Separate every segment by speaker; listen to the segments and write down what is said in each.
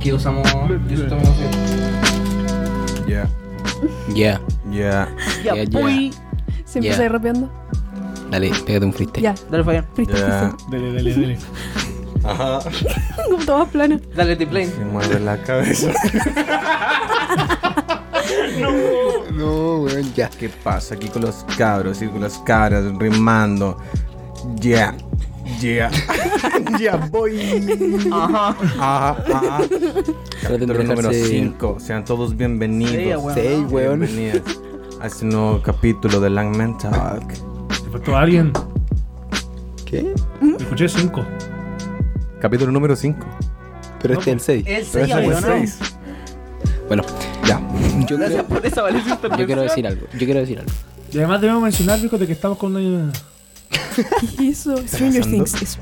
Speaker 1: que usamos. Yo soy también así.
Speaker 2: Yeah.
Speaker 3: Ya,
Speaker 2: Yeah.
Speaker 3: Ya,
Speaker 4: Ya,
Speaker 3: ya.
Speaker 4: uy. Siempre
Speaker 3: Ya.
Speaker 4: estoy rapeando.
Speaker 3: dale, pégate un freestyle.
Speaker 4: Ya,
Speaker 1: Dale, Fabián.
Speaker 4: freestyle.
Speaker 2: Yeah.
Speaker 5: Dale, dale, dale.
Speaker 2: Ajá.
Speaker 4: Como todo más plano.
Speaker 1: Dale, T-Plane.
Speaker 2: Se mueve la cabeza.
Speaker 3: No, weón, ya.
Speaker 2: ¿Qué pasa aquí con los cabros y con las cabras rimando? Yeah. Yeah. yeah, boy.
Speaker 1: Ajá.
Speaker 2: Ajá, ajá.
Speaker 3: Traten
Speaker 2: Capítulo
Speaker 3: de
Speaker 2: número
Speaker 3: dejarse-
Speaker 2: 5. Sean todos bienvenidos.
Speaker 1: Sí, weón.
Speaker 3: Sí, weón.
Speaker 2: Bienvenidas a este nuevo capítulo de Lang Men Talk.
Speaker 5: Te faltó alguien.
Speaker 3: ¿Qué?
Speaker 5: Te escuché cinco.
Speaker 2: Capítulo número 5.
Speaker 3: Pero este es el 6.
Speaker 1: El 6, weón.
Speaker 3: Bueno,
Speaker 2: Ya.
Speaker 3: yo
Speaker 1: Gracias
Speaker 3: quiero,
Speaker 1: por esa valencia
Speaker 3: yo quiero decir algo. Yo quiero decir algo.
Speaker 5: Y además debemos mencionar, viejo, de que estamos con una...
Speaker 4: ¿Qué hizo? Stranger
Speaker 2: pasando?
Speaker 4: Things. Eso.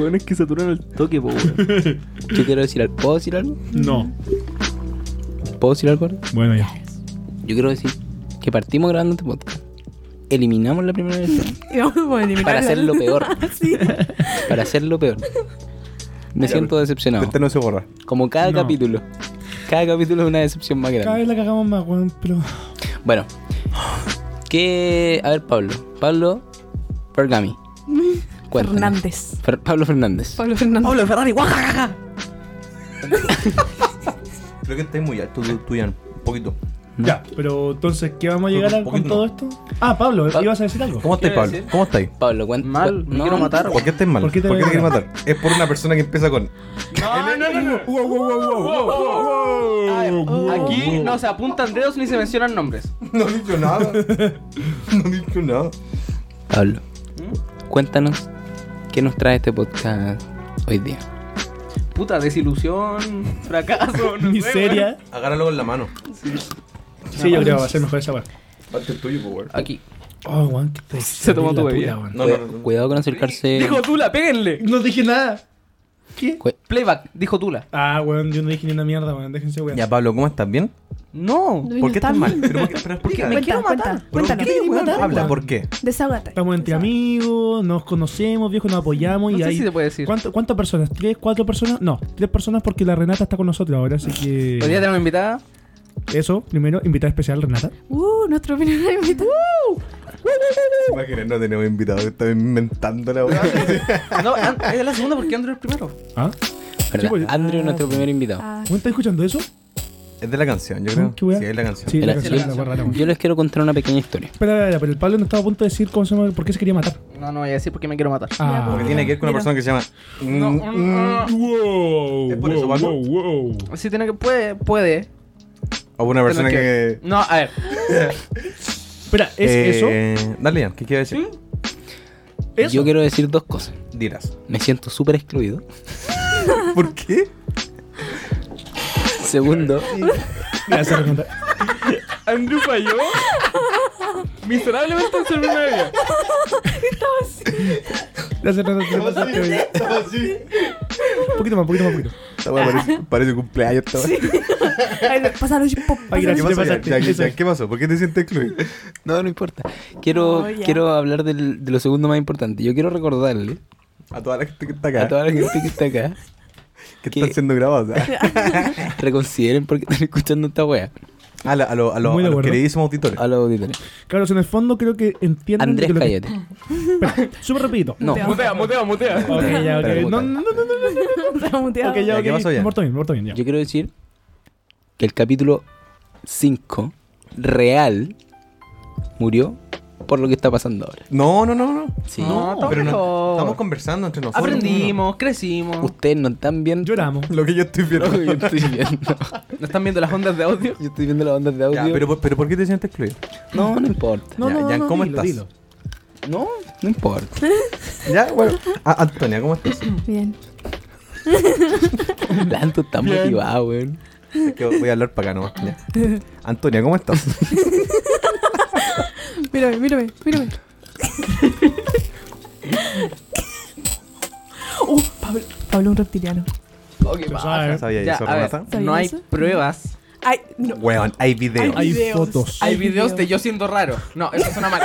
Speaker 1: Weón, es que saturan el toque, po, weón.
Speaker 3: Yo quiero decir algo. ¿Puedo decir algo?
Speaker 5: No.
Speaker 3: ¿Puedo decir algo?
Speaker 5: Bueno, ya.
Speaker 3: Yo quiero decir que partimos grabando este podcast. Eliminamos la primera vez
Speaker 4: Y vamos a eliminar
Speaker 3: para hacerlo peor.
Speaker 4: Sí.
Speaker 3: Para hacerlo peor. Me siento decepcionado.
Speaker 2: Este no se borra.
Speaker 3: Como cada
Speaker 5: No.
Speaker 3: capítulo. Cada capítulo es una decepción más
Speaker 5: Cada
Speaker 3: grande.
Speaker 5: vez la cagamos más, weón, pero...
Speaker 3: Bueno. ¿Qué? A ver, Pablo. Pablo Fergami. Cuéntanos.
Speaker 4: Fernández.
Speaker 3: Fer- Pablo Fernández.
Speaker 4: Pablo Fernández.
Speaker 1: Pablo Ferrari, guajajaja.
Speaker 2: Creo que estoy muy alto, tú, tú, Ian. Un poquito.
Speaker 5: Ya, pero entonces, ¿qué vamos a llegar a, con
Speaker 2: Poquito.
Speaker 5: todo esto? Ah, Pablo,
Speaker 3: Pa-
Speaker 5: ¿ibas a decir algo?
Speaker 2: ¿Cómo estáis,
Speaker 1: ¿Qué iba a
Speaker 2: Pablo?
Speaker 1: decir?
Speaker 2: ¿Cómo estáis?
Speaker 3: Pablo, cuéntanos.
Speaker 1: Mal, me quiero matar.
Speaker 2: ¿Por qué estés mal?
Speaker 5: ¿Por
Speaker 2: ¿Por
Speaker 5: qué te
Speaker 2: qué te,
Speaker 5: voy a
Speaker 2: quieres matar? Es por una persona que empieza con.
Speaker 1: No, no, no, no.
Speaker 2: Wow, wow, wow, wow, wow, wow.
Speaker 1: A ver, Aquí no se apuntan dedos ni se mencionan nombres.
Speaker 2: Uh, No he dicho nada. No he dicho nada.
Speaker 3: Pablo, cuéntanos qué nos trae este podcast hoy día.
Speaker 1: Puta, desilusión, fracaso, no sé, weón.
Speaker 5: Miseria.
Speaker 2: Agárralo con la mano.
Speaker 5: Sí, yo creo que va a ser mejor esa weón.
Speaker 2: Hazte el tuyo, por favor.
Speaker 1: Aquí.
Speaker 5: Oh, weón, qué te
Speaker 1: Se tomó tu
Speaker 5: la
Speaker 1: bebida.
Speaker 5: puta, weón.
Speaker 2: No, no, no.
Speaker 3: Cuidado con acercarse.
Speaker 1: Dijo Tula, péguenle.
Speaker 5: No dije nada. ¿Qué?
Speaker 3: Cu-
Speaker 1: Playback, dijo Tula.
Speaker 5: Ah, weón, yo no dije ni una mierda, weón. Déjense, weón.
Speaker 2: Ya, Pablo, ¿cómo estás? ¿Bien?
Speaker 1: No.
Speaker 4: Uy,
Speaker 2: ¿Por qué
Speaker 4: no, está
Speaker 2: estás mal?
Speaker 4: bien.
Speaker 2: Pero, ¿por qué- pero ¿por qué?
Speaker 4: Cuenta,
Speaker 1: quiero
Speaker 4: cuenta,
Speaker 1: matar.
Speaker 4: Cuéntalo.
Speaker 2: ¿Por qué?
Speaker 4: ¿Qué matar?
Speaker 2: Habla, ¿por qué?
Speaker 4: Desahógate.
Speaker 5: Estamos entre amigos, nos conocemos, viejo, nos apoyamos
Speaker 1: No
Speaker 5: y
Speaker 1: sé
Speaker 5: ahí.
Speaker 1: si se puede decir.
Speaker 5: ¿Cuánto- ¿Cuántas personas? ¿Tres, cuatro personas? No, tres personas porque la Renata está con nosotros ahora, así
Speaker 1: Hoy día
Speaker 5: que.
Speaker 1: tenemos invitada.
Speaker 5: Eso, primero, invitada especial, Renata.
Speaker 4: Uh, nuestro primer invitado.
Speaker 2: Imagínate, no tenemos invitado, estaba inventando la weá.
Speaker 1: No, an- es la segunda porque Andrew es primero.
Speaker 5: ¿Ah?
Speaker 3: ¿Verdad?
Speaker 5: Sí, pues,
Speaker 3: Andrew,
Speaker 5: ah,
Speaker 3: nuestro primer invitado.
Speaker 4: Ah,
Speaker 5: ¿Cómo estás escuchando eso?
Speaker 2: Es de la canción, yo
Speaker 5: ¿Qué
Speaker 2: creo.
Speaker 5: weá?
Speaker 2: Sí, es la canción.
Speaker 5: Sí, la
Speaker 3: Gracias.
Speaker 5: canción, la weá rara, weón.
Speaker 3: Yo les quiero contar una pequeña historia.
Speaker 5: Espera, espera, espera, pero el Pablo no estaba a punto de decir cómo se llama, por qué se quería matar.
Speaker 1: No, no voy a decir porque me quiero matar.
Speaker 5: Ah,
Speaker 2: Porque tiene que ver con una
Speaker 4: Mira.
Speaker 2: persona que se llama.
Speaker 1: No,
Speaker 2: Mm,
Speaker 1: mm,
Speaker 5: Wow,
Speaker 2: ¿Es por eso, Pablo?
Speaker 5: wow.
Speaker 1: Si tiene que. Puede, puede.
Speaker 2: O una persona
Speaker 1: tener
Speaker 2: que.
Speaker 1: No, a ver.
Speaker 5: Espera, ¿es
Speaker 2: Eh,
Speaker 5: eso?
Speaker 2: eso? Dale, Ian, ¿qué quieres decir?
Speaker 5: ¿Eso?
Speaker 3: Yo quiero decir dos cosas.
Speaker 2: Dirás.
Speaker 3: Me siento súper excluido.
Speaker 2: ¿Por qué?
Speaker 3: Segundo,
Speaker 5: Gracias, Renata.
Speaker 1: Andrew falló. Miserablemente en su primera vida.
Speaker 5: Gracias, Renata. te pasaste, weón.
Speaker 2: Estaba así.
Speaker 5: Un poquito más, un poquito más, un poquito.
Speaker 2: Esta weá parece, parece cumpleaños. Esta weá.
Speaker 4: Ay, Pásalo, chip, pop,
Speaker 5: Ay,
Speaker 2: ¿Qué
Speaker 5: gracias.
Speaker 4: pásalo.
Speaker 2: pasó?
Speaker 5: pasaste,
Speaker 2: Ian? Ian,
Speaker 5: eso.
Speaker 2: Ian, ¿Qué pasó? ¿Por qué te sientes excluido?
Speaker 3: no, no importa. Quiero,
Speaker 4: No, ya.
Speaker 3: quiero hablar del- de lo segundo más importante. Yo quiero recordarle
Speaker 2: A toda la gente que está
Speaker 3: a
Speaker 2: acá.
Speaker 3: toda la gente que está acá
Speaker 2: Que
Speaker 3: que-
Speaker 2: están siendo ¿ah? grabadas.
Speaker 3: reconsideren por qué están escuchando esta wea.
Speaker 2: A, la- a, lo- a, lo-
Speaker 5: Muy de
Speaker 2: a los
Speaker 5: acuerdo.
Speaker 2: queridísimos auditores.
Speaker 3: A los auditores.
Speaker 5: Carlos, en el fondo creo que entienden.
Speaker 3: Andrés,
Speaker 5: que lo que-
Speaker 3: cállate.
Speaker 5: Espera, Súper rapidito.
Speaker 3: No.
Speaker 1: Mutea, mutea, mutea.
Speaker 5: Ok, ya, ok.
Speaker 2: Espera,
Speaker 5: No, no, no, no, no.
Speaker 4: Está muteado.
Speaker 5: Ok, ya,
Speaker 2: Ya, ¿qué
Speaker 5: ok.
Speaker 2: pasó ya?
Speaker 5: Me porto bien, me porto bien, ya.
Speaker 3: Yo quiero decir que el capítulo 5 real murió por lo que está pasando ahora.
Speaker 2: No, no, no, no.
Speaker 3: Sí.
Speaker 1: No, estamos
Speaker 2: pero no-
Speaker 1: mejor.
Speaker 2: estamos conversando entre nosotros.
Speaker 1: Aprendimos, crecimos.
Speaker 3: Ustedes no están viendo
Speaker 5: Lloramos.
Speaker 2: Lo que yo estoy viendo.
Speaker 3: lo que yo estoy viendo.
Speaker 1: ¿No están viendo las ondas de audio?
Speaker 3: Yo estoy viendo las ondas de audio.
Speaker 2: Ya, pero, pero ¿por qué te sientes excluido?
Speaker 3: No, no importa.
Speaker 5: No,
Speaker 2: Ya,
Speaker 5: no, no,
Speaker 2: Jan,
Speaker 5: no,
Speaker 2: ¿cómo
Speaker 5: dilo,
Speaker 2: estás?
Speaker 5: dilo.
Speaker 3: No, no importa.
Speaker 2: Ya, bueno. Ah, Antonia, ¿cómo estás?
Speaker 4: Bien.
Speaker 3: Tanto está motivado, weón.
Speaker 2: Es que voy a hablar para acá nomás. ya. Antonia, ¿cómo estás?
Speaker 4: Mírame, mírame, mírame. Uh, Pablo, Pablo un reptiliano.
Speaker 1: Ok,
Speaker 5: Lo
Speaker 1: va.
Speaker 5: sabe.
Speaker 2: ¿Sabía
Speaker 1: Ya,
Speaker 2: eso,
Speaker 1: a ver,
Speaker 2: Renata?
Speaker 4: ¿Sabías
Speaker 1: no hay
Speaker 4: eso?
Speaker 1: pruebas.
Speaker 4: Ay, no.
Speaker 2: Weón, hay video.
Speaker 5: Hay
Speaker 4: videos,
Speaker 5: fotos.
Speaker 1: Hay videos de yo siendo raro. No, eso suena mal.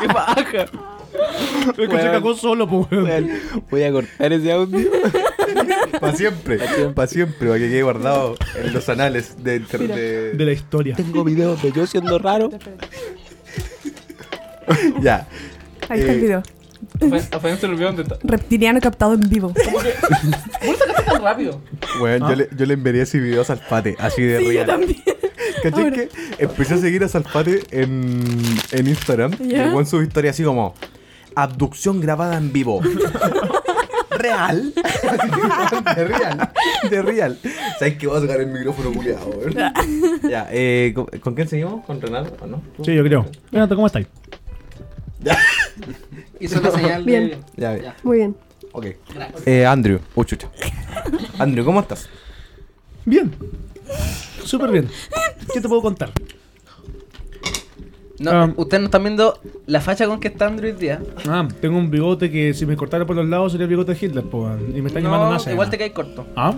Speaker 1: ¡Qué paja!
Speaker 5: Es que se
Speaker 3: Weón.
Speaker 5: cagó solo, po, weón.
Speaker 3: Weón, Voy a cortar ese audio.
Speaker 2: Para siempre. Para siempre. Para que quede guardado en los anales de...
Speaker 4: Mira.
Speaker 2: de-
Speaker 5: De la historia.
Speaker 3: Tengo videos de yo siendo raro.
Speaker 4: Espérate.
Speaker 2: Ya.
Speaker 4: Ahí está
Speaker 2: Eh,
Speaker 4: el video.
Speaker 1: A Fabián se le olvidó dónde está.
Speaker 4: Reptiliano captado en vivo.
Speaker 1: ¿Por qué sacaste tan rápido?
Speaker 2: Bueno, yo, le, yo le enviaría esos videos al Fate, así de
Speaker 4: Ah. Sí, yo
Speaker 2: real.
Speaker 4: también.
Speaker 2: ¿Cachai
Speaker 4: Ahora.
Speaker 2: que empecé a seguir a Salfate en, en Instagram? Y
Speaker 4: ¿Ya?
Speaker 2: el weón subió historia así como: Abducción grabada en vivo. ¿Real? de real. De real. ¿Sabes que voy a sacar el micrófono culiado, weón? Ya, eh, ¿con, con quién seguimos? ¿Con Renato? ¿O no?
Speaker 5: Sí, yo creo. Renato, ¿cómo estáis?
Speaker 1: Hizo la señal
Speaker 4: Bien.
Speaker 1: de.
Speaker 2: Ya,
Speaker 1: Ya.
Speaker 4: Muy bien.
Speaker 2: ok. Eh, Andrew. Oh, chucha. Andrew, ¿cómo estás?
Speaker 5: Bien. Súper bien. ¿Qué te puedo contar?
Speaker 1: No, eh,
Speaker 5: Um.
Speaker 1: ustedes no están viendo la facha con que está Android día.
Speaker 5: Ah, tengo un bigote que si me cortara por los lados sería el bigote de Hitler, po, weón. Y me están llamando
Speaker 1: No,
Speaker 5: NASA.
Speaker 1: igual te
Speaker 5: además.
Speaker 1: caes corto.
Speaker 5: Ah,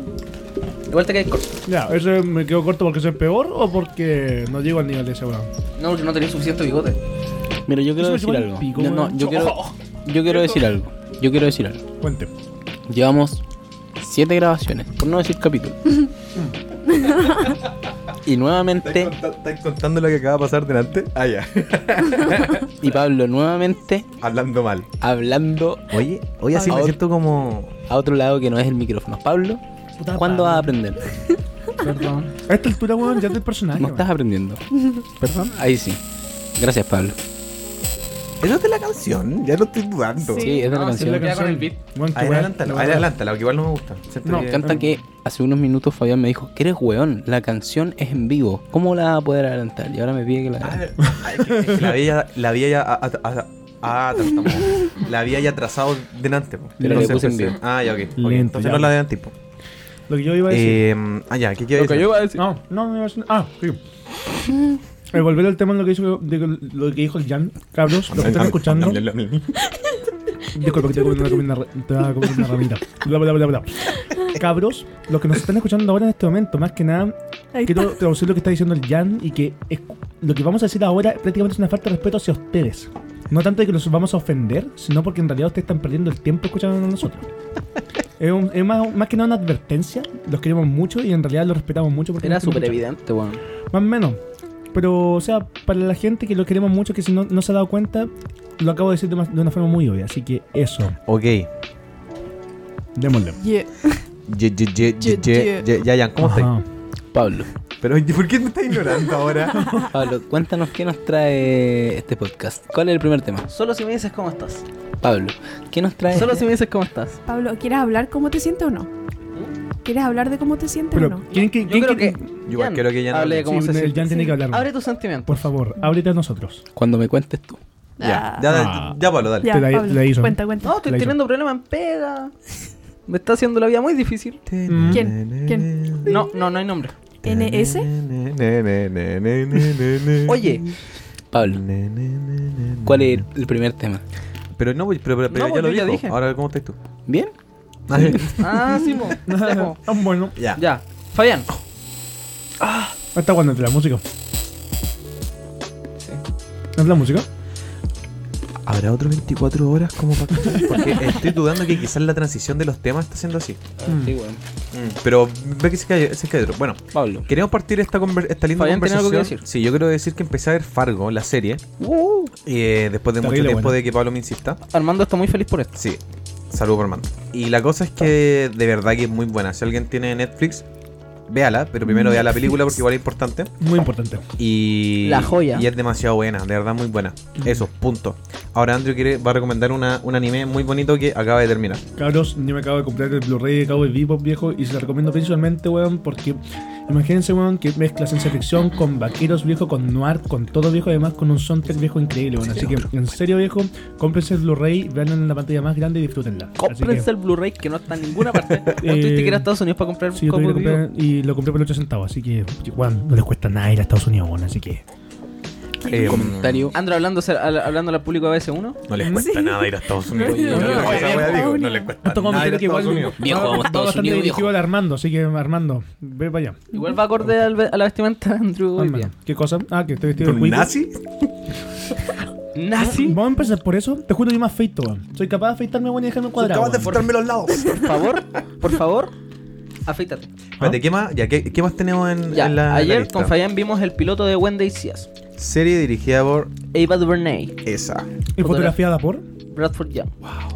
Speaker 1: Igual te caes corto.
Speaker 5: ya, ¿eso me quedo corto porque soy peor o porque no llego al nivel de ese weón?
Speaker 1: No, porque no tenés suficiente bigote.
Speaker 3: Mira, yo
Speaker 5: Eso me
Speaker 3: quiero decir
Speaker 5: lleva el
Speaker 3: algo.
Speaker 5: pico,
Speaker 3: Yo, no,
Speaker 5: weón.
Speaker 3: yo quiero, Oh, yo quiero decir algo. Yo quiero decir algo.
Speaker 5: Cuente.
Speaker 3: Llevamos siete grabaciones, por no decir capítulo. y nuevamente,
Speaker 2: ¿Estás contando lo que acaba de pasar delante? Ah, ya.
Speaker 3: y Pablo nuevamente
Speaker 2: Hablando mal.
Speaker 3: hablando
Speaker 2: Oye, oye, así me
Speaker 3: Ahora-
Speaker 2: siento como.
Speaker 3: a otro lado que no es el micrófono. Pablo,
Speaker 5: Puta Pablo.
Speaker 3: ¿cuándo vas a aprender?
Speaker 1: Perdón.
Speaker 5: A esta altura, weón, ya es del personaje.
Speaker 3: No
Speaker 5: weón.
Speaker 3: estás aprendiendo.
Speaker 5: Ah, Perdón.
Speaker 3: Ahí sí. Gracias, Pablo.
Speaker 2: Eso es de la canción, ya lo estoy dudando.
Speaker 4: Sí.
Speaker 3: Sí, esa es la
Speaker 1: No, sí,
Speaker 3: canción.
Speaker 1: lo que- Queda con el beat.
Speaker 5: Weón, qué
Speaker 2: Ahí
Speaker 5: weón.
Speaker 2: adelántalo, ahí adelántalo, que igual no me gusta. Siento
Speaker 5: No,
Speaker 2: que-
Speaker 5: can-
Speaker 3: Canta que hace unos minutos Fabián me dijo que eres weón, la canción es en vivo. ¿Cómo la vas a poder adelantar? Y ahora me pide que la
Speaker 2: Ah,
Speaker 3: adelante.
Speaker 2: es que- es que La vía ya. La vía ya. ah, ah, ah, ah, tartamudeo. la vía ya trazado delante. po.
Speaker 3: Pero le
Speaker 2: Entonces,
Speaker 3: puse en
Speaker 2: pues,
Speaker 3: vivo.
Speaker 2: Ah, ya, ok. ok,
Speaker 5: Lento,
Speaker 2: Entonces
Speaker 5: ya.
Speaker 2: no la adelanté. po.
Speaker 5: Lo que yo iba a decir.
Speaker 2: Eh, ah, ya, ¿qué quiero decir?
Speaker 1: iba a decir.
Speaker 5: No, no, no, no. Ah, sí. Eh, volver al tema de lo que, hizo, de lo que dijo el Jan, cabros, lo que están escuchando. Disculpa que te voy a comer una, ra- te voy a comer una ramita. Bla, bla, bla, bla. Cabros, los que nos están escuchando ahora en este momento, más que nada,
Speaker 4: Ahí
Speaker 5: quiero traducir lo que está diciendo el Jan y que es- lo que vamos a decir ahora prácticamente es una falta de respeto hacia ustedes. No tanto de que los vamos a ofender, sino porque en realidad ustedes están perdiendo el tiempo escuchando a nosotros. Es, un- es más, más que nada una advertencia, los queremos mucho y en realidad los respetamos mucho porque
Speaker 3: Era
Speaker 5: nos quieren
Speaker 3: súper
Speaker 5: mucho.
Speaker 3: evidente, weón.
Speaker 5: Más o menos. Pero, o sea, para la gente que lo queremos mucho, que si no, no se ha dado cuenta, lo acabo de decir de, más- de una forma muy obvia. Así que eso,
Speaker 2: Ok.
Speaker 5: démosle.
Speaker 4: Yeah.
Speaker 2: Ye- ye- ye- ye-
Speaker 4: Ye-
Speaker 2: ye- ye- Ya, ya, ¿cómo estáis?
Speaker 5: Ajá.
Speaker 3: Pablo,
Speaker 2: Pero, ¿por qué me estás ignorando ahora?
Speaker 3: Pablo, cuéntanos qué nos trae este podcast. ¿Cuál es el primer tema?
Speaker 1: Solo si me dices cómo estás.
Speaker 3: Pablo, ¿qué nos trae?
Speaker 1: Solo si me dices cómo estás.
Speaker 4: Pablo, ¿quieres hablar cómo te sientes o no? ¿Quieres hablar de cómo te sientes o
Speaker 5: Pero,
Speaker 4: no?
Speaker 5: ¿quién, quién,
Speaker 1: Yo creo que.
Speaker 5: quién-
Speaker 2: Yo igual
Speaker 1: Jan,
Speaker 2: quiero que Jan
Speaker 1: hable de
Speaker 2: hable.
Speaker 1: cómo
Speaker 5: Sí,
Speaker 1: se
Speaker 5: el
Speaker 1: siente.
Speaker 5: Jan tiene que hablar.
Speaker 1: Abre tus sentimientos.
Speaker 5: Por favor, ábrete a nosotros.
Speaker 3: Cuando me cuentes tú.
Speaker 2: Ya,
Speaker 4: Ah.
Speaker 2: ya, ya, Pablo, dale.
Speaker 4: Ya,
Speaker 5: Te la-
Speaker 4: Pablo,
Speaker 5: te la hizo.
Speaker 4: Cuenta, cuenta.
Speaker 1: No, estoy
Speaker 5: La hizo.
Speaker 1: teniendo problemas en pega. Me está haciendo la vida muy difícil.
Speaker 4: ¿Quién? ¿Quién?
Speaker 1: No, no, no hay nombre.
Speaker 4: ¿NS?
Speaker 1: Oye,
Speaker 3: Pablo, ¿cuál es el primer tema?
Speaker 2: Pero no, pero, pero, pero
Speaker 1: No,
Speaker 2: ya lo
Speaker 1: yo ya
Speaker 2: dijo.
Speaker 1: dije.
Speaker 2: Ahora, ¿cómo estás tú?
Speaker 3: ¿Bien?
Speaker 1: ah, sí, mo. Seco.
Speaker 5: Ah, bueno,
Speaker 2: ya.
Speaker 1: Ya, Fabián.
Speaker 5: hasta cuando entre la música.
Speaker 1: Sí.
Speaker 5: ¿Es la música?
Speaker 2: ¿Habrá otro 24 horas como para Porque estoy dudando que quizás la transición de los temas está siendo así.
Speaker 3: Sí, weón.
Speaker 2: Pero ve que se cae, se cae otro. Bueno,
Speaker 3: Pablo,
Speaker 2: queremos partir esta, conver- esta linda
Speaker 1: Fabián, ¿tiene
Speaker 2: conversación.
Speaker 1: algo que decir?
Speaker 2: Sí, yo quiero decir que empecé a ver Fargo, la serie, eh, después de mucho
Speaker 5: Terrible
Speaker 2: tiempo
Speaker 5: buena.
Speaker 2: de que Pablo me insista.
Speaker 1: Armando está muy feliz por esto.
Speaker 2: Sí, saludo por mando. Y la cosa es que de verdad que es muy buena. Si alguien tiene Netflix, véala, pero primero vea la película porque igual es importante.
Speaker 5: Muy importante.
Speaker 2: Y.
Speaker 1: La joya.
Speaker 2: Y es demasiado buena, de verdad muy buena. Eso, punto. Ahora Andrew quiere, va a recomendar una, un anime muy bonito que acaba de terminar.
Speaker 5: Cabros, yo me acabo de comprar el Blu-ray de Cowboy Bebop viejo y se lo recomiendo principalmente, weón, porque imagínense, weón, que mezcla ciencia ficción con vaqueros viejo, con noir, con todo viejo, además con un soundtrack viejo increíble, weón. Así que, en serio, viejo, cómprense el Blu-ray, veanlo en la pantalla más grande y disfrútenla. Así que, Eh,
Speaker 1: Cómprense el Blu-ray que no está en ninguna parte. ¿No tuviste que ir a Estados Unidos para comprar
Speaker 5: sí, yo tuve
Speaker 1: Cowboy
Speaker 5: que comprar-
Speaker 1: Bebop?
Speaker 5: y lo compré por 8 centavos, así que, weón, no les cuesta nada ir a Estados Unidos, weón, así que...
Speaker 2: Eh,
Speaker 3: comentario.
Speaker 1: Andro hablando, al, hablando al público de BS1.
Speaker 2: No les cuesta
Speaker 4: Sí.
Speaker 2: nada ir a Estados Unidos.
Speaker 4: Oye,
Speaker 2: Yo
Speaker 4: no,
Speaker 2: esa
Speaker 4: oye,
Speaker 2: wea
Speaker 4: no,
Speaker 2: digo,
Speaker 4: no.
Speaker 2: no les cuesta
Speaker 5: Esto como
Speaker 2: Ah, nada ir a
Speaker 5: que
Speaker 2: Estados
Speaker 5: igual
Speaker 2: Unidos.
Speaker 3: Viejo,
Speaker 5: va-
Speaker 3: vamos a
Speaker 5: va
Speaker 3: Estados
Speaker 5: bastante
Speaker 3: Unidos,
Speaker 5: dirigido
Speaker 3: viejo.
Speaker 5: al Armando, así que Armando, ve para allá.
Speaker 1: Igual va acorde al- a la vestimenta de Andrew hoy
Speaker 5: Armando,
Speaker 1: día.
Speaker 5: ¿Qué cosa? Ah, que estoy vestido de
Speaker 2: ¿Un
Speaker 5: cuico.
Speaker 2: nazi?
Speaker 1: Nazi.
Speaker 5: Vamos a empezar por eso. Te juro que yo me afeito, weón. Soy capaz de afeitarme, weón, y dejarme cuadrado.
Speaker 2: Acabas de
Speaker 5: weón.
Speaker 2: frotarme los lados.
Speaker 1: Por favor, por favor, afeítate.
Speaker 2: Espérate, ¿qué más, ya, ¿qué, qué más tenemos en,
Speaker 1: ¿Ah? Ya,
Speaker 2: en la. la
Speaker 1: ayer
Speaker 2: lista?
Speaker 1: con Fabián vimos el piloto de Wendy Sears,
Speaker 2: Serie dirigida por
Speaker 1: Ava DuVernay,
Speaker 2: esa.
Speaker 5: Y fotografiada por.
Speaker 1: Bradford Young.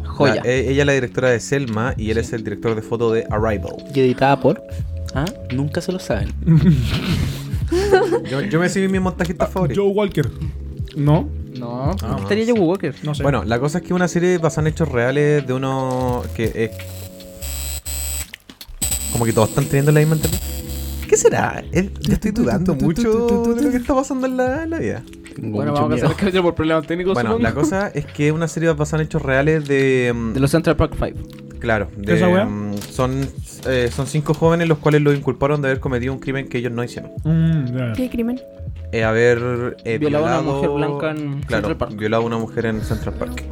Speaker 1: Joya.
Speaker 2: La- eh, ella es la directora de Selma y él es el director de foto de Arrival.
Speaker 3: Y editada por.
Speaker 1: ¿Ah?
Speaker 3: Nunca se lo saben.
Speaker 2: Yo, yo me recibí mis montajistas favoritos.
Speaker 5: Joe Walker. No,
Speaker 1: No,
Speaker 2: Ah,
Speaker 1: estaría Joe Walker.
Speaker 5: no sé.
Speaker 2: Bueno, la cosa es que una serie basada en hechos reales de uno que es. Como que todos están teniendo la misma interpretación. ¿Qué será? Es- Yo estoy dudando mucho de lo que está pasando en la, en la vida.
Speaker 3: Tengo
Speaker 1: Bueno,
Speaker 3: mucho
Speaker 1: vamos a hacer
Speaker 3: miedo.
Speaker 1: el capítulo por problemas técnicos.
Speaker 2: Bueno,
Speaker 1: supongo.
Speaker 2: la cosa es que es una serie basada en hechos reales de. mm,
Speaker 1: De los Central Park 5.
Speaker 2: Claro, de,
Speaker 5: ¿Esa weá?
Speaker 2: mm, son, eh, son cinco jóvenes los cuales los inculparon de haber cometido un crimen que ellos no hicieron.
Speaker 5: Mm, ya.
Speaker 4: ¿Qué crimen?
Speaker 2: Eh, haber eh,
Speaker 1: Violado a una
Speaker 2: violado-
Speaker 1: mujer blanca en
Speaker 2: claro,
Speaker 1: Central Park.
Speaker 2: Violado a una mujer en Central Park.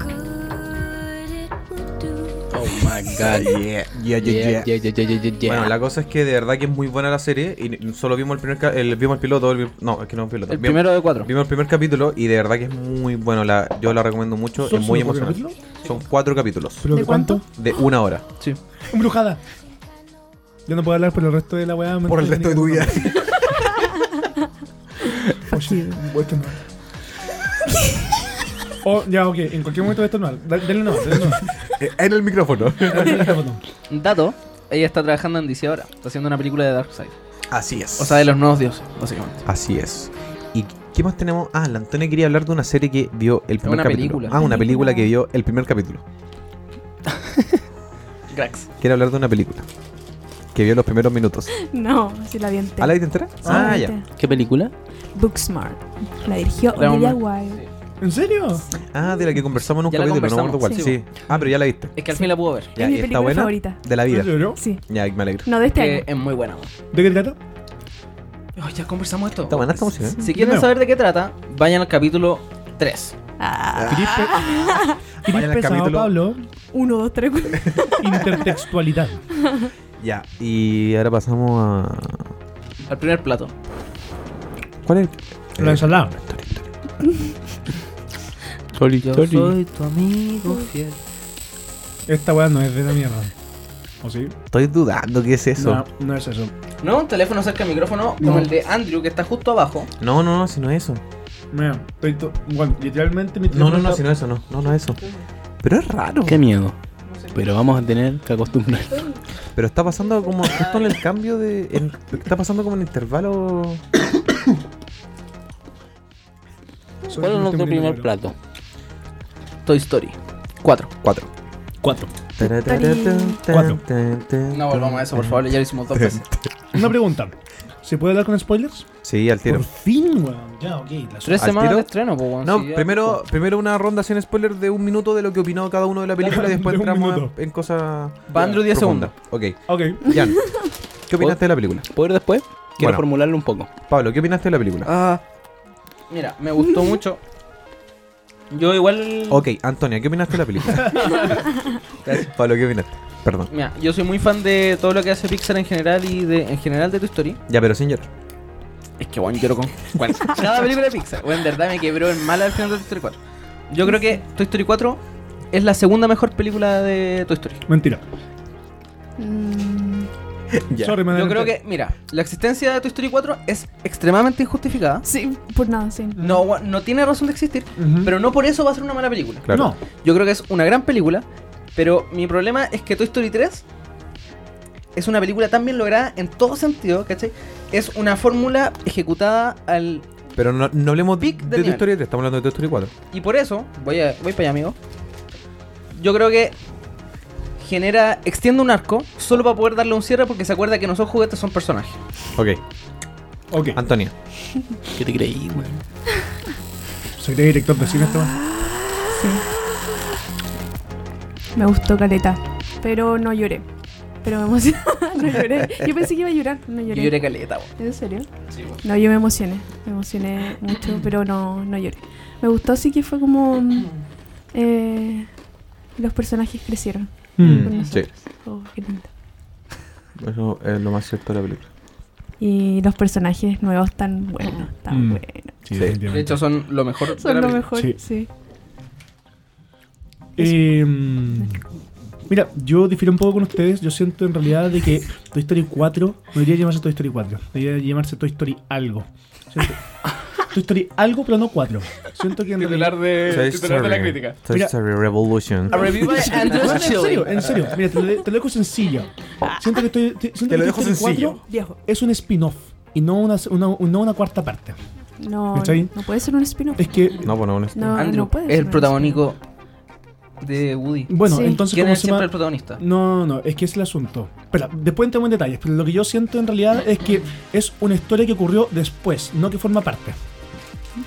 Speaker 3: Oh my
Speaker 2: Yeah,
Speaker 3: god. Yeah, yeah, yeah, yeah, yeah, yeah.
Speaker 2: Bueno, la cosa es que de verdad que es muy buena la serie y n- solo vimos el primer ca- el, vimos el piloto, el- no, es que no es un piloto.
Speaker 1: El
Speaker 2: vimos,
Speaker 1: primero de cuatro.
Speaker 2: vimos el primer capítulo y de verdad que es muy bueno, la, yo la recomiendo mucho,
Speaker 5: ¿Son
Speaker 2: es muy
Speaker 5: solo cuatro
Speaker 2: emocionante. Son cuatro capítulos
Speaker 5: ¿Pero
Speaker 4: ¿De cuánto?
Speaker 2: de una hora.
Speaker 1: Sí.
Speaker 5: Embrujada. Yo no puedo hablar por el resto de la weá. Mm, Oh, ya, ok. En cualquier momento esto no. Dale no, dale
Speaker 2: en el micrófono.
Speaker 5: no.
Speaker 1: Dato, ella está trabajando en DC ahora. Está haciendo una película de Darkseid.
Speaker 2: Así es.
Speaker 1: O sea, de los nuevos dioses, básicamente.
Speaker 2: Así es. ¿Y qué más tenemos? Ah, la Antonia quería hablar de una serie que vio el primer
Speaker 1: Una
Speaker 2: capítulo.
Speaker 1: película.
Speaker 2: Ah, una película que vio el primer capítulo.
Speaker 1: Grax.
Speaker 2: Quiere hablar de una película. Que vio los primeros minutos.
Speaker 4: No, sí la vi entera.
Speaker 2: ¿Ah, la viste entera? Ah, ya.
Speaker 3: ¿Qué película?
Speaker 4: Booksmart. La dirigió
Speaker 1: La
Speaker 4: Olivia
Speaker 1: mamá.
Speaker 4: Wilde.
Speaker 5: ¿En serio?
Speaker 2: Ah, de la que conversamos en un
Speaker 1: Ya la
Speaker 2: capítulo, no me acuerdo
Speaker 1: conversamos,
Speaker 2: cuál. Sí.
Speaker 1: sí.
Speaker 2: Ah, pero ya la viste.
Speaker 1: Es que al fin la puedo ver.
Speaker 2: Ya,
Speaker 4: es
Speaker 2: ¿y
Speaker 4: mi
Speaker 2: está
Speaker 4: película
Speaker 2: buena.
Speaker 4: favorita.
Speaker 2: De la vida.
Speaker 5: ¿En serio?
Speaker 4: Sí.
Speaker 2: Ya, me alegro.
Speaker 4: No, de este
Speaker 1: Que
Speaker 4: año.
Speaker 1: es muy buena.
Speaker 5: ¿De qué trata?
Speaker 1: Ay, ya conversamos esto.
Speaker 2: Está buena esta música. ¿eh?
Speaker 1: Si quieren
Speaker 5: No.
Speaker 1: saber de qué trata, vayan al capítulo 3.
Speaker 4: Ah,
Speaker 5: Iris pe- Iris
Speaker 2: Vayan al
Speaker 5: pesado,
Speaker 2: capítulo.
Speaker 5: Pablo.
Speaker 4: uno, dos, tres, cuatro.
Speaker 5: Intertextualidad.
Speaker 2: Eh. Ya. Y ahora pasamos a.
Speaker 1: Al primer plato.
Speaker 2: ¿Cuál es? Eh,
Speaker 5: La ensalada.
Speaker 3: Sorry,
Speaker 1: Yo
Speaker 3: sorry.
Speaker 1: soy tu amigo fiel.
Speaker 5: Esta weá no es de la mierda. ¿O sí?
Speaker 2: Estoy dudando qué es eso.
Speaker 5: No, no es eso.
Speaker 1: No, un teléfono cerca del micrófono
Speaker 5: No.
Speaker 1: como el de Andrew que está justo abajo.
Speaker 2: No, no, no, si no es eso.
Speaker 5: Mira, estoy to- bueno, literalmente mi
Speaker 2: No,
Speaker 5: teléfono
Speaker 2: no, no,
Speaker 5: está-
Speaker 2: si no es eso, no. No, no es eso. Pero es raro.
Speaker 3: Qué miedo. Pero vamos a tener que acostumbrar.
Speaker 2: Pero está pasando como justo en el cambio de. en- está pasando como en intervalo.
Speaker 5: Soy
Speaker 3: ¿Cuál es
Speaker 5: un
Speaker 3: nuestro
Speaker 5: temblino,
Speaker 3: primer
Speaker 5: pero-
Speaker 3: plato?
Speaker 1: Toy Story 4.
Speaker 2: 4.
Speaker 3: Cuatro.
Speaker 5: Cuatro.
Speaker 1: No volvamos a eso, por favor, ya lo hicimos dos veces.
Speaker 5: Una pregunta. ¿Se puede hablar con spoilers?
Speaker 2: Sí, al tiro.
Speaker 5: Por fin, weón. Ya, ok. La su-
Speaker 1: Tres
Speaker 2: ¿Al
Speaker 1: semanas
Speaker 2: tiro?
Speaker 1: de estreno, po, weón,
Speaker 2: No,
Speaker 1: sí, ya. pues.
Speaker 2: primero, primero una ronda sin spoiler de un minuto de lo que opinó cada uno de la película y después
Speaker 5: De un
Speaker 2: entramos
Speaker 5: minuto.
Speaker 2: en cosas.
Speaker 1: Va Andrew 10
Speaker 2: profundas.
Speaker 1: segundos.
Speaker 2: Ok.
Speaker 5: Ok.
Speaker 2: Jan, ¿qué opinaste de la película?
Speaker 3: ¿Puedo ir después? Quiero
Speaker 2: Bueno.
Speaker 3: formularlo un poco.
Speaker 2: Pablo, ¿qué opinaste de la película?
Speaker 1: Ah, mira, me gustó mucho. Yo igual.
Speaker 2: Ok, Antonia, ¿qué opinaste de la película? Pablo, ¿qué opinaste? Perdón.
Speaker 1: Mira, yo soy muy fan de todo lo que hace Pixar en general y de, en general de Toy Story.
Speaker 2: Ya, pero sin llorar.
Speaker 1: Es que, weón, lloro con. Bueno, cada película de Pixar. Weón, de verdad me quebró en mala al final de Toy Story 4. Yo creo que Toy Story 4 es la segunda mejor película de Toy Story.
Speaker 5: Mentira.
Speaker 4: Mm,
Speaker 2: Ya.
Speaker 5: Sorry, me
Speaker 1: Yo creo
Speaker 5: adelanté.
Speaker 1: que, mira, la existencia de Toy Story 4 es extremadamente injustificada.
Speaker 4: sí, por nada, sí.
Speaker 1: No, weón, no tiene razón de existir,
Speaker 5: Ujú.
Speaker 1: pero no por eso va a ser una mala película.
Speaker 2: Claro.
Speaker 5: No.
Speaker 1: Yo creo que es una gran película, pero mi problema es que Toy Story 3 es una película tan bien lograda en todo sentido, ¿cachai? Es una fórmula ejecutada al...
Speaker 2: Pero no, no hablemos de,
Speaker 1: Big
Speaker 2: de tu
Speaker 1: Daniel.
Speaker 2: historia, te estamos hablando de tu historia 4.
Speaker 1: Y por eso, voy, a, voy para allá, amigo. Yo creo que genera, extiende un arco solo para poder darle un cierre porque se acuerda que no son juguetes, son personajes.
Speaker 2: Ok,
Speaker 5: Ok.
Speaker 2: Antonia.
Speaker 3: ¿Qué te creí, güey?
Speaker 5: Soy de director de cine, este Esteban.
Speaker 4: Me gustó Caleta. Pero no lloré. Pero me emocioné. no lloré. Yo pensé que iba a llorar. No
Speaker 1: Yo
Speaker 4: lloré.
Speaker 1: lloré caleta, weón.
Speaker 4: ¿En serio? No, yo me emocioné. Me emocioné mucho, pero no, no lloré. Me gustó, sí que fue como. mm, eh, los personajes crecieron.
Speaker 5: Mm.
Speaker 4: con
Speaker 2: Sí,
Speaker 4: nosotros. Oh, qué lindo.
Speaker 2: eso es lo más cierto de la película.
Speaker 4: Y los personajes nuevos tan buenos, tan
Speaker 5: Mm.
Speaker 4: buenos.
Speaker 2: Sí.
Speaker 5: definitivamente.
Speaker 1: De hecho, son lo mejor. de
Speaker 4: Son
Speaker 1: la
Speaker 4: lo
Speaker 1: película.
Speaker 4: mejor,
Speaker 5: Sí.
Speaker 4: sí.
Speaker 5: Eh, mira, yo difiero un poco con ustedes. Yo siento en realidad de que Toy Story 4 no debería llamarse Toy Story 4. Debería llamarse Toy Story algo. Siento- Toy Story algo, pero no 4. Siento que en realidad...
Speaker 6: Titular de,
Speaker 2: Toy
Speaker 6: titular de la
Speaker 2: Story.
Speaker 6: crítica.
Speaker 2: Toy
Speaker 5: Mira.
Speaker 2: Story Revolution.
Speaker 1: A review by Andrew
Speaker 5: No, en serio,
Speaker 1: Schilling.
Speaker 5: en serio. Mira, te lo, de- te lo dejo sencillo. Siento que estoy. te- siento
Speaker 2: Te lo
Speaker 5: que
Speaker 2: dejo
Speaker 5: Toy Story
Speaker 2: sencillo.
Speaker 5: 4
Speaker 7: Viejo.
Speaker 5: es un spin-off y no una, una, no una cuarta parte.
Speaker 4: No,
Speaker 5: ¿Está bien?
Speaker 4: no puede ser un spin-off.
Speaker 5: Es que
Speaker 2: No, bueno, honesto.
Speaker 4: No,
Speaker 1: Andrew
Speaker 4: no puede
Speaker 1: es
Speaker 4: ser
Speaker 1: el
Speaker 4: un
Speaker 1: protagónico de Woody.
Speaker 5: Bueno,
Speaker 4: Sí.
Speaker 5: entonces,
Speaker 1: ¿Quién
Speaker 5: ¿cómo
Speaker 1: es
Speaker 5: se
Speaker 1: siempre
Speaker 5: llama?
Speaker 1: el protagonista?
Speaker 5: No, no, es que es el asunto. Espera, después entramos en detalles, pero lo que yo siento en realidad es que es una historia que ocurrió después, no que forma parte.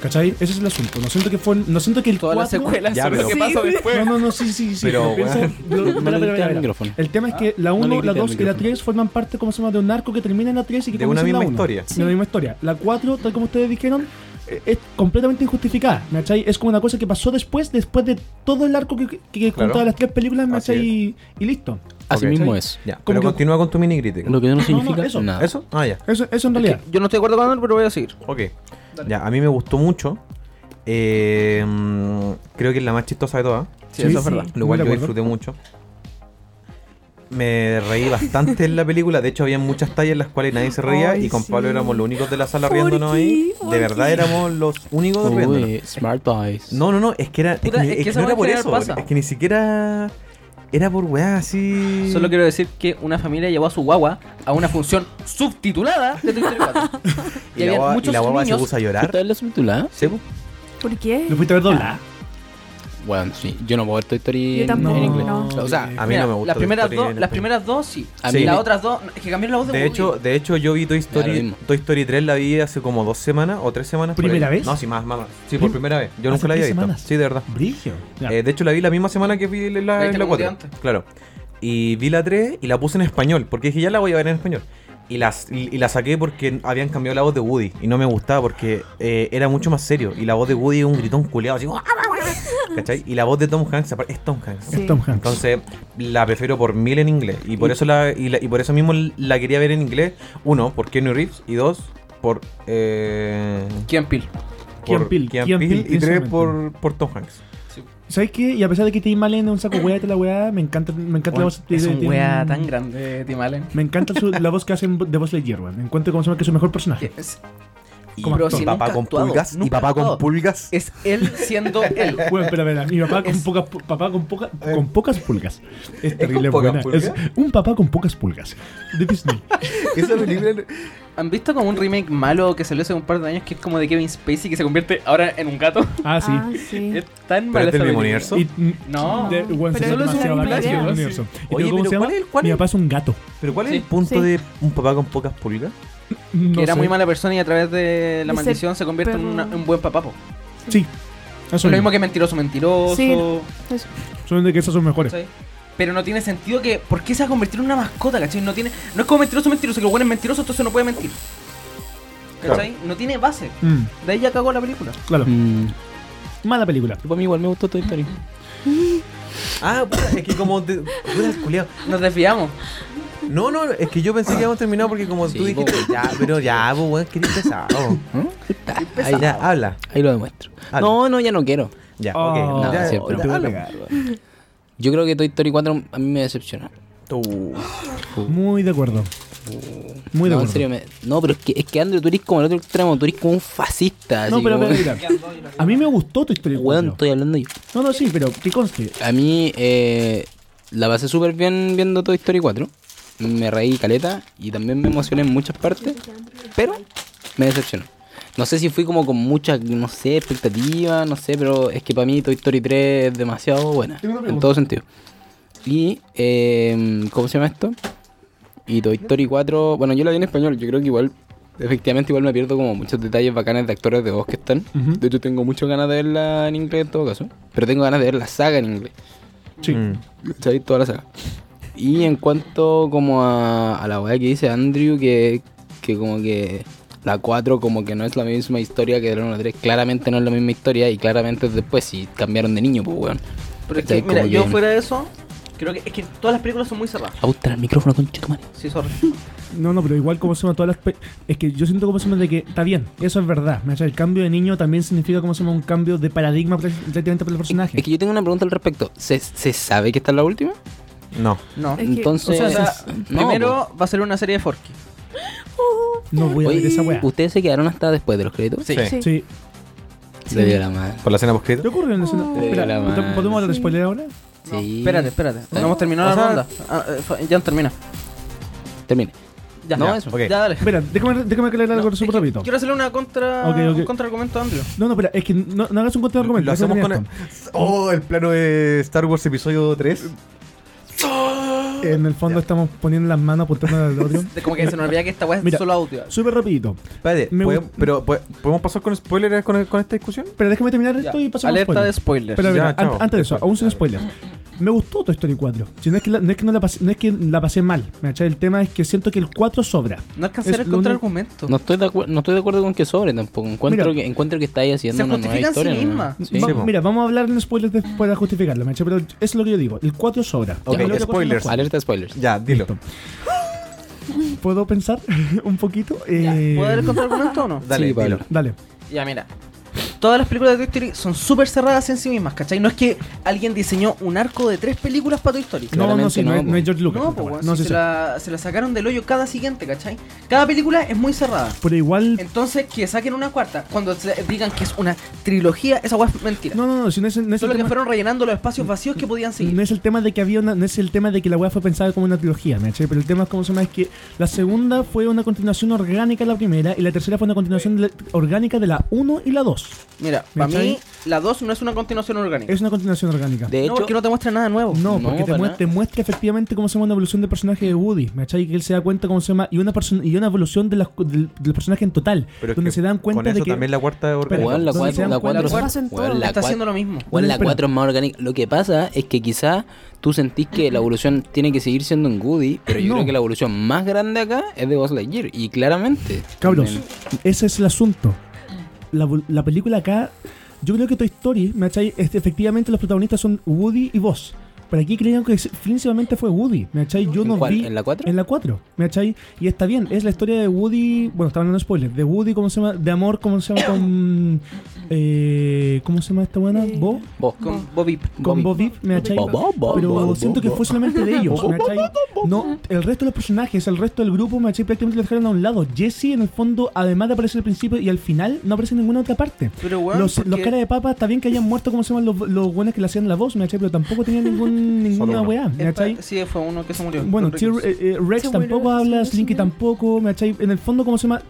Speaker 5: ¿Cachai? Ese es el asunto. No siento que fue. No siento que el
Speaker 1: Todas las
Speaker 5: 4
Speaker 1: secuelas
Speaker 2: Ya,
Speaker 1: son lo
Speaker 2: pero-
Speaker 1: que pasa después.
Speaker 5: No, no, no, sí, sí, sí.
Speaker 2: Pues. Pero, Ah,
Speaker 5: piensa- yo-
Speaker 2: weón.
Speaker 3: No le
Speaker 5: espera, espera,
Speaker 3: grité
Speaker 5: espera,
Speaker 3: al
Speaker 5: espera.
Speaker 3: micrófono.
Speaker 5: El tema es que la
Speaker 3: le
Speaker 5: 1,
Speaker 3: grité
Speaker 5: la
Speaker 3: al
Speaker 5: 2 y la
Speaker 3: micrófono.
Speaker 5: 3 forman parte, ¿cómo se llama?, de un arco que termina en la 3 y que
Speaker 2: De una
Speaker 5: comienza en la
Speaker 2: misma
Speaker 5: 1.
Speaker 2: historia.
Speaker 5: De una misma historia. La 4, tal como ustedes dijeron, eh, es completamente injustificada, ¿cachai? Es como una cosa que pasó después, después de todo el arco que, que, que
Speaker 2: Claro.
Speaker 5: contaba las tres películas,
Speaker 2: Así
Speaker 5: ¿cachai? Y, y listo.
Speaker 3: Así
Speaker 2: Ok.
Speaker 3: mismo es.
Speaker 2: Ya,
Speaker 5: Como
Speaker 2: pero
Speaker 5: que-
Speaker 2: continúa con tu mini crítica.
Speaker 3: Lo que no significa
Speaker 5: eso.
Speaker 3: nada.
Speaker 2: ¿Eso? Ah, ya.
Speaker 5: Eso, eso en realidad.
Speaker 1: Yo no estoy de acuerdo con Andrew, pero voy a seguir.
Speaker 2: Ok. Ya, a mí me gustó mucho. Eh, mm, creo que es la más chistosa de todas.
Speaker 1: Sí,
Speaker 5: Sí,
Speaker 1: eso es
Speaker 5: sí.
Speaker 1: verdad.
Speaker 2: Lo
Speaker 5: Muy
Speaker 2: cual yo
Speaker 5: de acuerdo.
Speaker 2: disfruté mucho. Me reí bastante en la película. De hecho, había muchas tallas en las cuales nadie se reía.
Speaker 7: Ay,
Speaker 2: y con
Speaker 7: sí.
Speaker 2: Pablo éramos los únicos de la sala
Speaker 7: ¿Por
Speaker 2: riéndonos
Speaker 7: qué?
Speaker 2: ahí.
Speaker 7: ¿Por
Speaker 2: De verdad
Speaker 7: qué?
Speaker 2: éramos los únicos riéndonos.
Speaker 3: Uy, smart boys.
Speaker 2: No, no, no. Es que era. es
Speaker 1: Puta,
Speaker 2: que
Speaker 1: es
Speaker 2: ni- es
Speaker 1: que
Speaker 2: que
Speaker 1: esa
Speaker 2: no era
Speaker 1: weá
Speaker 2: por
Speaker 1: en
Speaker 2: eso.
Speaker 1: general pasa.
Speaker 2: Es que ni siquiera. Era por weá así.
Speaker 1: Solo quiero decir que una familia llevó a su guagua a una función subtitulada de Toy Story 4.
Speaker 2: Y la
Speaker 1: había
Speaker 2: guagua- y
Speaker 1: muchos
Speaker 2: la guagua se
Speaker 1: niños-
Speaker 2: puso a
Speaker 3: ¿Tú
Speaker 2: llorar.
Speaker 3: estás en la subtitulada?
Speaker 2: Sí, po.
Speaker 4: ¿Por qué?
Speaker 5: ¿Lo fuiste a ver
Speaker 2: Ah,
Speaker 5: doblada?
Speaker 3: Bueno, sí. Yo no puedo ver Toy Story
Speaker 4: Yo
Speaker 3: en,
Speaker 4: tampoco.
Speaker 3: en inglés.
Speaker 4: No.
Speaker 3: O sea,
Speaker 2: A mí
Speaker 1: Mira,
Speaker 2: no me gusta
Speaker 1: Las
Speaker 2: Toy
Speaker 1: primeras,
Speaker 2: Story en
Speaker 1: dos, las
Speaker 2: español.
Speaker 1: primeras dos sí.
Speaker 3: A
Speaker 1: Y
Speaker 2: mí-
Speaker 1: las otras dos, es que cambiaron la voz de
Speaker 2: De
Speaker 1: Woody.
Speaker 2: hecho, de hecho, yo vi Toy
Speaker 3: lo
Speaker 2: Story,
Speaker 3: mismo.
Speaker 2: Toy Story 3 la vi hace como dos semanas o tres semanas. por
Speaker 5: ¿Primera
Speaker 2: ahí.
Speaker 5: vez?
Speaker 2: No, sí, más, más. más. Sí,
Speaker 5: Prim-
Speaker 2: por primera vez.
Speaker 5: ¿Hace
Speaker 2: Yo nunca la había
Speaker 5: tres
Speaker 2: visto.
Speaker 5: semanas?
Speaker 2: Sí, de verdad.
Speaker 5: Brigio. Ya.
Speaker 2: Eh, de hecho, la vi la misma semana que vi la,
Speaker 1: La viste
Speaker 2: la
Speaker 1: como
Speaker 2: 4.
Speaker 1: un día antes.
Speaker 2: Claro. Y vi la 3 y la puse en español, porque dije, ya la voy a ver en español. Y, las, y, y la saqué porque habían cambiado la voz de Woody y no me gustaba porque eh, era mucho más serio. Y la voz de Woody es un gritón culeado así. "Ah, ¿Cachai? Y la voz de Tom Hanks aparte- es Tom Hanks.
Speaker 4: Sí.
Speaker 5: Es Tom Hanks.
Speaker 2: Entonces la prefiero por mil en inglés. Y por eso la, y la- y por eso mismo la quería ver en inglés. Uno, por Kenny Reeves. Y dos, por eh,
Speaker 1: Ken Peele.
Speaker 5: Key and
Speaker 2: por
Speaker 5: Peele,
Speaker 2: Key and
Speaker 5: Key and
Speaker 2: Peele,
Speaker 5: Peele,
Speaker 2: Y tres
Speaker 5: precisamente.
Speaker 2: por, por Tom Hanks.
Speaker 5: ¿Sabes qué? Y a pesar de que Tim Allen es un saco weá de la weá, me encanta, me encanta la voz de
Speaker 1: es un
Speaker 5: Tim-
Speaker 1: wea tan grande, Tim Allen.
Speaker 5: Me encanta su- la voz que hacen de Buzz Lightyear, weón. Encuentro cómo se llama que es su mejor personaje.
Speaker 1: Es,
Speaker 2: Y,
Speaker 1: Como actor.
Speaker 2: y
Speaker 1: Si
Speaker 2: papá
Speaker 1: nunca ha
Speaker 2: con
Speaker 1: actuado,
Speaker 2: pulgas. Y
Speaker 1: nunca ha
Speaker 2: papá con
Speaker 1: actuado.
Speaker 2: pulgas.
Speaker 1: es él siendo él.
Speaker 5: Bueno, pero a ver, mi papá con
Speaker 1: Es-
Speaker 5: pocas pu- papá con poca- con pocas pulgas. Es terrible
Speaker 2: pocas
Speaker 5: buena.
Speaker 2: pulgas?
Speaker 5: Es un papá con pocas pulgas. De Disney.
Speaker 2: Esa película.
Speaker 1: ¿Han visto como un remake malo que salió hace un par de años que es como de Kevin Spacey que se convierte ahora en un gato?
Speaker 5: Ah, sí.
Speaker 4: Ah, sí.
Speaker 1: Es tan
Speaker 2: ¿Pero
Speaker 1: malo.
Speaker 2: es del mismo universo?
Speaker 5: Y- mm,
Speaker 1: No.
Speaker 5: de- weón,
Speaker 4: Pero
Speaker 5: se
Speaker 1: solo es
Speaker 5: llama
Speaker 1: una
Speaker 5: Sebastián
Speaker 1: idea.
Speaker 5: Bach, Universo. ¿Y
Speaker 2: Oye,
Speaker 5: luego cómo
Speaker 2: pero
Speaker 5: se llama?
Speaker 2: ¿cuál es- cuál
Speaker 5: Mi
Speaker 2: es?
Speaker 5: papá es un gato.
Speaker 2: Pero ¿cuál
Speaker 1: Sí.
Speaker 2: es el punto
Speaker 4: Sí.
Speaker 2: de un papá con pocas pulgas?
Speaker 5: No
Speaker 1: que era
Speaker 5: sé.
Speaker 1: muy mala persona y a través de la
Speaker 4: De
Speaker 1: maldición se convierte en
Speaker 4: perro.
Speaker 1: una- en un buen papapo.
Speaker 5: Sí. Eso
Speaker 1: Lo mismo
Speaker 5: mismo.
Speaker 1: que mentiroso, mentiroso.
Speaker 4: Sí. Eso.
Speaker 5: Son de que esos son mejores.
Speaker 1: ¿cachai? Pero no tiene sentido que. ¿Por qué se va a convertir en una mascota, cachai? No, tiene, no es como mentiroso, mentiroso. Que el bueno es mentiroso, entonces no puede mentir. ¿Cachai? No tiene base.
Speaker 5: Mm,
Speaker 1: De ahí ya cagó la película.
Speaker 5: claro.
Speaker 3: Mm,
Speaker 5: Mala película.
Speaker 3: para mí igual me gustó Toy Story.
Speaker 2: Ah, puta, es que como. te- puta, el culiao.
Speaker 1: Nos desviamos.
Speaker 2: No, no, es que yo pensé que habíamos terminado porque como
Speaker 3: Sí,
Speaker 2: tú dijiste. Oh.
Speaker 3: po,
Speaker 2: Ah. pues, Ya, pero ya, vos, weón, que eres pesado. ¿Mm?
Speaker 3: Ahí,
Speaker 2: Ya, habla.
Speaker 3: ahí lo demuestro.
Speaker 2: Habla.
Speaker 3: No, no, ya no quiero.
Speaker 2: Ya,
Speaker 5: Oh,
Speaker 2: ok.
Speaker 5: no,
Speaker 2: ya,
Speaker 3: sí, pero-
Speaker 2: ya, habla.
Speaker 3: Yo creo que Toy Story 4 a mí me decepcionó.
Speaker 2: Tú.
Speaker 5: Muy de acuerdo. Muy de acuerdo.
Speaker 3: no, en serio, me- no, pero es que, es que Andrew, tú eres como el otro extremo, tú eres como un fascista.
Speaker 5: No,
Speaker 3: así
Speaker 5: pero
Speaker 3: como-
Speaker 5: mira, mira, a mí me gustó tu historia.
Speaker 3: Weón, estoy hablando yo.
Speaker 5: No, no, sí, pero que conste.
Speaker 3: A mí eh, la pasé súper bien viendo Toy Story 4. Me reí caleta y también me emocioné en muchas partes, pero me decepcionó. No sé si fui como con mucha, no sé, expectativa, no sé, pero es que para mí Toy Story 3 es demasiado buena,
Speaker 5: Tengo una
Speaker 3: en
Speaker 5: pregunta.
Speaker 3: todo sentido. Y, eh, ¿cómo se llama esto? Y Toy Story 4, bueno, yo la vi en español, yo creo que igual, efectivamente igual me pierdo como muchos detalles bacanes de actores de voz que están.
Speaker 5: Ujú.
Speaker 3: De hecho tengo muchas ganas de verla en inglés en todo caso, pero tengo ganas de ver la saga en inglés.
Speaker 5: Sí.
Speaker 2: Mm.
Speaker 3: ¿Cachai? Toda la saga. Y en cuanto como a, a la weá que dice Andrew, que, que como que la 4 como que no es la misma historia que la 1 3, claramente no es la misma historia y claramente después si cambiaron de niño, pues weón.
Speaker 1: Pero es
Speaker 3: ¿Cachai?
Speaker 1: que, mira,
Speaker 3: Como
Speaker 1: yo
Speaker 3: que-
Speaker 1: fuera de eso, Creo que es que todas las películas son muy cerradas.
Speaker 3: A buscar el micrófono, concha tu madre.
Speaker 1: Sí, sorry.
Speaker 5: No, no, pero igual como se llama todas las... pe- Es que yo siento como se llama de que está bien, eso es verdad. ¿me cachai? El cambio de niño también significa como se llama un cambio de paradigma prá- prácticamente para el personaje.
Speaker 3: Es que yo tengo una pregunta al respecto. ¿Se, se sabe que esta es la última?
Speaker 2: No.
Speaker 1: No.
Speaker 4: Es que-
Speaker 3: Entonces,
Speaker 1: o sea,
Speaker 3: no,
Speaker 1: Primero va a salir una serie de Forky.
Speaker 5: No voy
Speaker 3: po.
Speaker 5: a ver
Speaker 3: pues, Oye,
Speaker 5: esa weá.
Speaker 3: ¿ustedes se quedaron hasta después de los créditos?
Speaker 2: Sí.
Speaker 4: Sí.
Speaker 5: Sí.
Speaker 4: Sí.
Speaker 3: Le dio la madre.
Speaker 2: ¿Por la escena post
Speaker 5: ¿Qué ocurre en la escena?
Speaker 4: Oh.
Speaker 5: Espera,
Speaker 3: La madre.
Speaker 5: ¿podemos hablar de
Speaker 4: Sí.
Speaker 5: spoiler ahora?
Speaker 1: No,
Speaker 3: Sí.
Speaker 1: espérate, espérate. No hemos terminado
Speaker 2: O
Speaker 1: la
Speaker 2: sea-
Speaker 1: ronda. Ah, eh, fa- ya termina.
Speaker 3: Termine.
Speaker 1: Ya.
Speaker 3: No,
Speaker 1: ya,
Speaker 3: eso.
Speaker 2: Ok.
Speaker 1: Ya, dale.
Speaker 5: Espera, déjame, déjame aclarar algo
Speaker 1: No,
Speaker 5: súper
Speaker 1: es que
Speaker 5: rápido.
Speaker 1: Quiero hacerle una contra,
Speaker 5: Ok, ok.
Speaker 1: un contraargumento amplio.
Speaker 5: No, no, espera, es que no, no hagas un contraargumento.
Speaker 2: Lo hacemos con el...
Speaker 5: déjame
Speaker 2: Oh, el plano de Star Wars episodio 3.
Speaker 5: terminar esto. En el fondo estamos poniendo las manos apuntando al otro.
Speaker 1: De- Como que se nos olvida que esta weá es
Speaker 5: Mira.
Speaker 1: solo audio.
Speaker 5: Súper rapidito.
Speaker 2: Espérate,
Speaker 5: Me
Speaker 2: ¿podemos-
Speaker 5: gust-
Speaker 2: pero ¿pod- ¿podemos pasar con spoilers con, con esta discusión?
Speaker 5: Pero déjame terminar
Speaker 1: Ya.
Speaker 5: esto y pasamos
Speaker 1: Alerta
Speaker 5: al
Speaker 1: de spoilers.
Speaker 5: spoiler. Pero
Speaker 2: Ya,
Speaker 5: mira, an-
Speaker 2: chao.
Speaker 5: antes de eso, aún sin spoilers. Me gustó Toy Story 4. Si no es que la, no es que no la pasé, no es que la pasé mal. ¿me cachai? El tema es que siento que el 4 sobra.
Speaker 1: no
Speaker 5: es
Speaker 1: alcancé el
Speaker 5: lo
Speaker 1: contraargumento.
Speaker 3: No estoy, de acuer- no estoy de acuerdo con que sobre tampoco. Encuentro,
Speaker 5: Mira.
Speaker 3: que, encuentro que estáis haciendo
Speaker 1: Se
Speaker 3: una nueva
Speaker 1: justifica en sí
Speaker 3: historia. ¿no?
Speaker 1: misma.
Speaker 3: Sí.
Speaker 5: Va-
Speaker 2: Sí, po.
Speaker 5: mira, vamos a hablar en spoilers después para justificarlo, ¿me cachai? Pero es lo que yo digo. El 4 sobra.
Speaker 2: Ok,
Speaker 5: El otro
Speaker 2: spoilers.
Speaker 5: cosa no
Speaker 3: Alerta de spoilers.
Speaker 2: Ya, dilo.
Speaker 5: Listo. fue. ¿Puedo pensar un poquito? Eh,
Speaker 1: ¿Puedo dar el contraargumento o no?
Speaker 2: Dale,
Speaker 3: Sí, Pablo.
Speaker 2: dilo.
Speaker 5: Dale.
Speaker 1: Ya, mira. Todas las películas de Toy Story son súper cerradas en sí mismas, ¿cachai? No es que alguien diseñó un arco de tres películas para Toy Story.
Speaker 5: No, no,
Speaker 3: Claramente
Speaker 5: sí, no,
Speaker 3: no,
Speaker 5: es,
Speaker 3: po.
Speaker 5: no es George Lucas.
Speaker 1: No,
Speaker 5: esta
Speaker 1: pues,
Speaker 5: weá.
Speaker 1: si
Speaker 5: sí,
Speaker 1: se,
Speaker 5: sí.
Speaker 1: la, se la sacaron del hoyo cada siguiente, ¿cachai? Cada película es muy cerrada.
Speaker 5: Pero igual
Speaker 1: Entonces, que saquen una cuarta, cuando se- digan que es una trilogía, esa weá es mentira.
Speaker 5: No, no, no, si no es, no es el
Speaker 1: Solo que
Speaker 5: tema,
Speaker 1: fueron rellenando los espacios vacíos que podían seguir.
Speaker 5: no es el tema de que había una, no es el tema de que la weá fue pensada como una trilogía, ¿me cachai? Pero el tema es como se llama es que la segunda fue una continuación orgánica de la primera y la tercera fue una continuación de la- orgánica de la 1 y la 2.
Speaker 1: Mira, para
Speaker 5: ¿Cachai?
Speaker 1: mí, la 2 no es una continuación orgánica.
Speaker 5: Es una continuación orgánica.
Speaker 3: De
Speaker 1: no,
Speaker 3: hecho,
Speaker 1: porque no te muestra nada nuevo.
Speaker 5: no,
Speaker 3: No,
Speaker 5: porque te,
Speaker 3: para
Speaker 5: mue-
Speaker 3: nada.
Speaker 5: te muestra efectivamente cómo se llama una evolución del personaje de Woody, ¿me cachai? Que él se da cuenta cómo se llama y una persona y una evolución de las- del, del personaje en total,
Speaker 2: Pero es
Speaker 5: donde
Speaker 2: que
Speaker 5: se dan
Speaker 2: Con
Speaker 5: cuenta de
Speaker 2: eso
Speaker 5: que
Speaker 2: también la cuarta orgánica.
Speaker 3: weón, la
Speaker 5: ¿dónde se
Speaker 3: 4
Speaker 5: dan
Speaker 3: la
Speaker 5: cuenta?
Speaker 3: 4
Speaker 4: Eso pasa en todo.
Speaker 3: la
Speaker 1: Está
Speaker 3: 4
Speaker 1: haciendo lo mismo.
Speaker 3: Bueno, la
Speaker 5: Espera.
Speaker 3: 4 es más orgánica. Lo que pasa es que quizás tú sentís que la evolución tiene que seguir siendo en Goody, pero yo
Speaker 5: No.
Speaker 3: creo que la evolución más grande acá es de Buzz Lightyear. Y claramente.
Speaker 5: Cabros,
Speaker 3: en-
Speaker 5: ese es el asunto. La, vol- la película acá, yo creo que Toy Story, ¿me cachai? Este, efectivamente los protagonistas son Woody y Buzz. Pero aquí creían que es- principalmente fue Woody, ¿me cachai? Yo
Speaker 3: ¿En
Speaker 5: no
Speaker 3: cuál?
Speaker 5: vi...
Speaker 3: ¿En la 4?
Speaker 5: En la 4, ¿me cachai? Y está bien, es la historia de Woody... Bueno, estaba hablando de spoilers. De Woody, ¿cómo se llama? De amor, ¿cómo se llama? Con... eh, ¿Cómo se llama esta buena?
Speaker 4: Eh,
Speaker 5: Bo.
Speaker 3: Vos.
Speaker 1: Con Bobby.
Speaker 5: Con
Speaker 3: Bobby.
Speaker 5: Bobby, ¿me cachai?
Speaker 3: Bo- bo- bo-
Speaker 5: Pero
Speaker 3: bo- bo-
Speaker 5: siento que
Speaker 3: bo-
Speaker 5: fue solamente de ellos, ¿me cachai? No, el resto de los personajes, el resto del grupo, me cachai, prácticamente lo dejaron a un lado. Jesse, en el fondo, además de aparecer al principio y al final, no aparece en ninguna otra parte.
Speaker 1: Pero weón,
Speaker 5: Los, los
Speaker 1: porque-
Speaker 5: caras de papa, está bien que hayan muerto, como se llaman los, los buenos que le hacían la voz, me cachai, pero tampoco tenían ningún, ninguna
Speaker 2: Solo uno.
Speaker 5: weá, me
Speaker 1: Esta-
Speaker 5: cachai.
Speaker 1: Sí, fue uno que se murió.
Speaker 5: Bueno,
Speaker 1: Con
Speaker 5: Tyr-
Speaker 1: Rickles.
Speaker 5: eh, eh, Rex
Speaker 4: Se
Speaker 5: tampoco
Speaker 4: murió,
Speaker 5: habla,
Speaker 4: se murió,
Speaker 5: Slinky
Speaker 4: se murió.
Speaker 5: tampoco, me achai. En el fondo, ¿cómo se llama?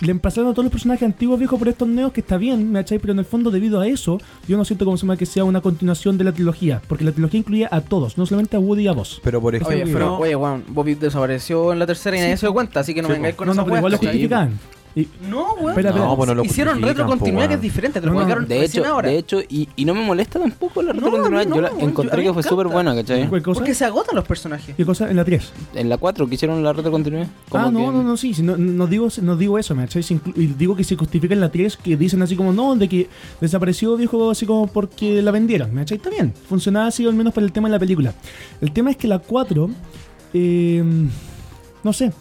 Speaker 5: Le empezaron a todos los personajes antiguos viejos por estos neos que está bien, me achai, pero en el fondo, debido a eso, yo no siento como se llama que sea una continuación de la trilogía, porque la trilogía incluía a todos, no solamente a Woody y a vos.
Speaker 2: Pero por ejemplo,
Speaker 1: Oye, pero, oye, weón, Bobby desapareció en la tercera y nadie se dio cuenta, así que no
Speaker 2: Sí,
Speaker 1: vengáis con
Speaker 5: No,
Speaker 1: esa
Speaker 5: no, pero igual lo
Speaker 3: ¿cachai?
Speaker 5: justifican. Y-
Speaker 1: No, weón.
Speaker 5: Espera, espera.
Speaker 2: No, pues no lo
Speaker 1: Hicieron
Speaker 2: justifican,
Speaker 1: retrocontinuidad
Speaker 2: po,
Speaker 1: que es
Speaker 2: weón.
Speaker 1: diferente, te lo
Speaker 5: No, no,
Speaker 1: colgaron
Speaker 3: De hecho,
Speaker 1: recién ahora.
Speaker 3: de hecho y, y no me molesta tampoco
Speaker 1: No,
Speaker 3: la
Speaker 1: a mí
Speaker 3: retrocontinuidad.
Speaker 1: no,
Speaker 3: yo la
Speaker 1: weón, yo- a
Speaker 3: encontré
Speaker 1: mí
Speaker 3: que fue
Speaker 1: me
Speaker 3: súper
Speaker 1: encanta.
Speaker 3: buena, ¿cachai?
Speaker 5: ¿Cuál cosa?
Speaker 1: Porque se agotan los personajes.
Speaker 5: ¿Qué cosa? En la 3.
Speaker 3: En la 4 que hicieron la retrocontinuidad. Como
Speaker 5: ah, no,
Speaker 3: que-
Speaker 5: no, no, sí, sí, no, no digo, no digo eso, me achai, si inclu- y digo que se justifica en la 3 que dicen así como, no, de que desapareció, viejo, así como porque la vendieron, me achai, está bien, funcionaba así al menos para el tema de la película. El tema es que la 4, eh, no sé,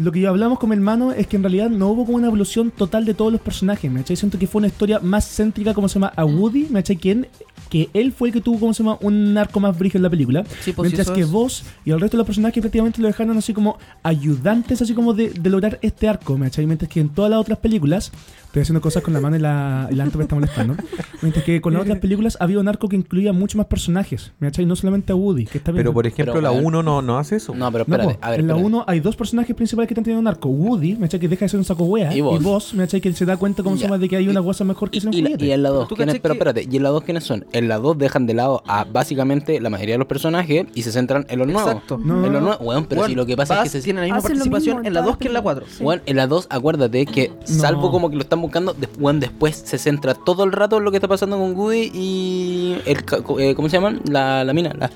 Speaker 5: lo que hablamos con mi hermano es que en realidad no hubo como una evolución total de todos los personajes, me achai, siento que fue una historia más céntrica, como se llama, a Woody, me achai, quien... Que él fue el que tuvo, como se llama, un arco más brillo en la película.
Speaker 1: Sí, pues,
Speaker 5: mientras
Speaker 1: sí, eso
Speaker 5: que
Speaker 1: es.
Speaker 5: vos y el resto de los personajes prácticamente lo dejaron así como ayudantes, así como de, de lograr este arco, ¿me cachai? Mientras que en todas las otras películas, estoy haciendo cosas con la mano y la, y la ante me está molestando, mientras que con las otras películas había un arco que incluía mucho más personajes, ¿me cachai? No solamente a Woody, que está bien.
Speaker 2: pero por ejemplo,
Speaker 3: Pero,
Speaker 2: la
Speaker 3: weón.
Speaker 2: 1 no, no hace eso.
Speaker 3: No, pero
Speaker 5: No,
Speaker 3: espérate.
Speaker 5: po,
Speaker 3: a ver,
Speaker 5: en la
Speaker 3: espérate.
Speaker 5: 1 hay dos personajes principales que están teniendo un arco. Woody, me cachai, que deja de ser un saco wea.
Speaker 3: Y
Speaker 5: Y
Speaker 3: vos.
Speaker 5: vos, me cachai, que se da cuenta como se
Speaker 3: Ya.
Speaker 5: llama de que hay una guasa mejor que
Speaker 3: Y,
Speaker 5: se un
Speaker 3: y la-
Speaker 5: juguete.
Speaker 3: y en la 2,
Speaker 1: ¿Tú
Speaker 3: ¿quiénes,
Speaker 1: cachai
Speaker 3: pero
Speaker 1: que-
Speaker 3: espérate, ¿y en la 2 quiénes son? En la 2 dejan de lado a básicamente la mayoría de los personajes y se centran en los nuevos.
Speaker 1: Exacto.
Speaker 5: No,
Speaker 3: En
Speaker 5: no,
Speaker 3: los
Speaker 5: no.
Speaker 3: nuevos, weón, pero si
Speaker 1: Weón,
Speaker 3: lo que pasa
Speaker 1: Buzz
Speaker 3: es que se,
Speaker 1: tiene la misma
Speaker 4: Hacen lo
Speaker 1: participación
Speaker 4: mismo
Speaker 1: en la
Speaker 4: en
Speaker 1: 2
Speaker 4: todas
Speaker 1: que en la 4.
Speaker 4: las
Speaker 3: Weón, en la 2, acuérdate que, salvo como que lo están buscando, de- weón, después se centra todo el rato en lo que está pasando con Woody y. El, ca- co- eh, ¿Cómo se llaman? La, la mina, la,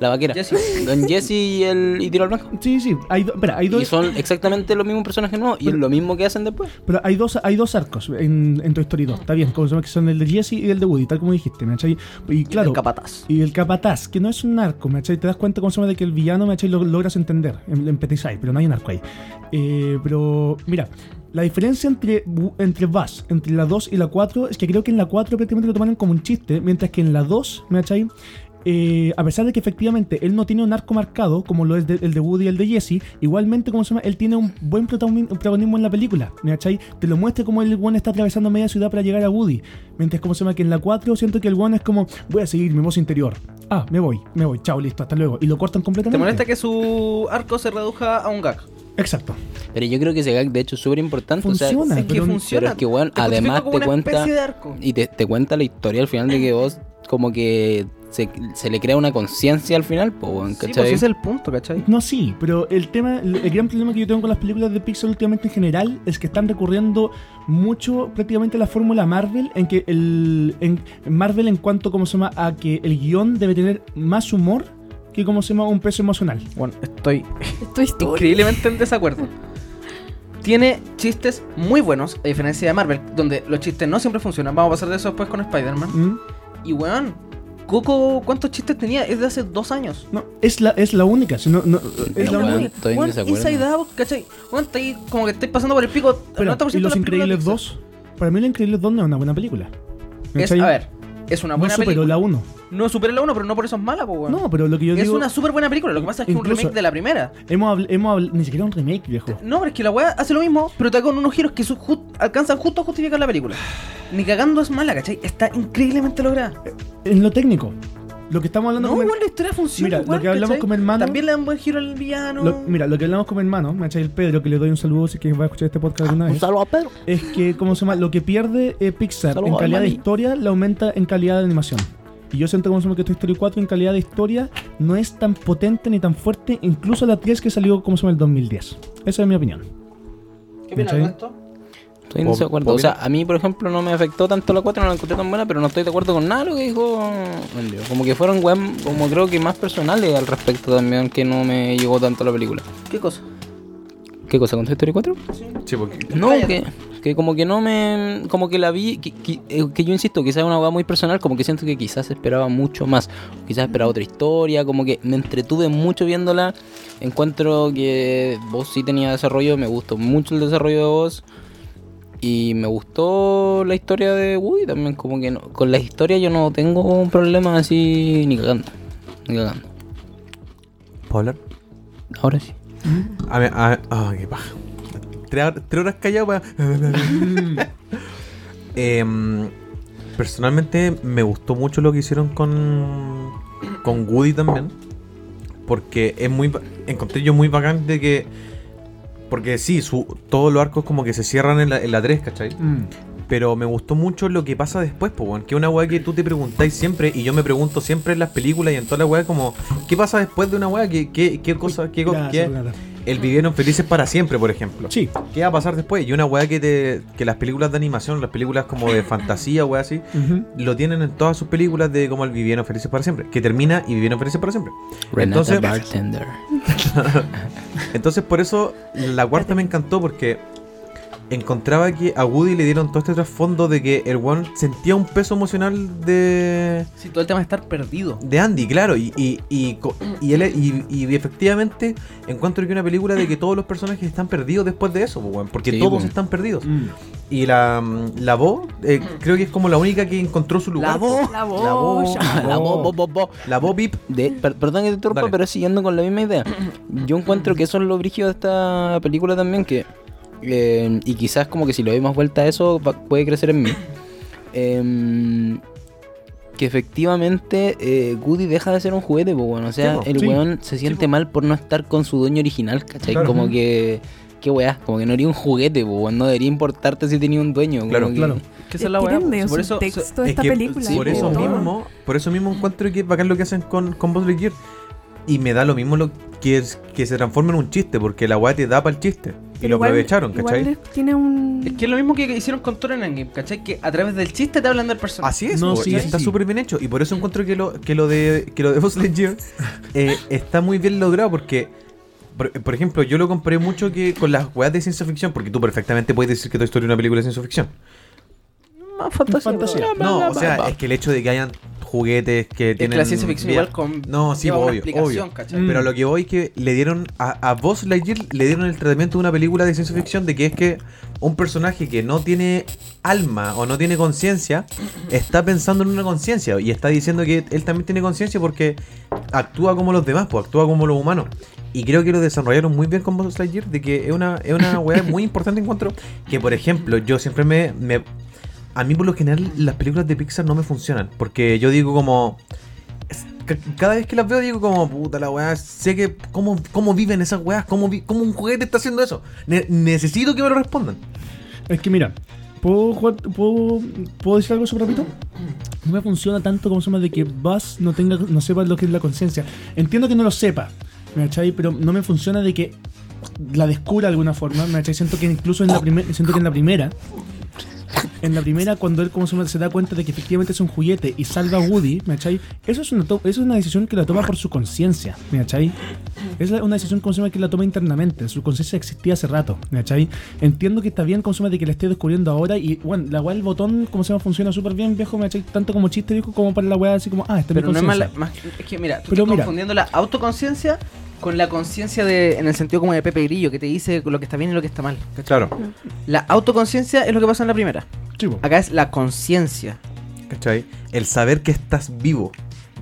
Speaker 3: La vaquera.
Speaker 1: Jesse.
Speaker 3: Don Jesse y el y Tiro al Blanco.
Speaker 5: Sí, sí, hay, do- espera, hay
Speaker 3: Y
Speaker 5: dos.
Speaker 3: son exactamente los mismos personajes nuevos y es lo mismo que hacen después.
Speaker 5: Pero hay dos, hay dos arcos en, en Toy Story 2, está bien, como se llama, que son el de Jesse y el de Woody, tal como dijiste, ¿me cachai? Y claro.
Speaker 1: El capataz.
Speaker 5: y el capataz, que no es un narco, ¿me cachai? Te das cuenta cómo se llama de que el villano, ¿me cachai? Lo logras entender, em- lo empatizai, pero no hay un narco ahí. Eh, pero, mira, la diferencia entre, Bu- entre Buzz, entre la 2 y la 4, es que creo que en la 4 prácticamente lo tomaron como un chiste, mientras que en la 2, ¿me cachai? Eh, a pesar de que efectivamente él no tiene un arco marcado como lo es de- el de Woody y el de Jesse, igualmente como se llama, él tiene un buen protagonismo protagonismo en la película, ¿me cachai? Te lo muestra como el one está atravesando media ciudad para llegar a Woody, mientras como se llama que en la 4 siento que el one es como voy a seguir mi voz interior. Ah, me voy, me voy, chao, listo, hasta luego y lo cortan completamente.
Speaker 1: ¿Te molesta que su arco se reduzca a un gag?
Speaker 5: Exacto.
Speaker 3: Pero yo creo que ese gag, de hecho, es súper importante. o sea,
Speaker 5: Funciona.
Speaker 1: Es que
Speaker 5: pero-
Speaker 1: funciona.
Speaker 3: pero es que, weón,
Speaker 1: Te justifica
Speaker 3: además
Speaker 1: como
Speaker 3: te
Speaker 1: una
Speaker 3: cuenta-
Speaker 1: especie de arco.
Speaker 3: y te, te cuenta la historia al final de que vos, como que se, se le crea una conciencia al final, po, weón,
Speaker 1: Sí, pues,
Speaker 3: ¿cachai?
Speaker 1: ese es el punto, ¿cachai?
Speaker 5: No, sí, pero el tema, el, el gran problema que yo tengo con las películas de Pixar últimamente en general es que están recurriendo mucho prácticamente a la fórmula Marvel, en que el en, en Marvel en cuanto como se llama a que el guión debe tener más humor que como se llama un peso emocional.
Speaker 1: Bueno, estoy
Speaker 4: Estoy historia.
Speaker 1: increíblemente en desacuerdo. Tiene chistes muy buenos, a diferencia de Marvel, donde los chistes no siempre funcionan. Vamos a pasar de eso después con Spider-Man.
Speaker 5: ¿Mm?
Speaker 1: Y weón, Coco, ¿cuántos chistes tenía? Es de hace dos años.
Speaker 5: No, es la es la única, si no, no, es
Speaker 3: Pero
Speaker 5: la
Speaker 3: bueno,
Speaker 5: única.
Speaker 3: estoy en
Speaker 1: Weón,
Speaker 3: desacuerdo.
Speaker 1: Inside Out, ¿cachai? Weón, está ahí como que estáis pasando por el pico.
Speaker 5: Pero,
Speaker 1: 90%
Speaker 5: ¿y los
Speaker 1: de las películas de
Speaker 5: Increíbles
Speaker 1: Pixar.
Speaker 5: 2? Para mí los Increíbles 2 no es una buena película.
Speaker 1: Es, a
Speaker 5: ¿Cachai?
Speaker 1: ver, es una
Speaker 5: no
Speaker 1: buena
Speaker 5: superó
Speaker 1: película.
Speaker 5: la 1.
Speaker 1: No supera la 1, pero no por eso es mala, po, weón.
Speaker 5: No, pero lo que yo
Speaker 1: es
Speaker 5: digo
Speaker 1: una súper buena película. Lo que pasa es que es un
Speaker 5: Incluso-
Speaker 1: remake de la primera.
Speaker 5: hemos habl- hemos habl- ni siquiera un remake, viejo.
Speaker 1: No, pero es que la weá hace lo mismo, pero te da con unos giros que su- ju- alcanzan justo a justificar la película. Ni cagando es mala, ¿cachai? Está increíblemente lograda.
Speaker 5: En lo técnico, lo que estamos hablando
Speaker 1: No,
Speaker 5: con-
Speaker 1: igual la historia funciona.
Speaker 5: Mira, lo
Speaker 1: igual,
Speaker 5: que hablamos
Speaker 1: ¿cachai?
Speaker 5: con mi hermano-
Speaker 1: También le dan buen giro al villano.
Speaker 5: Lo- mira, lo que hablamos con mi hermano, me el Pedro, que le doy un saludo si es que va a escuchar este podcast alguna vez.
Speaker 3: a Pedro.
Speaker 5: Es que, ¿cómo se llama? Lo que pierde eh, Pixar
Speaker 3: Saludo
Speaker 5: en
Speaker 3: al
Speaker 5: calidad de
Speaker 3: Manny.
Speaker 5: historia, la aumenta en calidad de animación. Y yo siento, como se llama, que Toy Story 4 en calidad de historia no es tan potente ni tan fuerte, incluso la 3 que salió, como se llama, el 2010. Esa es mi opinión.
Speaker 1: ¿Qué
Speaker 5: opinas ¿cachai? de
Speaker 1: esto?
Speaker 3: Estoy en desacuerdo. O sea, a mí, por ejemplo, no me afectó tanto la 4, no la encontré tan buena, pero no estoy de acuerdo con nada de lo que dijo Andrés. Como que fueron, weón, como creo que más personales al respecto también, que no me llegó tanto la película.
Speaker 1: ¿Qué cosa?
Speaker 3: ¿Qué cosa? ¿Con Toy Story 4?
Speaker 8: Sí, porque.
Speaker 3: No,
Speaker 1: Cállate.
Speaker 3: que, que como que no me... Como que la vi... Que, que- eh, que yo insisto, quizás es una hueá muy personal, como que siento que quizás esperaba mucho más. Quizás esperaba otra historia, como que me entretuve mucho viéndola. Encuentro que vos sí tenía desarrollo, me gustó mucho el desarrollo de vos. Y me gustó la historia de Woody también, como que no- con la historia yo no tengo un problema así ni cagando. Ni cagando.
Speaker 8: ¿Puedo hablar?
Speaker 3: Ahora sí.
Speaker 8: A ver, a ver. Ah, qué paja. Tres, hor- tres horas callado para. Em, personalmente me gustó mucho lo que hicieron con. con Woody también. Porque es muy. ba- Encontré yo muy bacán de que. Porque sí, su, todos los arcos como que se cierran en la, en la 3, ¿cachai?
Speaker 2: Mm.
Speaker 8: Pero me gustó mucho lo que pasa después, po, weón. Que es una weá que tú te preguntáis siempre, y yo me pregunto siempre en las películas y en toda la weá, como, ¿qué pasa después de una weá? ¿Qué, qué, qué cosa? ¿Qué, co-
Speaker 5: Gracias,
Speaker 8: qué-
Speaker 5: Renata.
Speaker 8: El vivieron felices para siempre, por ejemplo.
Speaker 5: Sí,
Speaker 8: ¿Qué va a pasar después? Y una weá que, te, que las películas de animación, las películas como de fantasía, weá así,
Speaker 5: ujú.
Speaker 8: lo tienen en todas sus películas de como el vivieron felices para siempre. Que termina y vivieron felices para siempre.
Speaker 3: Renata
Speaker 8: Entonces-
Speaker 3: Bartender.
Speaker 8: Entonces, por eso la cuarta me encantó porque encontraba que a Woody le dieron todo este trasfondo de que el one sentía un peso emocional de,
Speaker 1: Sí, todo el tema de estar perdido.
Speaker 8: de Andy, claro. Y, y, y, co- y él, y, y efectivamente encuentro que una película de que todos los personajes están perdidos después de eso, po, weón, porque
Speaker 3: Sí,
Speaker 8: todos
Speaker 3: weón.
Speaker 8: están perdidos. Y la, mm, la Bo, eh, creo que es como la única que encontró su lugar.
Speaker 1: La Bo.
Speaker 4: La voz.
Speaker 8: La voz.
Speaker 3: La bo- bo- bo- bo.
Speaker 8: La Bo Pip.
Speaker 3: De-
Speaker 4: Mm.
Speaker 3: per- perdón que te interrumpa,
Speaker 8: Dale.
Speaker 3: pero siguiendo con la misma idea. Yo encuentro que eso es lo brígido de esta película también, que... eh, y quizás como que si le doy más vuelta a eso, va- puede crecer en mí. Em, que efectivamente eh, Woody deja de ser un juguete, pues bueno. O sea,
Speaker 8: Sí, po.
Speaker 3: el
Speaker 5: Sí.
Speaker 3: weón se siente mal por no estar con su dueño original, ¿cachai?
Speaker 8: Claro.
Speaker 3: Como que... Qué weá, como que no haría un juguete, pues no debería importarte si tenía un dueño. como
Speaker 8: Claro,
Speaker 3: que-
Speaker 5: claro.
Speaker 1: ¿Qué es la weá? pues.
Speaker 4: Tienen medio
Speaker 1: Por eso. so-
Speaker 4: subtexto
Speaker 8: Es
Speaker 4: esta
Speaker 8: que
Speaker 4: película.
Speaker 8: por,
Speaker 4: es
Speaker 8: eso
Speaker 4: como todo.
Speaker 8: mismo, por eso mismo encuentro que es bacán lo que hacen con, con Buzz Lightyear. Y me da lo mismo lo que, es, que se transforma en un chiste, porque la weá te da para el chiste.
Speaker 2: Y lo aprovecharon, ¿cachai?
Speaker 4: Igual les- tiene un...
Speaker 1: Es que es lo mismo que hicieron con Toro Endgame, ¿cachai? Que a través del chiste te hablan del personaje.
Speaker 2: Así es,
Speaker 5: No,
Speaker 2: po,
Speaker 5: sí,
Speaker 2: y
Speaker 5: sí,
Speaker 2: está
Speaker 5: sí.
Speaker 2: súper bien hecho. Y por eso encuentro que lo, que lo de que lo de Buzz Lightyear eh, está muy bien logrado porque, por, por ejemplo, yo lo comparé mucho que con las weas de ciencia ficción, porque tú perfectamente puedes decir que Toy Story es una película de ciencia ficción.
Speaker 1: Más Ah, fantasía.
Speaker 5: Fantasía.
Speaker 2: No, o sea, es que el hecho de que hayan juguetes que
Speaker 1: Es que
Speaker 2: tienen...
Speaker 1: la ciencia ficción
Speaker 2: vida-
Speaker 1: igual con...
Speaker 2: No, sí,
Speaker 1: lleva una
Speaker 2: obvio,
Speaker 1: explicación,
Speaker 2: obvio.
Speaker 1: ¿cachai?
Speaker 5: Mm.
Speaker 2: Pero lo que voy es que le dieron a, a Buzz Lightyear le dieron el tratamiento de una película de ciencia ficción de que es que un personaje que no tiene alma o no tiene conciencia está pensando en una conciencia y está diciendo que él también tiene conciencia porque actúa como los demás, pues actúa como los humanos. Y creo que lo desarrollaron muy bien con Buzz Lightyear de que es una, es una weá muy importante encuentro que por ejemplo yo siempre me, me a mí por lo general las películas de Pixar no me funcionan porque yo digo como Ca- Cada vez que las veo digo como, puta la weá, sé que cómo, cómo viven esas weas, cómo, vi- cómo un juguete está haciendo eso. Ne- necesito que me lo respondan.
Speaker 5: Es que mira, ¿puedo, jugar- puedo, ¿puedo decir algo sobre Rapito? No me funciona tanto como se llama de que Buzz no, tenga, no sepa lo que es la conciencia. Entiendo que no lo sepa, ¿me cachai? Pero no me funciona de que la descubra de alguna forma, ¿me cachai? Siento que incluso en la, primer- siento que en la primera... En la primera, cuando él como se, llama, se da cuenta de que efectivamente es un juguete y salva a Woody, ¿me cachai? Eso es una, to- eso es una decisión que la toma por su conciencia, ¿me cachai? Es la- una decisión consuma que la toma internamente. Su conciencia existía hace rato, ¿cachai? Entiendo que está bien consuma de que la esté descubriendo ahora y, bueno, la weá, el botón, como se llama, funciona súper bien, viejo, ¿cachai? Tanto como chiste, viejo, como para la weá, así como, ah, está
Speaker 1: Pero
Speaker 5: mi
Speaker 1: no es
Speaker 5: conciencia.
Speaker 1: mala- más... Es que mira, tú
Speaker 5: Pero
Speaker 1: estás
Speaker 5: mira.
Speaker 1: confundiendo la autoconciencia con la conciencia de... En el sentido como de Pepe Grillo, que te dice lo que está bien y lo que está mal.
Speaker 2: Claro,
Speaker 1: La autoconciencia es lo que pasa en la primera.
Speaker 5: Chivo.
Speaker 1: Acá es la conciencia.
Speaker 2: ¿cachai? El saber que estás vivo.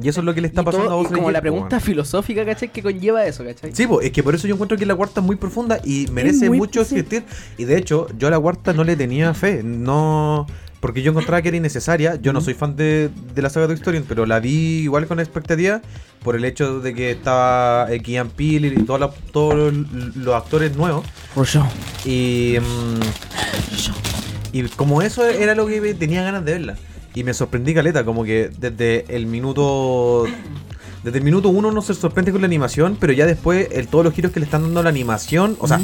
Speaker 2: Y eso es lo que le está
Speaker 1: Y
Speaker 2: pasando
Speaker 1: todo-
Speaker 2: a pues,
Speaker 1: y
Speaker 2: vos.
Speaker 1: como la pregunta filosófica, ¿cachai? Que conlleva eso, ¿cachai?
Speaker 2: Sí, po, es que por eso yo encuentro que la cuarta es muy profunda y merece
Speaker 4: muy-
Speaker 2: mucho
Speaker 4: sí.
Speaker 2: existir. Y de hecho, yo a la cuarta no le tenía fe. No. Porque yo encontraba que era innecesaria. Yo no soy fan de, de la saga de Historian, pero la vi igual con expectativa por el hecho de que estaba eh, Keanu Peele y toda la- todos los- los actores nuevos. Y, mm, y como eso era lo que tenía ganas de verla. Y me sorprendí caleta, como que desde el minuto. Desde el minuto uno no se sorprende con la animación, pero ya después el, todos los giros que le están dando a la animación, o sea,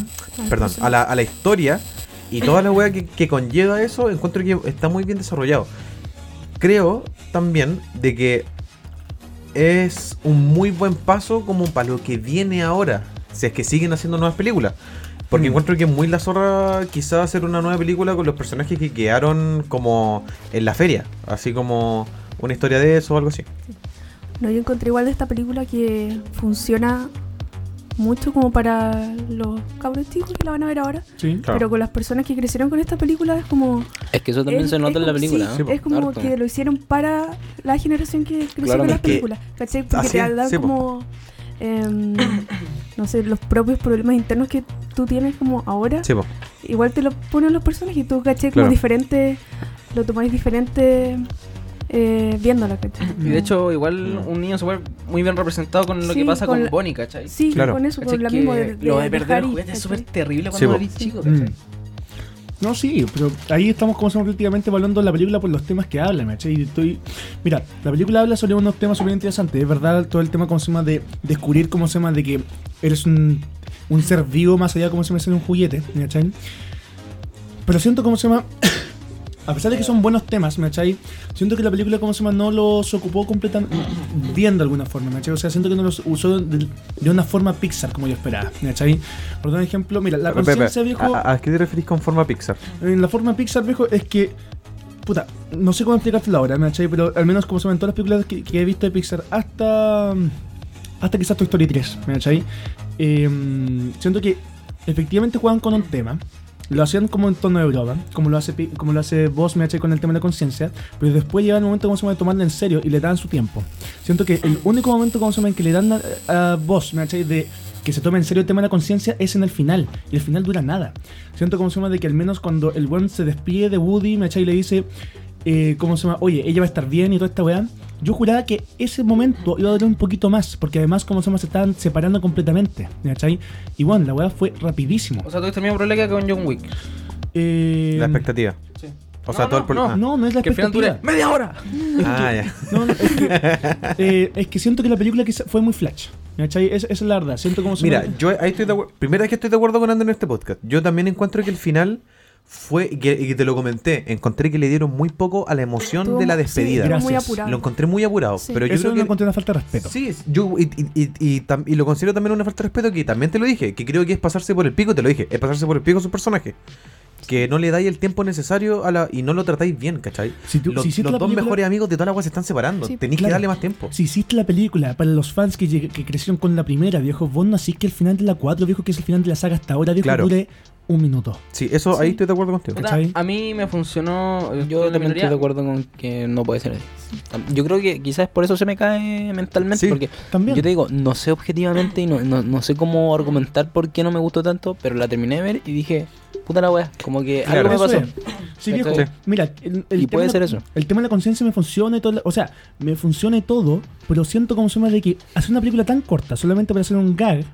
Speaker 2: perdón, a la, a la historia y toda la wea que, que conlleva eso, encuentro que está muy bien desarrollado. Creo también de que es un muy buen paso como para lo que viene ahora, si es que siguen haciendo nuevas películas. Porque encuentro que es muy la zorra quizás hacer una nueva película con los personajes que quedaron como en la feria, así como una historia de eso o algo así.
Speaker 4: No, yo encontré igual de esta película que funciona mucho como para los cabros chicos que la van a ver ahora.
Speaker 5: Sí.
Speaker 2: Claro.
Speaker 4: Pero con las personas que crecieron con esta película es como...
Speaker 3: Es que eso también
Speaker 4: es-
Speaker 3: se nota
Speaker 4: es
Speaker 3: en la
Speaker 4: como-
Speaker 3: película.
Speaker 4: sí,
Speaker 3: ¿eh?
Speaker 4: es como
Speaker 3: Harto.
Speaker 4: que lo hicieron para la generación que creció
Speaker 3: Claro,
Speaker 4: con las
Speaker 2: es que-
Speaker 4: películas. ¿Cachai? Porque
Speaker 2: así
Speaker 4: te
Speaker 2: es,
Speaker 4: dan
Speaker 2: sí, po.
Speaker 4: como... em, no sé, los propios problemas internos que tú tienes como ahora.
Speaker 2: Sí, po.
Speaker 4: igual te lo ponen los personajes y tú, caché,
Speaker 2: Claro.
Speaker 4: como diferente, lo tomáis diferente eh, viéndolo, caché.
Speaker 1: Y de hecho, igual
Speaker 2: Mm.
Speaker 1: un niño se vuelve muy bien representado con lo
Speaker 4: Sí,
Speaker 1: que pasa
Speaker 4: con
Speaker 1: con,
Speaker 4: la-
Speaker 1: Bonnie, ¿cachai?
Speaker 4: Sí,
Speaker 2: Claro.
Speaker 4: con eso,
Speaker 1: ¿Cachai?
Speaker 4: con la
Speaker 1: Que
Speaker 4: misma de,
Speaker 1: lo de perder
Speaker 4: dejar
Speaker 1: los
Speaker 4: ir,
Speaker 1: juguetes es
Speaker 4: ¿cachai?
Speaker 1: súper terrible
Speaker 2: Sí,
Speaker 1: cuando
Speaker 2: po.
Speaker 1: eres chico,
Speaker 5: Mm.
Speaker 1: ¿cachai?
Speaker 5: No, sí, pero ahí estamos como estamos prácticamente evaluando la película por los temas que habla, ¿me cachai? Y estoy... Mira, la película habla sobre unos temas súper interesantes, es verdad, todo el tema como se llama de descubrir cómo se llama de que eres un, un ser vivo más allá de cómo se llama ser un juguete, ¿me cachai? Pero siento como se llama... A pesar de que son buenos temas, ¿me cachai? Siento que la película, como se llama, no los ocupó completamente bien de alguna forma, ¿me cachai? O sea, siento que no los usó de, de una forma Pixar como yo esperaba, ¿me cachai? Por un ejemplo, mira, la
Speaker 2: Pepe,
Speaker 5: conciencia, viejo...
Speaker 2: ¿a, a qué te referís con forma Pixar?
Speaker 5: En Eh, la forma Pixar, viejo, es que. Puta, no sé cómo explicarte la hora, ¿me cachai? Pero al menos como se ven todas las películas que, que he visto de Pixar hasta. Hasta quizás Toy Story 3, ¿me cachai? Eh, siento que efectivamente juegan con un tema. Lo hacían como en tono de broma, como lo hace, Pi- como lo hace vos, me cachai, con el tema de la conciencia. Pero después llega el momento como se llama de tomarlo en serio y le dan su tiempo. Siento que el único momento como se llama en que le dan a, a vos, me cachai, de que se tome en serio el tema de la conciencia es en el final. Y el final dura nada. Siento como se llama de que al menos cuando el buen se despide de Woody, me y le dice, eh, ¿cómo se llama? Oye, ella va a estar bien y toda esta weá. Yo juraba que ese momento iba a durar un poquito más, porque además, como se llama, se estaban separando completamente, ¿me cachai? Y bueno, la weá fue rapidísimo.
Speaker 1: O sea, tuviste el mismo problema que con John Wick.
Speaker 5: Eh,
Speaker 2: La expectativa.
Speaker 1: Sí.
Speaker 2: O sea,
Speaker 1: No,
Speaker 2: todo
Speaker 1: no,
Speaker 2: el pro-
Speaker 1: no.
Speaker 2: ah.
Speaker 5: No, no es la
Speaker 1: Que al final
Speaker 5: expectativa.
Speaker 1: dure media hora.
Speaker 2: Ah, ya.
Speaker 5: No, no, es que, eh, es que siento que la película quizá fue muy flash. ¿Me cachai? Es, esa es la verdad. Siento como si
Speaker 2: Mira,
Speaker 5: me-
Speaker 2: yo ahí estoy de acuerdo. Primera vez que estoy de acuerdo con Ander en este podcast. Yo también encuentro que el final fue, y que, y que te lo comenté, encontré que le dieron muy poco a la emoción
Speaker 4: Estuvo
Speaker 2: de la
Speaker 4: mu- sí,
Speaker 2: despedida.
Speaker 4: estuvo muy
Speaker 5: Gracias.
Speaker 4: apurado.
Speaker 2: lo encontré muy apurado.
Speaker 4: Sí.
Speaker 2: Pero yo
Speaker 5: eso
Speaker 2: creo
Speaker 5: lo
Speaker 2: que.
Speaker 5: encontré una falta de respeto.
Speaker 2: Sí, es- yo, y, y- y- y tam- y lo considero también una falta de respeto que también te lo dije, que creo que es pasarse por el pico, te lo dije, es pasarse por el pico a su personaje. Que no le dais el tiempo necesario a la, y no lo tratáis bien, ¿cachai?
Speaker 5: Si tú-
Speaker 2: Los-
Speaker 5: si hiciste
Speaker 2: los
Speaker 5: la
Speaker 2: dos
Speaker 5: película-
Speaker 2: mejores amigos de toda la agua se están separando.
Speaker 4: Sí,
Speaker 2: Tenéis que
Speaker 5: claro.
Speaker 2: darle más tiempo.
Speaker 5: Si hiciste la película para los fans que, lleg- que crecieron con la primera, viejo, vos no así que el final de la 4, viejo, que es el final de la saga hasta ahora, viejo,
Speaker 2: Claro.
Speaker 5: dure un minuto.
Speaker 2: Sí, eso ahí estoy de acuerdo contigo.
Speaker 5: Puta, ¿Cachai?
Speaker 1: A mí me funcionó. eh,
Speaker 3: Yo
Speaker 1: en la
Speaker 3: también
Speaker 1: minoría.
Speaker 3: estoy de acuerdo con que no puede ser así. Tam- Yo creo que quizás por eso se me cae mentalmente,
Speaker 2: Sí,
Speaker 3: porque
Speaker 5: También.
Speaker 3: yo te digo, no sé objetivamente y no, no, no sé cómo argumentar por qué no me gustó tanto, pero la terminé de ver y dije, puta la weá, como que
Speaker 2: Claro.
Speaker 3: algo me
Speaker 5: Eso
Speaker 3: pasó.
Speaker 5: es. Sí, viejo.
Speaker 3: ¿Cachai?
Speaker 5: Mira, el, el
Speaker 3: Y
Speaker 5: tema
Speaker 3: puede
Speaker 5: de la-
Speaker 3: ser eso.
Speaker 5: El tema de la conciencia me funciona y todo. la- O sea, me funciona y todo, pero siento como se llama de que hacer una película tan corta solamente para hacer un gag,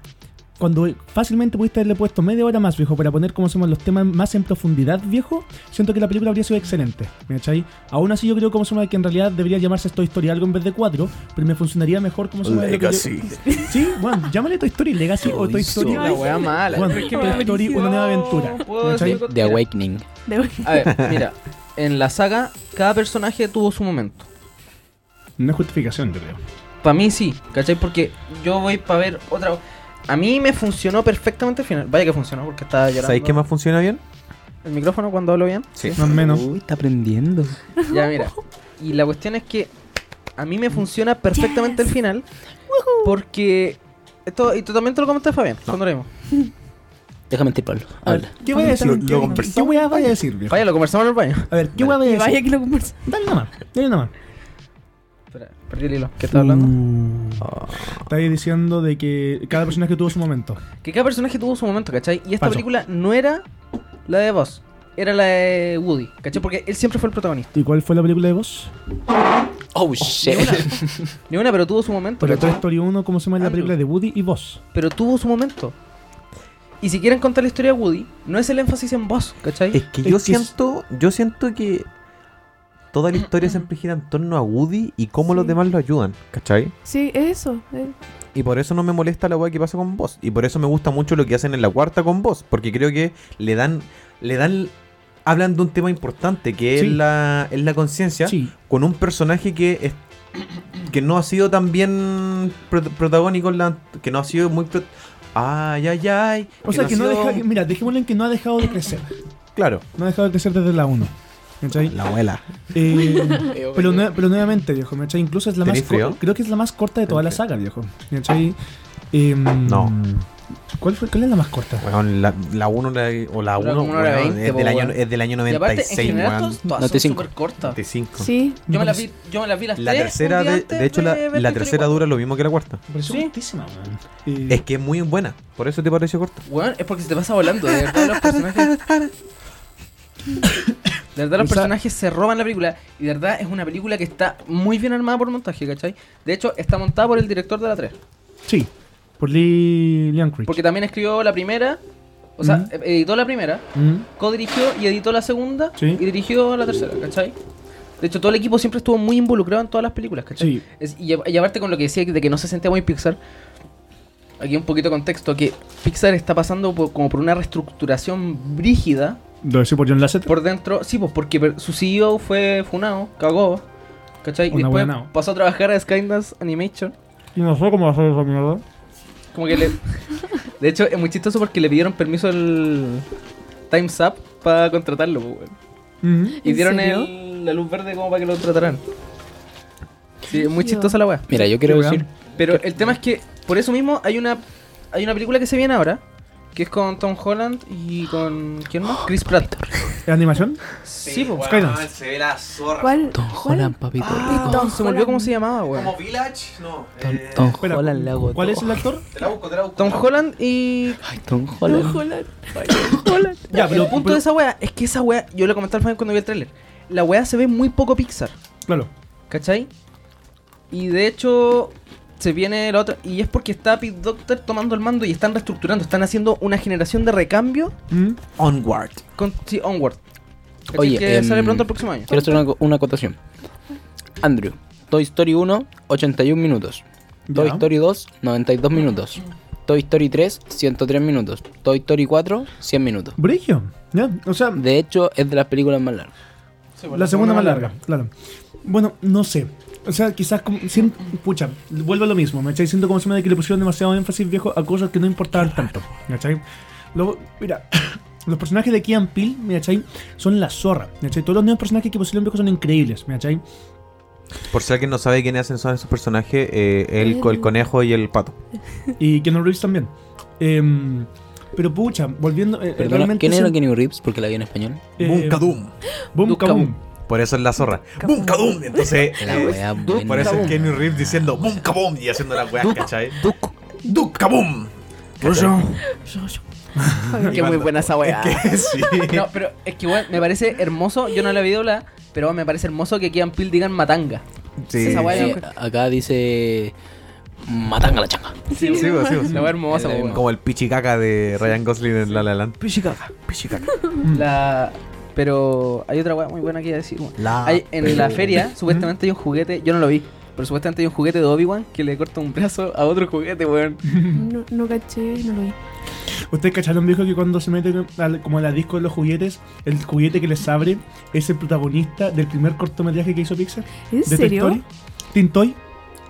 Speaker 5: cuando fácilmente pudiste haberle puesto media hora más, viejo, para poner como se llama los temas más en profundidad, viejo, siento que la película habría sido excelente. ¿Me cachai? Aún así, yo creo como se llama que en realidad debería llamarse Esto Historia algo en vez de cuatro, pero me funcionaría mejor como se llama. lo que yo- Sí, bueno, llámale Toy Story Legacy o Toy Story.
Speaker 1: La weá mala.
Speaker 5: Bueno,
Speaker 1: Pero es que
Speaker 5: Toy
Speaker 1: me-
Speaker 5: Story, una nueva aventura.
Speaker 1: Puedo decir
Speaker 5: ¿Cachai?
Speaker 1: algo-
Speaker 3: The
Speaker 1: Mira,
Speaker 3: Awakening.
Speaker 2: Ah,
Speaker 4: De-
Speaker 1: A ver, mira. En la saga, cada personaje tuvo su momento.
Speaker 5: No es justificación, yo creo.
Speaker 1: Para mí sí, ¿cachai? Porque yo voy para ver otra. A mí me funcionó perfectamente al final. Vaya que funcionó porque estaba llorando.
Speaker 2: ¿Sabéis qué más funciona bien?
Speaker 1: El micrófono cuando hablo bien.
Speaker 2: Sí.
Speaker 5: Más o menos.
Speaker 3: Uy, está aprendiendo.
Speaker 1: Ya, mira. Y la cuestión es que a mí me funciona perfectamente el final. Porque. Esto, y tú también te lo comentaste, Fabián, cuando lo vimos.
Speaker 3: Déjame mentir, Pablo.
Speaker 5: A ver,
Speaker 3: Habla.
Speaker 5: ¿qué voy a decir?
Speaker 2: Lo-
Speaker 5: ¿Qué-
Speaker 2: lo
Speaker 5: ¿Qué,
Speaker 2: conversamos.
Speaker 5: voy a, vaya a decir, viejo?
Speaker 1: Vaya, lo conversamos en el baño.
Speaker 5: A ver, ¿qué voy a
Speaker 4: Y
Speaker 5: decir?
Speaker 4: vaya que lo conversa.
Speaker 5: Dale nomás, dale nomás.
Speaker 1: Espera, perdí el hilo. ¿Qué estaba hablando?
Speaker 5: Estáis diciendo de que cada personaje tuvo su momento.
Speaker 1: Que cada personaje tuvo su momento, ¿cachai? Y esta
Speaker 5: Paso.
Speaker 1: película no era la de Buzz, era la de Woody, ¿cachai? Porque él siempre fue el protagonista.
Speaker 5: ¿Y cuál fue la película de vos?
Speaker 3: Oh, shit.
Speaker 1: Ni una, pero tuvo su momento.
Speaker 5: Pero
Speaker 1: ¿cachai?
Speaker 5: Toy
Speaker 1: Pero,
Speaker 5: Story 1, ¿cómo se llama la película de Woody y vos?
Speaker 1: tuvo su momento. Y si quieren contar la historia de Woody, no es el énfasis en Buzz, ¿cachai?
Speaker 2: Es que
Speaker 5: Es
Speaker 2: yo
Speaker 5: que es-
Speaker 2: siento, yo siento que toda la historia siempre gira en torno a Woody y cómo los demás lo ayudan, ¿cachai?
Speaker 4: Sí, es eso. eh.
Speaker 2: Y por eso no me molesta la weá que pasa con vos. Y por eso me gusta mucho lo que hacen en la cuarta con vos. Porque creo que le dan. Le dan. Hablan de un tema importante que
Speaker 5: Sí.
Speaker 2: es la. es la conciencia.
Speaker 5: Sí.
Speaker 2: Con un personaje que es- que no ha sido tan bien pro- protagónico en la. que no ha sido muy pro- ay, ay, ay.
Speaker 5: O sea,
Speaker 2: ha
Speaker 5: que no
Speaker 2: sido-
Speaker 5: deja. Mira, dejémoslo en que no ha dejado de crecer.
Speaker 2: Claro.
Speaker 5: No ha dejado de crecer desde la 1. ¿Cachai?
Speaker 2: La abuela.
Speaker 5: Eh, pero, nue- pero nuevamente, viejo, ¿cachai? Incluso es la más
Speaker 2: ¿Tenés frío?
Speaker 5: cor- creo que es la más corta de toda la
Speaker 2: Ok.
Speaker 5: saga, viejo. ¿Cachai? Em,
Speaker 2: No.
Speaker 5: ¿Cuál, fue, ¿Cuál es la más corta?
Speaker 2: Weón, la, la 1 la- o la
Speaker 1: Pero
Speaker 2: 1
Speaker 1: como una hora
Speaker 2: weón,
Speaker 1: 20,
Speaker 2: es,
Speaker 1: po,
Speaker 2: del año,
Speaker 1: weón.
Speaker 2: es del año
Speaker 1: y aparte, en
Speaker 2: 96,
Speaker 1: general,
Speaker 2: weón.
Speaker 1: todas- todas son
Speaker 3: 95.
Speaker 1: súper cortas.
Speaker 2: 95.
Speaker 4: Sí.
Speaker 1: Yo me, las
Speaker 5: parece-
Speaker 1: vi, yo me las vi las
Speaker 2: La
Speaker 1: tres.
Speaker 2: tercera,
Speaker 1: un día
Speaker 2: de,
Speaker 1: antes
Speaker 2: de hecho, la,
Speaker 1: de ver
Speaker 2: la
Speaker 1: Toy Story
Speaker 2: tercera
Speaker 1: cuatro.
Speaker 2: dura lo mismo que la cuarta.
Speaker 5: Me pareció
Speaker 1: Sí.
Speaker 5: cortísima, weón. Eh,
Speaker 2: Es que es muy buena, por eso te pareció corta.
Speaker 1: Weón, es porque se te pasa volando, de verdad los personajes. De verdad los
Speaker 5: Usa-
Speaker 1: personajes se roban la película y de verdad es una película que está muy bien armada por montaje, ¿cachai? De hecho, está montada por el director de la 3.
Speaker 5: Sí, por Lee Liancrich.
Speaker 1: Porque también escribió la primera, o sea,
Speaker 5: Mm.
Speaker 1: eh, editó la primera,
Speaker 5: Mm,
Speaker 1: co-dirigió y editó la segunda
Speaker 5: Sí.
Speaker 1: y dirigió la tercera, ¿cachai? De hecho, todo el equipo siempre estuvo muy involucrado en todas las películas, ¿cachai?
Speaker 5: Sí,
Speaker 1: Es- y, a- y aparte con lo que decía de que no se sentía muy Pixar, aquí un poquito de contexto, que Pixar está pasando por- como por una reestructuración brígida
Speaker 5: lo decía por John Lasseter.
Speaker 1: por dentro. Sí, pues porque per- su CEO fue funado, cagó, ¿cachai? Y
Speaker 5: Una
Speaker 1: después
Speaker 5: buena nao.
Speaker 1: pasó a trabajar a Skydance Animation.
Speaker 5: Y no sé cómo va a ser esa mierda.
Speaker 1: Como que le... De hecho, es muy chistoso porque le pidieron permiso al Time's Up para contratarlo, pues, weón. Y
Speaker 5: Mm.
Speaker 4: ¿En
Speaker 1: dieron
Speaker 4: serio?
Speaker 1: el- la luz verde como para que lo trataran. Sí, es muy
Speaker 4: Yo-
Speaker 1: chistosa la weá.
Speaker 3: Mira, yo quiero
Speaker 5: Qué weá.
Speaker 3: decir,
Speaker 1: Pero el tema es que por eso mismo hay una hay una película que se viene ahora que es con Tom Holland y con quién más? Chris Pratt.
Speaker 5: ¿Es animación?
Speaker 1: Sí, po.
Speaker 5: Skydance.
Speaker 2: se ve la zorra.
Speaker 4: ¿Cuál?
Speaker 3: Don
Speaker 4: cuál?
Speaker 3: Holland, papito
Speaker 1: Ah,
Speaker 3: rico.
Speaker 4: Tom
Speaker 1: se me olvidó cómo
Speaker 4: Holland.
Speaker 1: se llamaba, weón.
Speaker 2: Village? No.
Speaker 3: Don, Don
Speaker 5: Espera,
Speaker 3: Holland la agotó.
Speaker 5: ¿Cuál es el actor?
Speaker 2: Te la busco, te la busco.
Speaker 1: Tom Holland y
Speaker 3: Ay, Don
Speaker 4: Don
Speaker 3: Holland.
Speaker 4: Holland. Holland.
Speaker 5: Ya, pero-
Speaker 1: el punto
Speaker 5: pero-
Speaker 1: de esa weá es que esa weá, yo le comenté al fan cuando vi el tráiler, la weá se ve muy poco Pixar,
Speaker 5: Claro.
Speaker 1: ¿cachai? Y de hecho se viene la otra y es porque está Pete Doctor tomando el mando y están reestructurando, están haciendo una generación de recambio
Speaker 5: Mm,
Speaker 2: Onward.
Speaker 1: con sí, Onward. ¿Cachai?
Speaker 3: Oye,
Speaker 1: que
Speaker 3: em,
Speaker 1: sale pronto el próximo año.
Speaker 3: Quiero hacer una, co- una acotación. Andrew, Toy Story 1, 81 minutos. Toy
Speaker 5: Ya.
Speaker 3: Story 2, 92 minutos. Toy Story 3, 103 minutos. Toy Story 4, 100 minutos.
Speaker 5: Brigio. ¿Ya? O sea,
Speaker 3: De hecho, es de las películas más largas.
Speaker 5: pues, la segunda más larga, claro. Bueno, no sé. O sea, quizás como, sien- pucha, vuelvo a lo mismo, ¿me estáis Siento como se me da que le pusieron demasiado énfasis viejo a cosas que no importaban tanto, ¿me cachai? Luego, mira, los personajes de Kian Peel, ¿me cachai? Son la zorra, ¿me cachai? Todos los nuevos personajes que pusieron viejo son increíbles, ¿me cachai?
Speaker 2: Por si alguien no sabe quiénes hacen son esos personajes, eh, el, co- el conejo y el pato.
Speaker 5: Y Keanu Reeves también. Em, pero pucha, volviendo. eh,
Speaker 3: Perdona,
Speaker 5: realmente
Speaker 3: ¿quién
Speaker 5: se-
Speaker 3: era Kenny Reeves? Porque la vi en español.
Speaker 5: eh,
Speaker 2: Bunkadoom.
Speaker 5: Boom
Speaker 3: Duca
Speaker 5: Kaboom.
Speaker 3: Boom.
Speaker 2: Por eso es la zorra. ¡Bunkadoom! Entonces,
Speaker 3: La
Speaker 2: eh,
Speaker 3: weá buena.
Speaker 2: por eso es Kenny Reeves diciendo ¡Bunkaboom! Y haciendo la weá, ¿cachai? ¡Dukaboom!
Speaker 1: Qué muy buena esa weá.
Speaker 2: sí.
Speaker 1: No, pero es que igual me parece hermoso, yo no la vi doblar, pero me parece hermoso que Kian Peel digan matanga.
Speaker 2: Sí.
Speaker 1: Esa weá-
Speaker 3: Sí, acá dice. Matanga la changa.
Speaker 2: Sí, sí, sí, sí.
Speaker 1: La weá hermosa,
Speaker 3: Eh,
Speaker 1: weón.
Speaker 2: Como el pichicaca de Ryan Gosling en La La Land. Pichicaca, pichicaca.
Speaker 5: Mm.
Speaker 1: La... Pero hay otra weá muy buena que iba a decir, weón.
Speaker 2: La
Speaker 1: Hay- en la feria,
Speaker 2: Ah, Ujú.
Speaker 1: supuestamente hay un juguete, yo no lo vi, pero supuestamente hay un juguete de Obi-Wan que le corta un brazo a otro juguete, weón.
Speaker 4: No, no caché, no lo vi.
Speaker 5: Ustedes cacharon, viejo, que cuando se mete al- como a la disco de los juguetes, el juguete que les abre es el protagonista del primer cortometraje que hizo Pixar.
Speaker 4: ¿En
Speaker 5: de Toy
Speaker 4: serio?
Speaker 5: Story. Tintoy.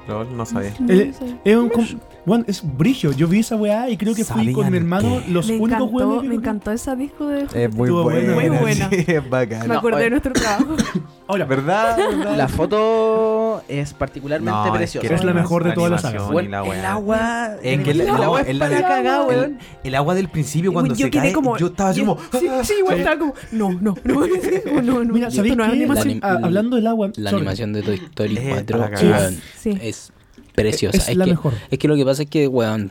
Speaker 2: No, no sabía.
Speaker 4: No
Speaker 5: Eh,
Speaker 4: lo sabía.
Speaker 5: Es un. com- Bueno, es brigio. Yo vi esa weá y creo que fui
Speaker 2: ¿Sabían
Speaker 5: con mi hermano
Speaker 2: qué?
Speaker 5: los
Speaker 4: me
Speaker 5: únicos
Speaker 4: encantó,
Speaker 5: juegos
Speaker 4: me encantó esa disco de
Speaker 2: Es muy
Speaker 5: Estuvo
Speaker 2: buena.
Speaker 5: buena.
Speaker 4: Muy buena.
Speaker 2: Sí, es bacana.
Speaker 4: Me acordé
Speaker 1: oye.
Speaker 4: de nuestro trabajo.
Speaker 5: Ahora,
Speaker 2: ¿Verdad? ¿Verdad?
Speaker 1: La foto es particularmente
Speaker 2: No,
Speaker 1: preciosa.
Speaker 5: que es la mejor de todas las
Speaker 2: animación
Speaker 5: sagas.
Speaker 2: y
Speaker 1: Bueno,
Speaker 2: la
Speaker 1: el
Speaker 2: weá.
Speaker 1: agua.
Speaker 2: Es que
Speaker 1: el,
Speaker 2: el- no,
Speaker 1: agua es
Speaker 2: el-
Speaker 1: para la cagada,
Speaker 2: el-
Speaker 1: weón.
Speaker 2: El agua del principio cuando
Speaker 4: yo
Speaker 2: se
Speaker 4: quedé
Speaker 2: cae,
Speaker 4: como.
Speaker 2: yo estaba así
Speaker 4: yo-
Speaker 2: como... "Ah".
Speaker 4: Sí, sí, igual estaba como. No, no, no, no, no. no
Speaker 5: mira,
Speaker 4: esto
Speaker 5: ¿sabéis
Speaker 4: no es
Speaker 5: qué?
Speaker 4: animación.
Speaker 3: anim-
Speaker 5: Ah, hablando del agua.
Speaker 3: La
Speaker 5: sorry.
Speaker 3: animación de Toy Story
Speaker 2: Eh,
Speaker 3: 4
Speaker 2: la cagada.
Speaker 3: weón,
Speaker 4: Sí.
Speaker 3: es preciosa.
Speaker 5: Es la
Speaker 3: que,
Speaker 5: mejor.
Speaker 3: Es que lo que pasa es que, weón,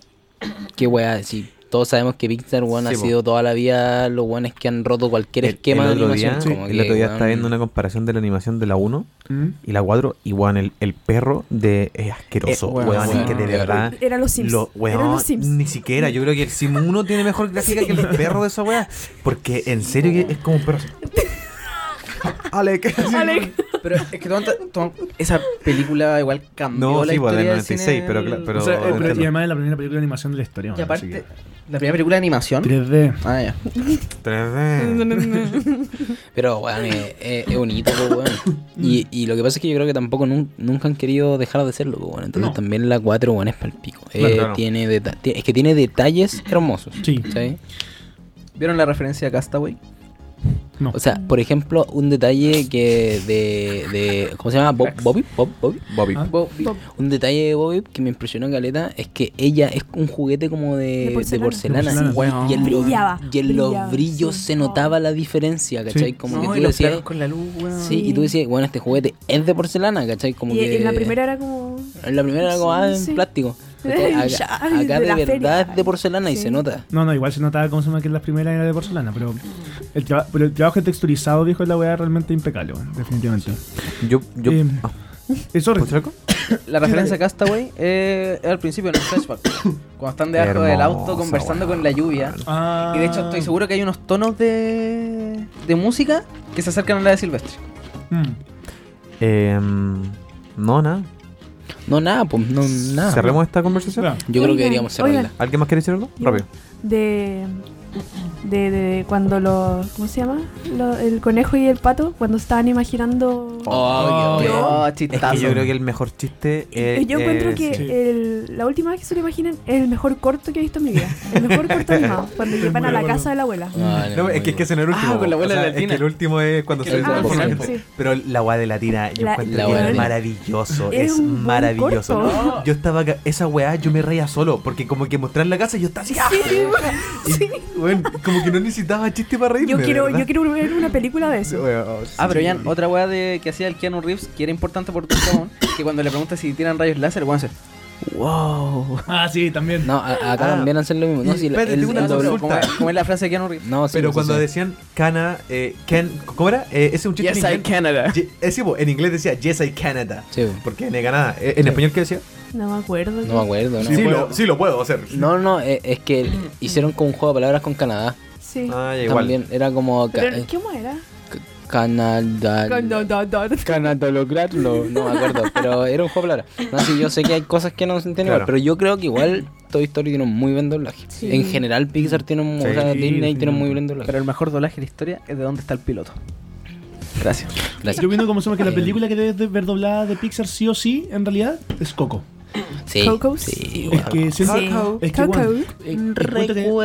Speaker 3: qué weá, si todos sabemos que Pixar, weón,
Speaker 2: Sí,
Speaker 3: ha
Speaker 2: po.
Speaker 3: sido toda la vida los weones que han roto cualquier esquema
Speaker 2: el
Speaker 3: de
Speaker 2: otro
Speaker 3: animación.
Speaker 2: día,
Speaker 3: como
Speaker 2: el otro día
Speaker 3: que,
Speaker 2: estaba
Speaker 3: weón,
Speaker 2: viendo una comparación de la animación de la 1
Speaker 5: Mm.
Speaker 2: y la 4 y weón, el, el perro de es asqueroso,
Speaker 1: Eh,
Speaker 2: weón,
Speaker 1: weón,
Speaker 2: es
Speaker 1: weón.
Speaker 2: que de verdad
Speaker 4: Era los Sims.
Speaker 2: Ah, lo, weón,
Speaker 4: Era los Sims.
Speaker 2: ni siquiera, yo creo que el Sim 1 tiene mejor gráfica que el perro de esa weá, porque en serio que es como un perro. así. Alec.
Speaker 4: Alec.
Speaker 1: Pero es que toman- toman- esa película igual cambió
Speaker 2: No,
Speaker 1: la
Speaker 2: sí,
Speaker 1: historia
Speaker 2: bueno, del
Speaker 1: del
Speaker 2: 96,
Speaker 1: cine
Speaker 2: pero cla- pero-
Speaker 5: O sea, eh, pero-
Speaker 2: entiendo.
Speaker 5: y además es la primera película de animación de la historia.
Speaker 1: Y
Speaker 5: bueno, así
Speaker 1: aparte, la primera película de
Speaker 5: que-
Speaker 1: animación.
Speaker 5: 3D.
Speaker 1: Ah, ya.
Speaker 2: 3D.
Speaker 3: Pero, weón, es, es- es bonito, po, weón. Y, y lo que pasa es que yo creo que tampoco nun- nunca han querido dejar de hacerlo, po, weón. Entonces
Speaker 5: No.
Speaker 3: también la 4, weón, es palpico. Eh,
Speaker 2: Claro, claro.
Speaker 3: tiene deta- ti- es que tiene detalles hermosos.
Speaker 5: Sí.
Speaker 3: ¿cachai?
Speaker 1: ¿Vieron la referencia a Castaway?
Speaker 5: No.
Speaker 3: O sea, por ejemplo, un detalle que de, de ¿cómo se llama? Bob- Bobby, Bob, Bobby.
Speaker 2: Bobby.
Speaker 5: Ah.
Speaker 1: Bo-
Speaker 4: Bo-
Speaker 3: Un detalle de Bobby que me impresionó Galeta es que ella es un juguete como de,
Speaker 4: De
Speaker 3: de porcelana.
Speaker 4: porcelana.
Speaker 5: De porcelana.
Speaker 1: Weón.
Speaker 3: Y en los-
Speaker 4: Brillaba,
Speaker 3: Y en
Speaker 4: brillaba,
Speaker 3: los brillos
Speaker 4: sí.
Speaker 3: se notaba la diferencia, ¿cachai?
Speaker 5: Sí.
Speaker 3: Como
Speaker 1: No,
Speaker 3: que
Speaker 1: y
Speaker 3: tú
Speaker 1: los
Speaker 3: decías.
Speaker 1: perros con la luz, weón.
Speaker 3: Sí, y tú decías, bueno, este juguete es de porcelana, ¿cachai? Como
Speaker 4: y
Speaker 3: que.
Speaker 4: en la primera era como.
Speaker 3: en la primera era como, ah, en
Speaker 4: Sí.
Speaker 3: plástico. ¿cachai? Acá,
Speaker 4: Ya,
Speaker 3: acá
Speaker 4: de
Speaker 3: de,
Speaker 4: la
Speaker 3: verdad
Speaker 4: feria.
Speaker 3: es de porcelana y
Speaker 4: Sí.
Speaker 3: se nota.
Speaker 5: No, no, igual se notaba cómo se llama que en las primeras era de porcelana, pero el, traba- pero el trabajo texturizado, viejo, es la weá realmente impecable, weón, definitivamente.
Speaker 2: Yo, yo,
Speaker 5: Eh,
Speaker 2: ah,
Speaker 5: Eh, sorry.
Speaker 2: ¿puedo hacer algo?
Speaker 1: La referencia a Castaway eh, es al principio en el flashback. Cuando están debajo del auto
Speaker 2: Hermosa,
Speaker 1: conversando con la lluvia.
Speaker 5: Ah.
Speaker 1: Y de hecho estoy seguro que hay unos tonos de, de música que se acercan a la de Silvestre.
Speaker 5: Mm.
Speaker 2: Eh, no, nada.
Speaker 3: No, nada, pues, no, nada.
Speaker 2: Cerremos esta conversación.
Speaker 5: Ya.
Speaker 3: Yo creo
Speaker 4: Oigan,
Speaker 3: que deberíamos cerrarla.
Speaker 4: oigan.
Speaker 2: ¿Alguien más quiere decir algo?
Speaker 4: Yo-
Speaker 2: Rápido.
Speaker 4: De, de, de cuando los. ¿Cómo se llama? Lo- el conejo y el pato, cuando estaban imaginando.
Speaker 3: Oh, qué
Speaker 5: Yo-
Speaker 3: bueno.
Speaker 1: Oh,
Speaker 2: Es
Speaker 1: chistazo.
Speaker 2: que yo creo que el mejor chiste es.
Speaker 4: Eh, yo encuentro
Speaker 2: es-
Speaker 4: que
Speaker 5: sí.
Speaker 4: el- la última vez que se lo imaginen es el mejor corto que he visto en mi vida. El mejor corto animado, cuando llevan a la
Speaker 5: bueno.
Speaker 4: casa de la abuela.
Speaker 3: Vale,
Speaker 2: No,
Speaker 3: muy
Speaker 2: es que, es que ese no es el
Speaker 1: Ah,
Speaker 2: último.
Speaker 1: con la abuela
Speaker 2: es
Speaker 1: latina.
Speaker 2: que el último es cuando
Speaker 1: Que
Speaker 2: se
Speaker 1: la-
Speaker 2: transforma
Speaker 3: ah,
Speaker 2: en
Speaker 3: sí,
Speaker 2: gente.
Speaker 4: sí.
Speaker 2: Pero la agua de latina, yo
Speaker 4: La-
Speaker 2: encuentro
Speaker 3: la
Speaker 2: que
Speaker 3: weá de
Speaker 2: es
Speaker 3: latina.
Speaker 2: maravilloso.
Speaker 4: Es
Speaker 2: Es,
Speaker 4: un buen
Speaker 2: maravilloso.
Speaker 4: corto.
Speaker 2: No, Yo estaba. ca- Esa weá yo me reía solo. Porque como que mostrar la casa y yo estaba así. ¡ah! Y, weón, como que no necesitaba chiste para reírme.
Speaker 4: Yo quiero,
Speaker 2: ¿verdad?
Speaker 4: yo quiero ver una película de eso.
Speaker 2: Weón, oh, sí.
Speaker 1: Ah, pero ya, otra weá de que hacía el Keanu Reeves, que era importante por Pokémon, que cuando le pregunta si tiran rayos láser, el weón hace, wow.
Speaker 5: Ah, sí lo mismo.
Speaker 3: No, a- acá
Speaker 2: Ah.
Speaker 3: también hacen lo mismo. No,
Speaker 2: Y
Speaker 3: sí,
Speaker 2: espérate,
Speaker 3: el-
Speaker 2: tengo una
Speaker 3: el doble-
Speaker 2: consulta.
Speaker 1: ¿Cómo es, cómo es la frase de Keanu Reeves?
Speaker 3: No, sí,
Speaker 2: Pero
Speaker 3: sí,
Speaker 2: cuando
Speaker 3: sí.
Speaker 2: decían Cana, eh, Ken, ¿cómo era? Eh, ese es un chiste en inglés.
Speaker 1: Canada.
Speaker 2: Ye- eh, sí, po, en inglés decía Yes I Canada.
Speaker 3: Sí, po.
Speaker 2: Porque en Canadá. Eh, ¿En español qué decía?
Speaker 4: No me acuerdo.
Speaker 3: No me acuerdo, ¿no?
Speaker 2: Sí, lo, sí lo puedo hacer.
Speaker 3: No, no, eh, es que hicieron como un juego de palabras con Canadá.
Speaker 4: Sí.
Speaker 2: Ah, ya, igual.
Speaker 3: También era como. ca-
Speaker 4: Pero,
Speaker 3: eh,
Speaker 4: ¿Cómo era?
Speaker 3: ca- Canadá.
Speaker 4: No, no, no, no.
Speaker 3: Canadologratlo, no me acuerdo, pero era un juego de palabras. No, sí, yo sé que hay cosas que no se entienden
Speaker 2: Claro.
Speaker 3: igual, pero yo creo que igual Toy Story tiene un muy buen doblaje.
Speaker 4: Sí.
Speaker 3: En general Pixar tiene un, o sea,
Speaker 5: Sí,
Speaker 3: Disney
Speaker 5: sí.
Speaker 3: tiene un muy buen doblaje.
Speaker 1: Pero el mejor doblaje de la historia es de dónde está el piloto. Gracias.
Speaker 3: Gracias.
Speaker 5: Yo viendo cómo se llama que la
Speaker 3: Eh.
Speaker 5: película que debes de ver doblada de Pixar sí o sí, en realidad, es Coco.
Speaker 3: Sí,
Speaker 4: Coco,
Speaker 3: sí,
Speaker 4: sí.
Speaker 5: Es que siento-
Speaker 4: Sí.
Speaker 5: Es que,
Speaker 4: Coco.
Speaker 5: bueno, eh, el punto que-
Speaker 4: No.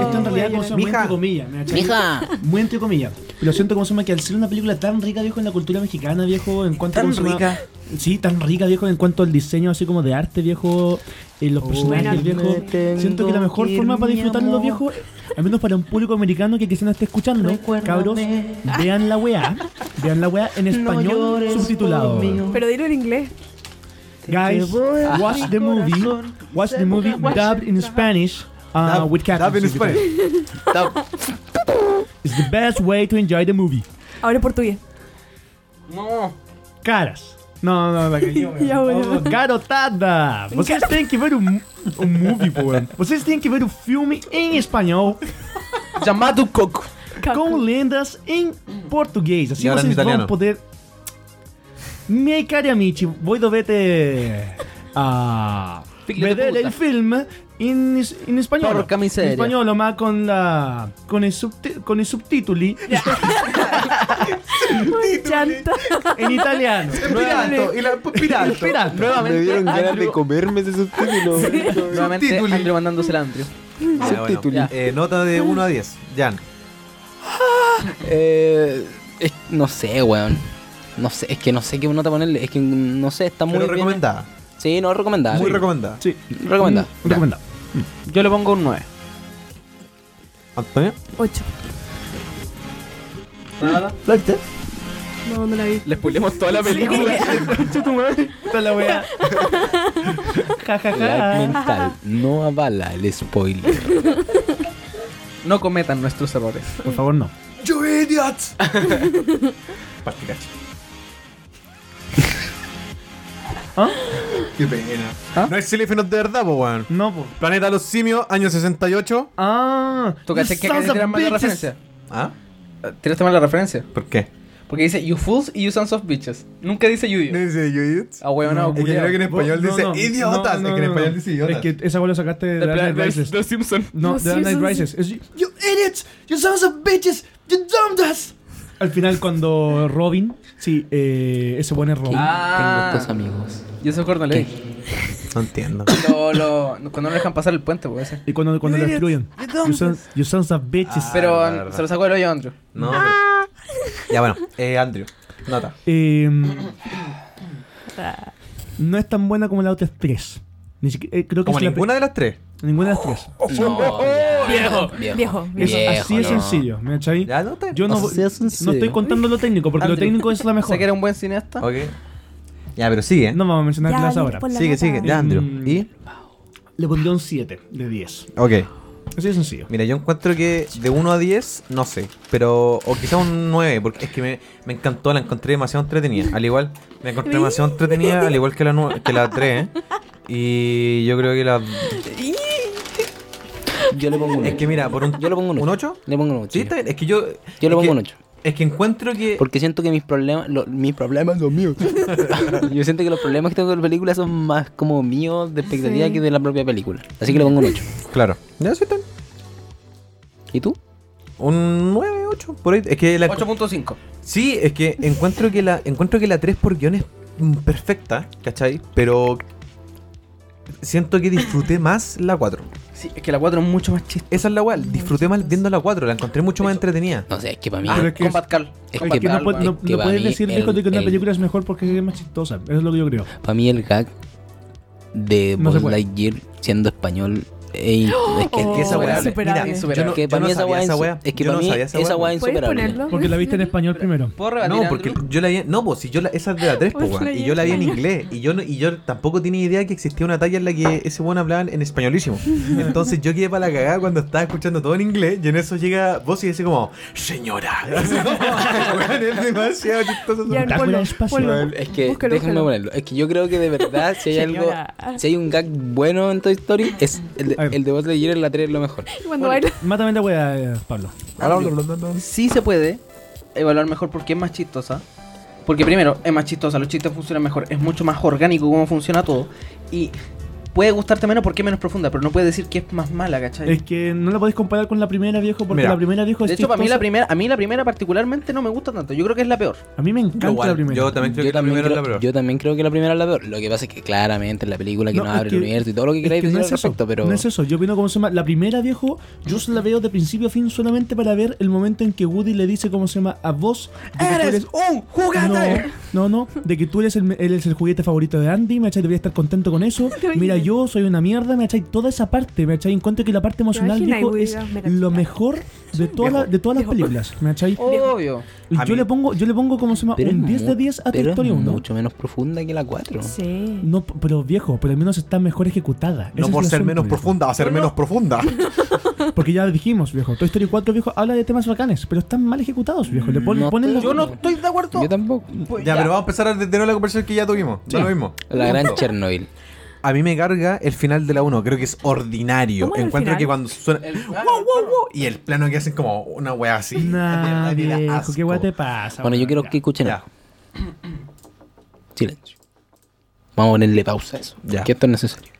Speaker 5: Esto en realidad como se llama, muy
Speaker 2: Mija.
Speaker 5: entre comillas, ¿me cachai?
Speaker 3: Mija.
Speaker 5: Muy entre comillas. Pero siento como se llama que al ser una película tan rica, viejo, en la cultura mexicana, viejo, en cuanto a
Speaker 2: Tan
Speaker 5: cómo se llama-
Speaker 2: rica.
Speaker 5: Sí, tan rica, viejo, en cuanto al diseño así como de arte, viejo, en los personajes,
Speaker 4: Bueno,
Speaker 5: viejo.
Speaker 2: tengo
Speaker 5: Siento que la mejor
Speaker 2: que
Speaker 5: forma para
Speaker 2: ir, mi
Speaker 5: disfrutarlo,
Speaker 2: amor.
Speaker 5: viejo, al menos para un público americano que quizás no esté escuchando,
Speaker 2: Recuérdame.
Speaker 5: cabros, vean la weá, vean la weá en español
Speaker 2: llores
Speaker 5: subtitulado.
Speaker 2: por mí.
Speaker 4: Pero dilo en inglés.
Speaker 5: Guys,
Speaker 2: voy a
Speaker 5: watch
Speaker 2: mi
Speaker 5: the movie,
Speaker 2: corazón.
Speaker 5: watch the movie dubbed in Spanish uh,
Speaker 2: Dub-
Speaker 5: with captions.
Speaker 2: dub in
Speaker 5: if you can.
Speaker 2: Spanish.
Speaker 5: It's the best way to enjoy the movie.
Speaker 4: Ahora en portugués.
Speaker 1: No.
Speaker 5: Caras. No, no, la que yo. weón.
Speaker 4: Ya, bueno.
Speaker 5: Oh, garotada. Vocês têm que ver um, um movie, pô. Vocês têm que ver o filme em espanhol
Speaker 1: Llamado Coco.
Speaker 5: com
Speaker 4: Coco.
Speaker 5: lendas em português. Assim
Speaker 2: E agora no
Speaker 5: vocês vão
Speaker 2: italiano.
Speaker 5: poder. Me cariamente, vou dever ter. Ah.
Speaker 1: Filho de
Speaker 5: Ver
Speaker 1: puta.
Speaker 5: o filme em, es- em espanhol.
Speaker 1: Porca miseria.
Speaker 5: Em espanhol, mas com a. Com o subti- com o subtítulo
Speaker 4: Chanta.
Speaker 5: em italiano.
Speaker 2: Pirato, y la pirato.
Speaker 5: Pirata.
Speaker 1: Nuevamente. Andrew-
Speaker 3: comerme ese subtítulo.
Speaker 1: Nuevamente
Speaker 2: Subtituli.
Speaker 1: Andrew mandándose el Andrew.
Speaker 2: Ya, Ah, bueno.
Speaker 3: Subtituli.
Speaker 2: Eh, nota de 1 a 10. Jan.
Speaker 3: Eh, es- no sé, weón. No sé, es que no sé qué nota ponerle. Es que no sé, está muy
Speaker 2: Pero
Speaker 3: bien.
Speaker 2: recomendada.
Speaker 3: Sí, no, recomendada.
Speaker 2: Muy Mm,
Speaker 3: Sí.
Speaker 2: recomendada.
Speaker 5: Sí.
Speaker 3: Recomendada. Ya.
Speaker 5: Recomendado.
Speaker 1: Yo le pongo un 9.
Speaker 2: Antonio.
Speaker 4: 8.
Speaker 1: Nada.
Speaker 4: No, no la vi.
Speaker 1: Les pulemos toda la película.
Speaker 5: Esta es la wea. Ja, ja,
Speaker 4: Ah.
Speaker 3: Lag
Speaker 5: ja.
Speaker 3: mental no avala el spoiler.
Speaker 1: No cometan nuestros errores.
Speaker 5: Por favor, no.
Speaker 2: You idiot. Particacho.
Speaker 5: ¿Ah?
Speaker 2: Qué pena.
Speaker 1: ¿Ah?
Speaker 2: No es teléfonos de verdad, po, weón.
Speaker 5: No, po.
Speaker 2: Planeta Los Simios, año 68.
Speaker 5: Ah.
Speaker 1: ¿Tú cachas que acá le tiran mal la referencia?
Speaker 2: ¿Ah?
Speaker 1: Eh, ¿Tiraste mal la referencia?
Speaker 2: ¿Por qué?
Speaker 1: Porque dice You fools y you sons of bitches. Nunca dice you.
Speaker 2: ¿No
Speaker 1: you.
Speaker 2: dice you idiot?
Speaker 1: Ah, weón, no,
Speaker 2: Es que creo que en español dice idiotas. es que en español dice idiotas.
Speaker 5: Es que esa bola sacaste de Dark Knight Rises.
Speaker 1: Simpsons.
Speaker 5: No,
Speaker 4: Los
Speaker 5: de Dark Knight
Speaker 4: Simpsons.
Speaker 5: Rises. Es-
Speaker 2: You idiots. You sons of bitches. You dumbass.
Speaker 5: Al final, cuando Robin. Sí, eh, ese buen es Robin.
Speaker 1: Ah.
Speaker 3: Tengo estos amigos.
Speaker 1: Yo soy Gordon Levy.
Speaker 2: No entiendo.
Speaker 1: Lo- lo- cuando no dejan pasar el puente, puede ser.
Speaker 5: Y cuando, cuando lo excluyen. You sons, you sons of bitches.
Speaker 2: Ah.
Speaker 1: Pero
Speaker 2: la verdad.
Speaker 1: se lo sacó del hoyo a Andrew.
Speaker 2: No. pero- Ya bueno, eh, Andrew. Nota.
Speaker 5: Eh,
Speaker 4: Ah,
Speaker 5: no es tan buena como la otra tres. Ni siquiera, eh, creo que
Speaker 2: Como
Speaker 5: es la
Speaker 2: ninguna de las tres.
Speaker 5: pe- ninguna de las tres.
Speaker 2: Oh,
Speaker 3: No, viejo,
Speaker 4: Viejo,
Speaker 5: Es
Speaker 3: Oh, Viejo,
Speaker 5: así de
Speaker 3: no.
Speaker 5: sencillo, ¿me cachai?
Speaker 2: Ya nota.
Speaker 5: Yo no,
Speaker 3: O sea, es un
Speaker 5: no estoy
Speaker 3: cero.
Speaker 5: contando lo técnico, porque lo
Speaker 1: Andrew.
Speaker 5: técnico es la mejor.
Speaker 1: Sé que era un buen cineasta.
Speaker 2: Ok. Ya, pero sigue.
Speaker 5: ¿Eh? No vamos a mencionar
Speaker 4: Ya,
Speaker 5: las
Speaker 4: ya,
Speaker 5: ahora.
Speaker 4: por la
Speaker 2: Sigue,
Speaker 4: nota.
Speaker 2: sigue. Ya, Andrew.
Speaker 5: Mm.
Speaker 2: ¿Y?
Speaker 5: Le pondría un 7 de 10.
Speaker 2: Ok.
Speaker 5: Así de sencillo.
Speaker 2: Mira, yo encuentro que de 1 a 10, no sé, pero. O quizá un 9, porque es que me, me encantó, la encontré demasiado entretenida. Al igual, la encontré demasiado entretenida, al igual que la, nue- que la 3. Y yo creo que la.
Speaker 3: Yo le pongo un
Speaker 2: Es que mira, por un.
Speaker 3: Yo le pongo un
Speaker 2: ¿Un
Speaker 3: ocho.
Speaker 2: 8?
Speaker 3: Le pongo un 8.
Speaker 2: Sí, está bien, Es que yo.
Speaker 3: Yo le
Speaker 2: es
Speaker 3: pongo
Speaker 2: que-
Speaker 3: un 8.
Speaker 2: Es que encuentro que.
Speaker 3: Porque siento que mis problemas, lo- mis problemas son míos. Yo siento que los problemas que tengo con la película son más como míos de expectativa
Speaker 4: Sí.
Speaker 3: que de la propia película. Así que le pongo un 8.
Speaker 2: Claro. Ya, sí, está bien.
Speaker 3: ¿Y tú?
Speaker 2: Un 9, 8, por ahí. Es que la.
Speaker 1: 8.5.
Speaker 2: Sí, es que encuentro que la encuentro que la 3 por guión es mm, perfecta, ¿cachai? Pero siento que disfruté más la 4.
Speaker 1: Sí, es que la 4 es mucho más chiste.
Speaker 2: Esa es la weá, disfruté más viendo la 4, la encontré mucho más entretenida.
Speaker 3: No sé, es que para mí.
Speaker 2: Ah,
Speaker 1: Ah,
Speaker 5: Pero es que-
Speaker 1: Combat Carl.
Speaker 3: es
Speaker 5: Es
Speaker 1: Combat
Speaker 5: que no,
Speaker 1: Carl,
Speaker 5: puede- no-
Speaker 1: weón.
Speaker 5: no
Speaker 3: que para
Speaker 5: puedes
Speaker 3: mí
Speaker 5: decir,
Speaker 3: el-
Speaker 5: viejo, de que una
Speaker 3: el-
Speaker 5: película es mejor porque es más chistosa. Eso es lo que yo creo.
Speaker 3: Para mí el gag de
Speaker 5: No se
Speaker 3: Buzz
Speaker 5: puede.
Speaker 3: Lightyear siendo español ey, es que,
Speaker 2: Es que esa
Speaker 4: Oh,
Speaker 2: weá,
Speaker 4: es
Speaker 5: eh.
Speaker 2: mira,
Speaker 4: insuperable.
Speaker 2: yo no,
Speaker 3: que para
Speaker 2: yo
Speaker 3: mí
Speaker 2: no
Speaker 3: esa
Speaker 2: sabía
Speaker 3: weá
Speaker 2: esa
Speaker 3: insu-
Speaker 2: weá.
Speaker 3: es que
Speaker 2: yo
Speaker 3: para
Speaker 2: no
Speaker 3: mí
Speaker 2: sabía esa
Speaker 3: esa
Speaker 2: weá.
Speaker 3: weá es
Speaker 4: ¿Puedes
Speaker 3: insuperable.
Speaker 4: ponerlo?
Speaker 5: Porque la viste en español primero.
Speaker 1: ¿Puedo rebatir,
Speaker 2: No, porque
Speaker 1: Andrew?
Speaker 2: yo la vi en, no, pues si yo la, esa es de la 3, pues,
Speaker 4: Pues la
Speaker 2: weón, y yo la vi en
Speaker 4: llevo.
Speaker 2: inglés y yo no- y yo tampoco tenía idea que existía una talla en la que ese weón hablaba en españolísimo. Entonces yo quedé para la cagada cuando estaba escuchando todo en inglés y en eso llega vos y dice como, "Señora." Así como, weón, es demasiado chistoso.
Speaker 4: Ya,
Speaker 5: Drácula
Speaker 4: ponlo,
Speaker 5: espacial.
Speaker 4: ponlo.
Speaker 3: Es que
Speaker 4: Búscalo,
Speaker 3: déjenme
Speaker 4: búscalo.
Speaker 3: ponerlo. Es que yo creo que de verdad si hay algo,
Speaker 4: Señora.
Speaker 3: si hay un gag bueno en Toy Story es el,
Speaker 5: A ver.
Speaker 3: de- el de Buzz Lightyear en la 3 es lo mejor.
Speaker 4: Cuando baila.
Speaker 5: Mátame la weá, eh, Pablo.
Speaker 1: Sí se puede, evaluar mejor porque es más chistosa. Porque primero, es más chistosa, los chistes funcionan mejor, es mucho más orgánico cómo funciona todo. Y puede gustarte menos porque es menos profunda, pero no puedes decir que es más mala, ¿cachai?
Speaker 5: Es que no la podéis comparar con la primera, viejo, porque
Speaker 2: Mira,
Speaker 5: la primera, viejo, es
Speaker 1: de hecho, para mí la
Speaker 5: chistosa.
Speaker 1: primera, a mí la primera particularmente no me gusta tanto. Yo creo que es la peor.
Speaker 5: A mí me encanta
Speaker 2: Yo, igual,
Speaker 5: la primera.
Speaker 2: yo también creo
Speaker 3: yo,
Speaker 2: que la
Speaker 3: también
Speaker 2: primera es
Speaker 3: creo,
Speaker 2: la peor.
Speaker 3: yo también creo que la primera es la peor. Lo que pasa es que claramente en la película que
Speaker 5: No,
Speaker 3: no,
Speaker 5: es
Speaker 3: abre
Speaker 5: que-
Speaker 3: el universo y todo lo que
Speaker 5: Es que
Speaker 3: queráis decir
Speaker 5: no
Speaker 3: al
Speaker 5: es eso,
Speaker 3: respecto, pero
Speaker 5: no es eso. Yo opino cómo se llama. La primera, viejo, yo se la veo de principio a fin solamente para ver el momento en que Woody le dice cómo se llama a vos. de que tú eres-
Speaker 1: un
Speaker 5: No, no, no, de que tú eres el, él es el juguete favorito de Andy, me achai, debería estar contento con eso.
Speaker 4: Debería.
Speaker 5: Mira, yo soy una mierda, me achai, toda esa parte, me achai, encuentro que la parte emocional,
Speaker 4: Imagina,
Speaker 5: viejo,
Speaker 4: y
Speaker 5: es
Speaker 4: Woody, mira,
Speaker 5: lo
Speaker 4: mira.
Speaker 5: mejor de, toda la- de todas las
Speaker 4: Viejo.
Speaker 5: películas, me achai.
Speaker 1: Obvio.
Speaker 5: Y
Speaker 2: A
Speaker 5: yo
Speaker 2: mí-
Speaker 5: le pongo, yo le pongo como se llama,
Speaker 3: pero es
Speaker 5: un 10 de
Speaker 3: mu-
Speaker 5: 10 a tu
Speaker 3: pero
Speaker 5: historia
Speaker 3: es
Speaker 5: 1.
Speaker 3: mucho menos profunda que la 4.
Speaker 4: Sí.
Speaker 5: No, p- pero viejo, por al menos está mejor ejecutada. Ese
Speaker 2: No
Speaker 5: es
Speaker 2: por
Speaker 5: el
Speaker 2: ser
Speaker 5: asunto,
Speaker 2: menos
Speaker 5: viejo.
Speaker 2: profunda, va a ser menos profunda.
Speaker 5: Porque ya dijimos, viejo, Toy Story 4, viejo, habla de temas bacanes, pero están mal ejecutados, viejo. Le pon-
Speaker 3: No,
Speaker 5: ponen los-
Speaker 1: Yo no estoy de acuerdo.
Speaker 3: Yo tampoco.
Speaker 1: Pues
Speaker 2: ya,
Speaker 1: ya.
Speaker 2: pero vamos a empezar a detener la conversación que ya tuvimos. Da lo mismo.
Speaker 3: La gran Chernobyl.
Speaker 2: A mí me carga el final de la 1, creo que es ordinario.
Speaker 4: ¿Cómo era el
Speaker 2: Encuentro
Speaker 4: final?
Speaker 2: que cuando suena
Speaker 1: El- ah,
Speaker 2: wow,
Speaker 1: el
Speaker 2: wow, wow, y el plano que hacen como una wea así.
Speaker 5: Nah,
Speaker 2: de verdad que da
Speaker 5: viejo,
Speaker 2: asco.
Speaker 5: qué guay te pasa.
Speaker 3: Bueno, yo
Speaker 5: weón,
Speaker 3: quiero
Speaker 5: ya.
Speaker 3: que escuchen
Speaker 2: Ya.
Speaker 3: algo. Silencio. Vamos a ponerle pausa a eso.
Speaker 2: Ya.
Speaker 3: Que esto es necesario.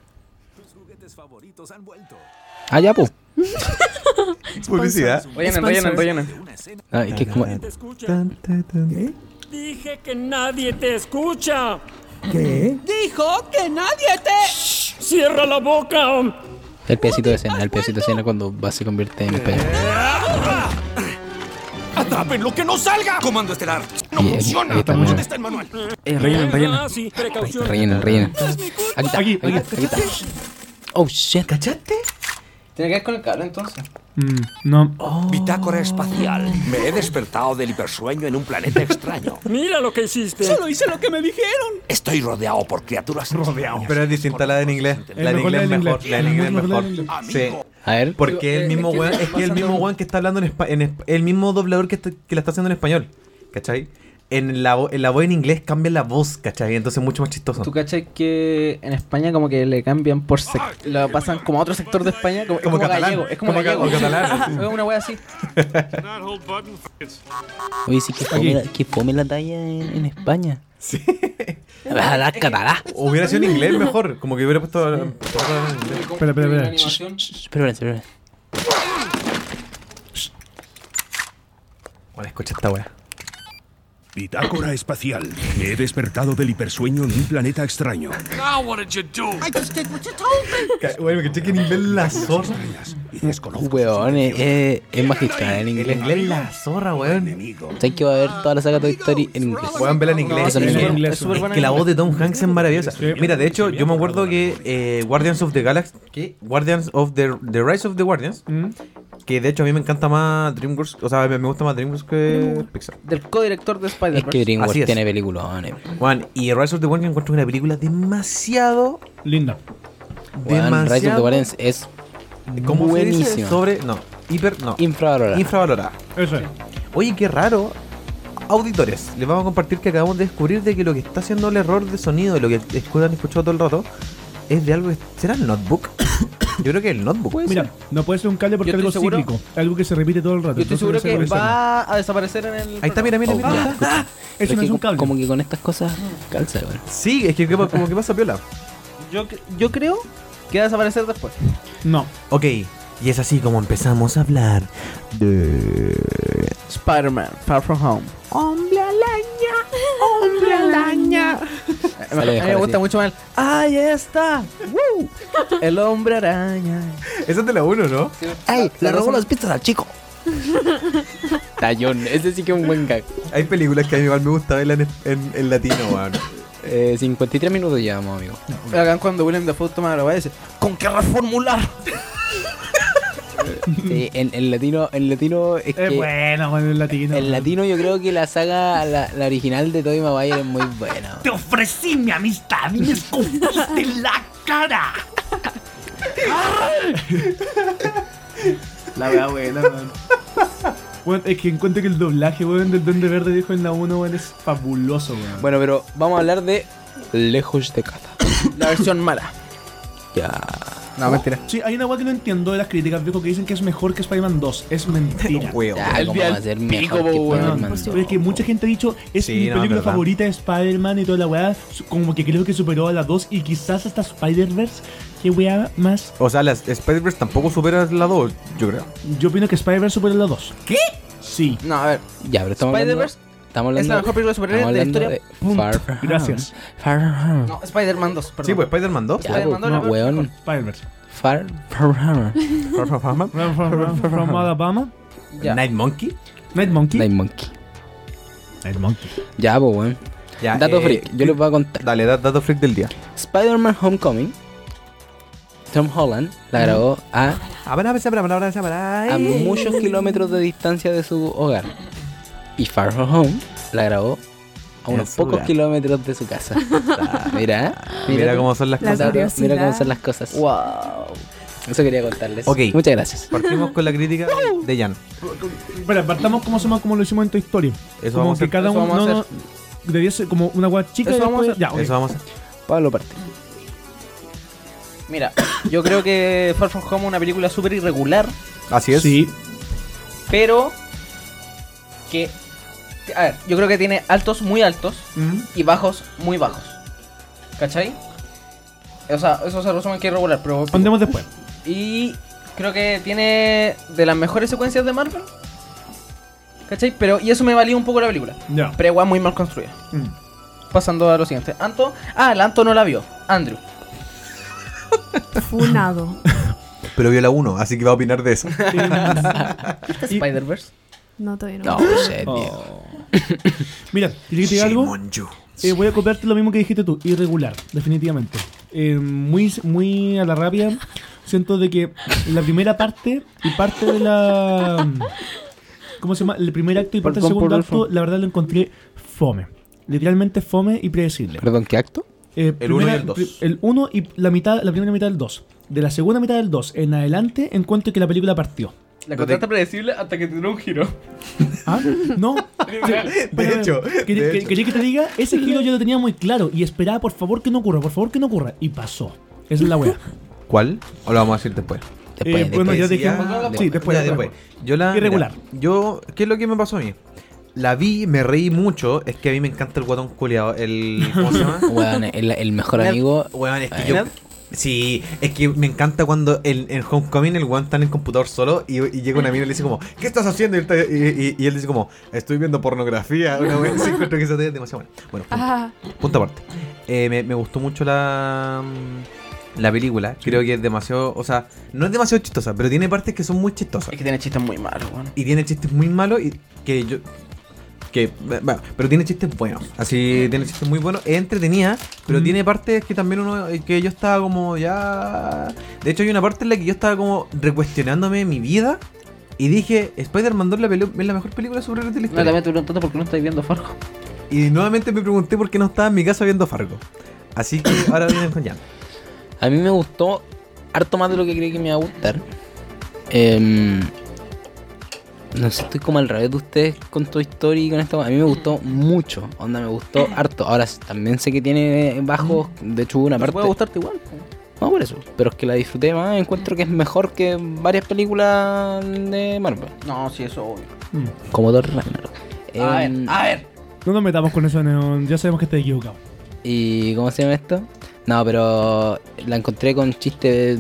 Speaker 3: Ah, ya, pues.
Speaker 2: Publicidad.
Speaker 1: Rellenan, rellenan, rellenan.
Speaker 3: Ah, es que es como.
Speaker 2: Tan, tan, tan.
Speaker 6: Dije que nadie te escucha.
Speaker 5: ¿Qué?
Speaker 6: Dijo que nadie te... Cierra la boca.
Speaker 3: El pedacito de escena, el pedacito de escena cuando va, se convierte en pez.
Speaker 7: ¡Atrapenlo, que no salga! Comando estelar. No
Speaker 3: Bien,
Speaker 7: funciona.
Speaker 3: ahí estamos.
Speaker 7: ¿Dónde está el manual?
Speaker 1: Eh, rellenan, rellenan.
Speaker 6: Ah, sí, precaución.
Speaker 3: Rellena, rellena. Aquí está,
Speaker 5: Aquí,
Speaker 3: aquí,
Speaker 5: aquí.
Speaker 3: está, aquí está. Oh shit.
Speaker 2: ¿Cachaste?
Speaker 1: Tiene que ver con el cable entonces.
Speaker 5: Mm, no.
Speaker 6: Oh.
Speaker 7: Bitácora espacial. Me he despertado del hipersueño en un planeta extraño.
Speaker 6: Mira lo que hiciste.
Speaker 7: Estoy rodeado por criaturas. Rodeado.
Speaker 2: Pero es distinta la de en inglés.
Speaker 5: Es
Speaker 2: La de
Speaker 5: mejor la
Speaker 2: inglés es
Speaker 5: del
Speaker 2: mejor.
Speaker 5: inglés.
Speaker 2: La de inglés
Speaker 5: Es mejor la
Speaker 2: mejor.
Speaker 5: del
Speaker 2: Sí.
Speaker 3: A ver,
Speaker 2: Porque el mismo
Speaker 1: ¿qué
Speaker 2: weón,
Speaker 1: está
Speaker 2: es que el mismo
Speaker 1: pasando?
Speaker 2: weón que está hablando en español, el mismo doblador que, está- que la está haciendo en español, ¿cachai? En la, vo- en la voz en inglés cambia la voz, ¿cachai? Entonces es mucho más chistoso.
Speaker 1: ¿Tú cachai que en España como que le cambian por sec- la pasan como a otro sector de España? Como, es
Speaker 2: Como
Speaker 1: como
Speaker 2: catalán.
Speaker 1: gallego, es como,
Speaker 2: Como ca-
Speaker 1: gallego.
Speaker 2: como catalán,
Speaker 1: Es una wea así.
Speaker 3: oye, sí que fome, la, que fome la talla en, en España. Sí. Vas a dar catalá.
Speaker 2: Hubiera sido en inglés mejor, como que hubiera puesto... en inglés.
Speaker 5: Espera, espera, espera.
Speaker 3: Espera, espera, espera.
Speaker 2: Bueno, escucha esta wea.
Speaker 9: Bitácora espacial. Me he despertado del hipersueño en un planeta extraño.
Speaker 2: Ca- Bueno, que cheque en inglés la zorra.
Speaker 9: Y desconozco
Speaker 3: Weón,
Speaker 8: eh,
Speaker 3: es, es- es magistral
Speaker 2: El
Speaker 3: en inglés.
Speaker 2: inglés la zorra, weón.
Speaker 9: enemigo.
Speaker 3: ¿Sabes que va a ver toda la saga Toy Story en inglés?
Speaker 2: Weón, vela en inglés.
Speaker 3: Eso en
Speaker 1: es
Speaker 3: inglés.
Speaker 1: súper-
Speaker 5: inglés.
Speaker 1: es súper
Speaker 2: Es
Speaker 1: buena
Speaker 2: que la
Speaker 1: en
Speaker 2: voz
Speaker 1: inglés.
Speaker 2: de Tom Hanks es maravillosa.
Speaker 5: Sí.
Speaker 2: Mira, de hecho, yo me acuerdo que eh, Guardians of the Galaxy, ¿qué? Mm. Guardians of the, the Rise of the Guardians, que de hecho a mí me encanta más DreamWorks, o sea, me, me gusta más DreamWorks que Pixar.
Speaker 1: Del codirector de
Speaker 3: Es
Speaker 1: Spider-Man.
Speaker 3: que
Speaker 2: Así
Speaker 3: DreamWorks
Speaker 2: es.
Speaker 3: tiene peliculones.
Speaker 2: Juan, y Rise of the Guardians encuentro una película demasiado,
Speaker 5: Linda.
Speaker 3: Weón, Rise of the
Speaker 2: demasiado,
Speaker 3: Guardians es
Speaker 2: ¿cómo se dice?
Speaker 3: buenísima.
Speaker 2: Sobre, no, hiper, no,
Speaker 3: infravalorada.
Speaker 2: infravalorada.
Speaker 5: Eso es.
Speaker 2: Oye, qué raro. Auditores, les vamos a compartir que acabamos de descubrir de que lo que está haciendo el error de sonido, lo que escu- han escuchado todo el rato, es de algo. que- ¿Será el notebook? Yo creo que el notebook.
Speaker 5: Mira, no puede ser un cable porque
Speaker 1: Yo
Speaker 5: algo
Speaker 1: estoy seguro-
Speaker 5: cíclico. Algo que se repite todo el rato.
Speaker 1: Yo estoy
Speaker 5: entonces
Speaker 1: seguro
Speaker 5: no sé
Speaker 1: que
Speaker 5: cómo es eso.
Speaker 1: va a desaparecer en el.
Speaker 2: Ahí está, mira, mira, mira.
Speaker 3: Oh,
Speaker 1: Ah,
Speaker 2: mira.
Speaker 3: ya.
Speaker 5: Eso no
Speaker 3: Pero es
Speaker 5: es
Speaker 3: que
Speaker 5: un
Speaker 3: co-
Speaker 5: cable.
Speaker 3: Como que con estas cosas calza, weón.
Speaker 2: Sí, es que como, como que pasa piola.
Speaker 1: Yo, yo creo que va a desaparecer después.
Speaker 5: No.
Speaker 2: Ok, y es así como empezamos a hablar de.
Speaker 1: Spider-Man, Far From Home.
Speaker 2: Hombre alaña, hombre
Speaker 1: A mí me
Speaker 3: mejor
Speaker 1: gusta
Speaker 3: así.
Speaker 1: mucho más. el, Ahí está. ¡Woo! El hombre araña.
Speaker 2: Esa es de la 1, ¿no?
Speaker 3: ¡Ey!
Speaker 1: le robó las
Speaker 3: pistas al chico! Tallón, ese sí que es un buen gag.
Speaker 2: Hay películas que a mí igual me gusta verla en, en- en latino, weón.
Speaker 3: Eh, 53 minutos llevamos, amigo.
Speaker 1: Hagan cuando Willem Dafoe toma la dice, ¿con qué reformular?
Speaker 3: Sí, el, el latino, el latino es
Speaker 5: Es
Speaker 3: que.
Speaker 5: bueno, bueno, el latino.
Speaker 3: El latino yo creo que la saga, la, la original de Tobey Maguire es muy buena.
Speaker 7: Te ofrecí mi amistad y me escupiste en la cara.
Speaker 5: La wea buena, weón. Bueno, es que encuentro que el doblaje, weón, del Duende Verde dijo en la 1, weón, es fabuloso, weón.
Speaker 3: Bueno, pero vamos a hablar de Lejos de Casa.
Speaker 1: La versión mala.
Speaker 3: Ya.
Speaker 1: No, mentira.
Speaker 5: Sí, hay una weá que no entiendo de las críticas, viejo, que dicen que es mejor que Spider-Man 2. Es mentira.
Speaker 2: Weón.
Speaker 3: Ya, ¿cómo va a ser mejor que Spider-Man?
Speaker 5: Pero es que mucha gente ha dicho, es
Speaker 2: Sí,
Speaker 5: mi
Speaker 2: no, es
Speaker 5: película
Speaker 2: verdad.
Speaker 5: favorita de Spider-Man y toda la weá, su- como que creo que superó a las dos y quizás hasta Spider-Verse. ¿Qué weá más?
Speaker 2: O sea, las Spider-Verse tampoco supera la 2, yo creo.
Speaker 5: Yo opino que Spider-Verse superó a las dos.
Speaker 1: ¿Qué?
Speaker 5: Sí.
Speaker 1: No, a ver.
Speaker 3: Ya, pero estamos hablando...
Speaker 1: Spider-Verse
Speaker 3: Estamos hablando...
Speaker 1: es la mejor película de superhéroes de la
Speaker 3: estamos
Speaker 1: historia.
Speaker 3: hablando
Speaker 1: Punto.
Speaker 3: Far From Home.
Speaker 5: Gracias.
Speaker 3: Far From Home.
Speaker 1: No, Spider-Man 2, perdón.
Speaker 2: Ah. Sí, pues Spider-Man 2.
Speaker 3: Ya,
Speaker 1: Spider-Man
Speaker 3: pues,
Speaker 1: dos, la
Speaker 3: no,
Speaker 1: peor
Speaker 3: weón.
Speaker 5: Spider-Verse.
Speaker 3: Far From Home.
Speaker 5: From, from- from- from Alabama.
Speaker 1: Ya.
Speaker 2: Night Monkey.
Speaker 5: Night Monkey.
Speaker 3: Night Monkey.
Speaker 5: Night Monkey.
Speaker 3: Ya, pues, weón.
Speaker 2: Ya,
Speaker 3: Dato
Speaker 2: eh,
Speaker 3: freak. Yo les voy a contar.
Speaker 2: Dale, da- dato freak del día.
Speaker 3: Spider-Man Homecoming. Tom Holland la grabó a, a muchos kilómetros de distancia de su hogar. Y Far From Home la grabó a
Speaker 2: En
Speaker 3: unos
Speaker 2: su
Speaker 3: pocos
Speaker 2: hogar.
Speaker 3: kilómetros de su casa. mira,
Speaker 2: Mira cómo son las
Speaker 4: La
Speaker 2: cosas.
Speaker 3: dato,
Speaker 4: curiosidad.
Speaker 3: mira cómo son las cosas.
Speaker 1: Wow.
Speaker 3: Eso quería contarles.
Speaker 2: Ok.
Speaker 3: Muchas gracias.
Speaker 2: Partimos con la crítica de Jan.
Speaker 5: Espera, partamos como, somos, como lo hicimos en Toy Story.
Speaker 2: Eso
Speaker 5: como
Speaker 2: vamos a
Speaker 5: que
Speaker 2: hacer,
Speaker 5: cada
Speaker 1: eso
Speaker 5: uno.
Speaker 1: vamos a
Speaker 5: no, no, debía ser como una weá chica.
Speaker 1: Eso
Speaker 5: y
Speaker 1: vamos a
Speaker 5: después- ya, ok.
Speaker 2: Eso vamos a hacer.
Speaker 3: Pablo parte.
Speaker 1: Mira, yo creo que Far From Home es una película súper irregular,
Speaker 2: Así es.
Speaker 5: Sí.
Speaker 1: pero que... A ver, yo creo que tiene altos muy altos
Speaker 5: Mm.
Speaker 1: y bajos muy bajos. ¿Cachai? O sea, eso se resume en que irregular, pero...
Speaker 5: Andemos después.
Speaker 1: Y creo que tiene de las mejores secuencias de Marvel. ¿Cachai? Pero, y eso me valió un poco la película.
Speaker 5: Ya.
Speaker 1: Pero igual muy mal construida.
Speaker 5: Mm.
Speaker 1: Pasando a lo siguiente. Anto. Ah, el Anto no la vio. Andrew.
Speaker 4: Funado.
Speaker 2: Pero vio la 1, así que va a opinar de eso.
Speaker 5: Y- Oh.
Speaker 1: Spider-Verse.
Speaker 4: No, todavía
Speaker 3: No,
Speaker 4: no.
Speaker 3: shit, Diego.
Speaker 5: Mira, si yo te digo algo,
Speaker 2: Monju.
Speaker 5: eh, voy a copiarte lo mismo que dijiste tú, irregular, definitivamente. Eh, muy, muy a la rabia, siento de que la primera parte y parte de la... mm, ¿Cómo se llama? El primer acto y parte del
Speaker 3: Perdón por
Speaker 5: segundo
Speaker 3: el
Speaker 5: acto,
Speaker 3: fo-
Speaker 5: la verdad lo encontré fome. Literalmente fome y predecible.
Speaker 3: Perdón, ¿qué acto?
Speaker 5: Eh,
Speaker 2: El uno y
Speaker 5: primera-
Speaker 2: el dos.
Speaker 5: pri- El 1 y la mitad, la primera mitad del 2. De la segunda mitad del 2 en adelante encuentro que la película partió.
Speaker 1: La contrata predecible hasta que te dio un giro.
Speaker 5: ¿Ah? No.
Speaker 2: De hecho,
Speaker 5: Quería
Speaker 2: de
Speaker 5: que-
Speaker 2: hecho.
Speaker 5: quería que te diga, ese giro yo lo tenía muy claro y esperaba, por favor, que no ocurra, por favor, que no ocurra. Y pasó. Esa es la wea.
Speaker 2: ¿Cuál? O lo vamos a decir después.
Speaker 3: Después,
Speaker 5: Eh, bueno,
Speaker 3: después.
Speaker 5: ya
Speaker 2: Sí,
Speaker 5: dejemos.
Speaker 2: ya,
Speaker 5: sí, después.
Speaker 2: ah, ya,
Speaker 5: después.
Speaker 2: Yo la.
Speaker 5: Irregular.
Speaker 2: mira, yo. ¿Qué es lo que me pasó a mí? La vi, me reí mucho. Es que a mí me encanta el guatón culeado. El. ¿Cómo se llama?
Speaker 3: Weón, el, el mejor amigo.
Speaker 2: Weón, es que yo. Sí, es que me encanta cuando en, en Homecoming el weón está en el computador solo y, y llega una mina y le dice como, ¿qué estás haciendo? Y él, está- y- y- y él dice como, estoy viendo pornografía. Una weón así, encuentro que esa teoría es demasiado buena. Bueno, punto,
Speaker 4: Ah,
Speaker 2: punto aparte. Eh, me, me gustó mucho la, mm, la película. Creo que es demasiado, o sea, no es demasiado chistosa, pero tiene partes que son muy chistosas.
Speaker 1: Es que tiene chistes muy malos, weón.
Speaker 2: Y tiene chistes muy malos y que yo. Que, bueno, pero tiene chistes buenos. Así, tiene chistes muy buenos. Es entretenida, pero
Speaker 5: Mm.
Speaker 2: tiene partes que también uno. eh, Que yo estaba como ya. De hecho, hay una parte en la que yo estaba como recuestionándome mi vida. Y dije, Spider-Man 2 la pelu- es la mejor película sobre de la
Speaker 1: No,
Speaker 2: historia.
Speaker 1: también te preguntando por qué no estáis viendo Fargo.
Speaker 2: y nuevamente me pregunté por qué no estaba en mi casa viendo Fargo. Así que ahora vienen con Jan.
Speaker 3: A mí me gustó harto más de lo que creí que me iba a gustar. Em, no sé, estoy como al revés de ustedes con Toy Story y con esta. A mí me gustó mucho. Onda, me gustó harto. Ahora s- también sé que tiene bajos. De hecho, hubo una
Speaker 1: Te
Speaker 3: parte.
Speaker 1: puede gustarte igual.
Speaker 3: No, por eso. Pero es que la disfruté más. Encuentro que es mejor que varias películas de Marvel.
Speaker 1: No, sí, eso obvio.
Speaker 5: Mm.
Speaker 3: Como Thor Ragnarok.
Speaker 1: A ver,
Speaker 3: Em,
Speaker 1: a ver.
Speaker 5: No nos metamos con eso, Neon. Ya sabemos que estás equivocado.
Speaker 3: ¿Y cómo se llama esto? No, pero la encontré con chiste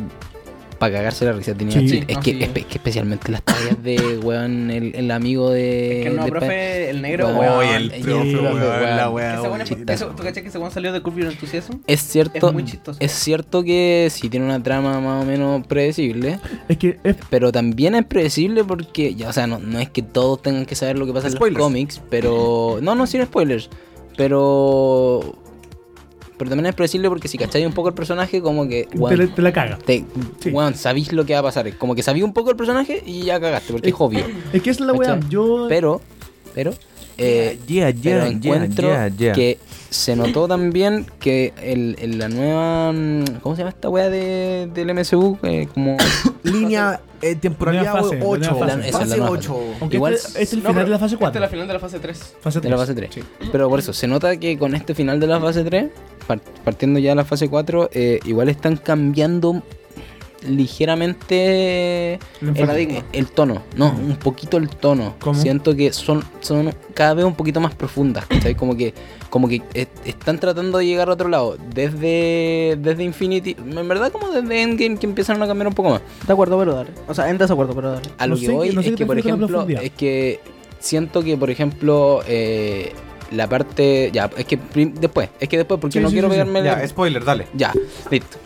Speaker 3: para cagarse la risa. Tenía
Speaker 5: Sí.
Speaker 3: chiste.
Speaker 1: Sí,
Speaker 3: Es,
Speaker 1: no,
Speaker 3: que,
Speaker 1: sí.
Speaker 3: es pe- que especialmente las tallas de weón, el, el amigo de.
Speaker 1: Es que el nuevo
Speaker 3: de Pe-
Speaker 1: profe, el negro,
Speaker 3: Weón,
Speaker 2: Oh,
Speaker 1: weón.
Speaker 3: el profe, weón, la
Speaker 1: Ese weón es-
Speaker 3: chistazo,
Speaker 1: eso- ¿Tú cachai que ese weón salió de Curb Your Enthusiasm?
Speaker 3: Es cierto,
Speaker 1: Es muy chistoso.
Speaker 3: es cierto que sí tiene una trama más o menos predecible,
Speaker 5: Es que es
Speaker 3: pero también es predecible porque, ya, o sea, no, no es que todos tengan que saber lo que pasa en
Speaker 2: Spoilers.
Speaker 3: los cómics, pero... No, no, sin spoilers, pero... Pero también es predecible porque si cacháis un poco el personaje, como que...
Speaker 5: te,
Speaker 3: weón,
Speaker 5: la- te la caga.
Speaker 3: te,
Speaker 5: Sí.
Speaker 3: weón, sabís lo que va a pasar. Como que sabí un poco el personaje y ya cagaste, porque es obvio.
Speaker 5: Es que es la wea.
Speaker 3: ¿Cachai?
Speaker 5: Yo.
Speaker 3: Pero, pero, eh,
Speaker 2: Yeah,
Speaker 3: pero
Speaker 2: yeah, yeah,
Speaker 3: encuentro
Speaker 2: yeah, yeah.
Speaker 3: que se notó también que el, el- la nueva. mm, ¿Cómo se llama esta wea de, del MSU? Eh, como.
Speaker 2: Línea eh, temporalidad
Speaker 5: Nueva fase,
Speaker 2: 8.
Speaker 5: nueva
Speaker 3: fase. Esa es la nueva fase.
Speaker 2: 8.
Speaker 5: Aunque
Speaker 3: igual-
Speaker 5: este, este es el
Speaker 1: No,
Speaker 5: final
Speaker 1: pero
Speaker 5: de la fase
Speaker 1: Esta es
Speaker 5: 4.
Speaker 1: la final de la fase 3.
Speaker 5: fase
Speaker 3: de la fase 3. Pero por eso, se nota que con este final de la fase 3, par- partiendo ya de la fase 4, eh, igual están cambiando ligeramente
Speaker 5: El
Speaker 1: paradigma.
Speaker 3: el, eh, el tono, no, un poquito el tono.
Speaker 5: ¿Cómo?
Speaker 3: Siento que son, son cada vez un poquito más profundas, ¿cachai? Como que, como que es- están tratando de llegar a otro lado. Desde, desde Infinity, en verdad como desde Endgame que empiezan a cambiar un poco más.
Speaker 1: De acuerdo, pero dale. O sea, en desacuerdo, pero dale.
Speaker 3: A lo
Speaker 5: No
Speaker 3: que
Speaker 5: sé
Speaker 3: voy
Speaker 5: qué- no sé
Speaker 3: es
Speaker 5: qué
Speaker 3: que, por
Speaker 5: te refieres con la
Speaker 3: ejemplo,
Speaker 5: profundidad.
Speaker 3: es que siento que, por ejemplo, eh, la parte. Ya, es que prim- después, es que después, porque
Speaker 5: Sí,
Speaker 3: no
Speaker 5: sí,
Speaker 3: quiero
Speaker 5: sí, sí.
Speaker 3: pegarme la.
Speaker 2: Ya, spoiler, dale.
Speaker 3: Ya, listo.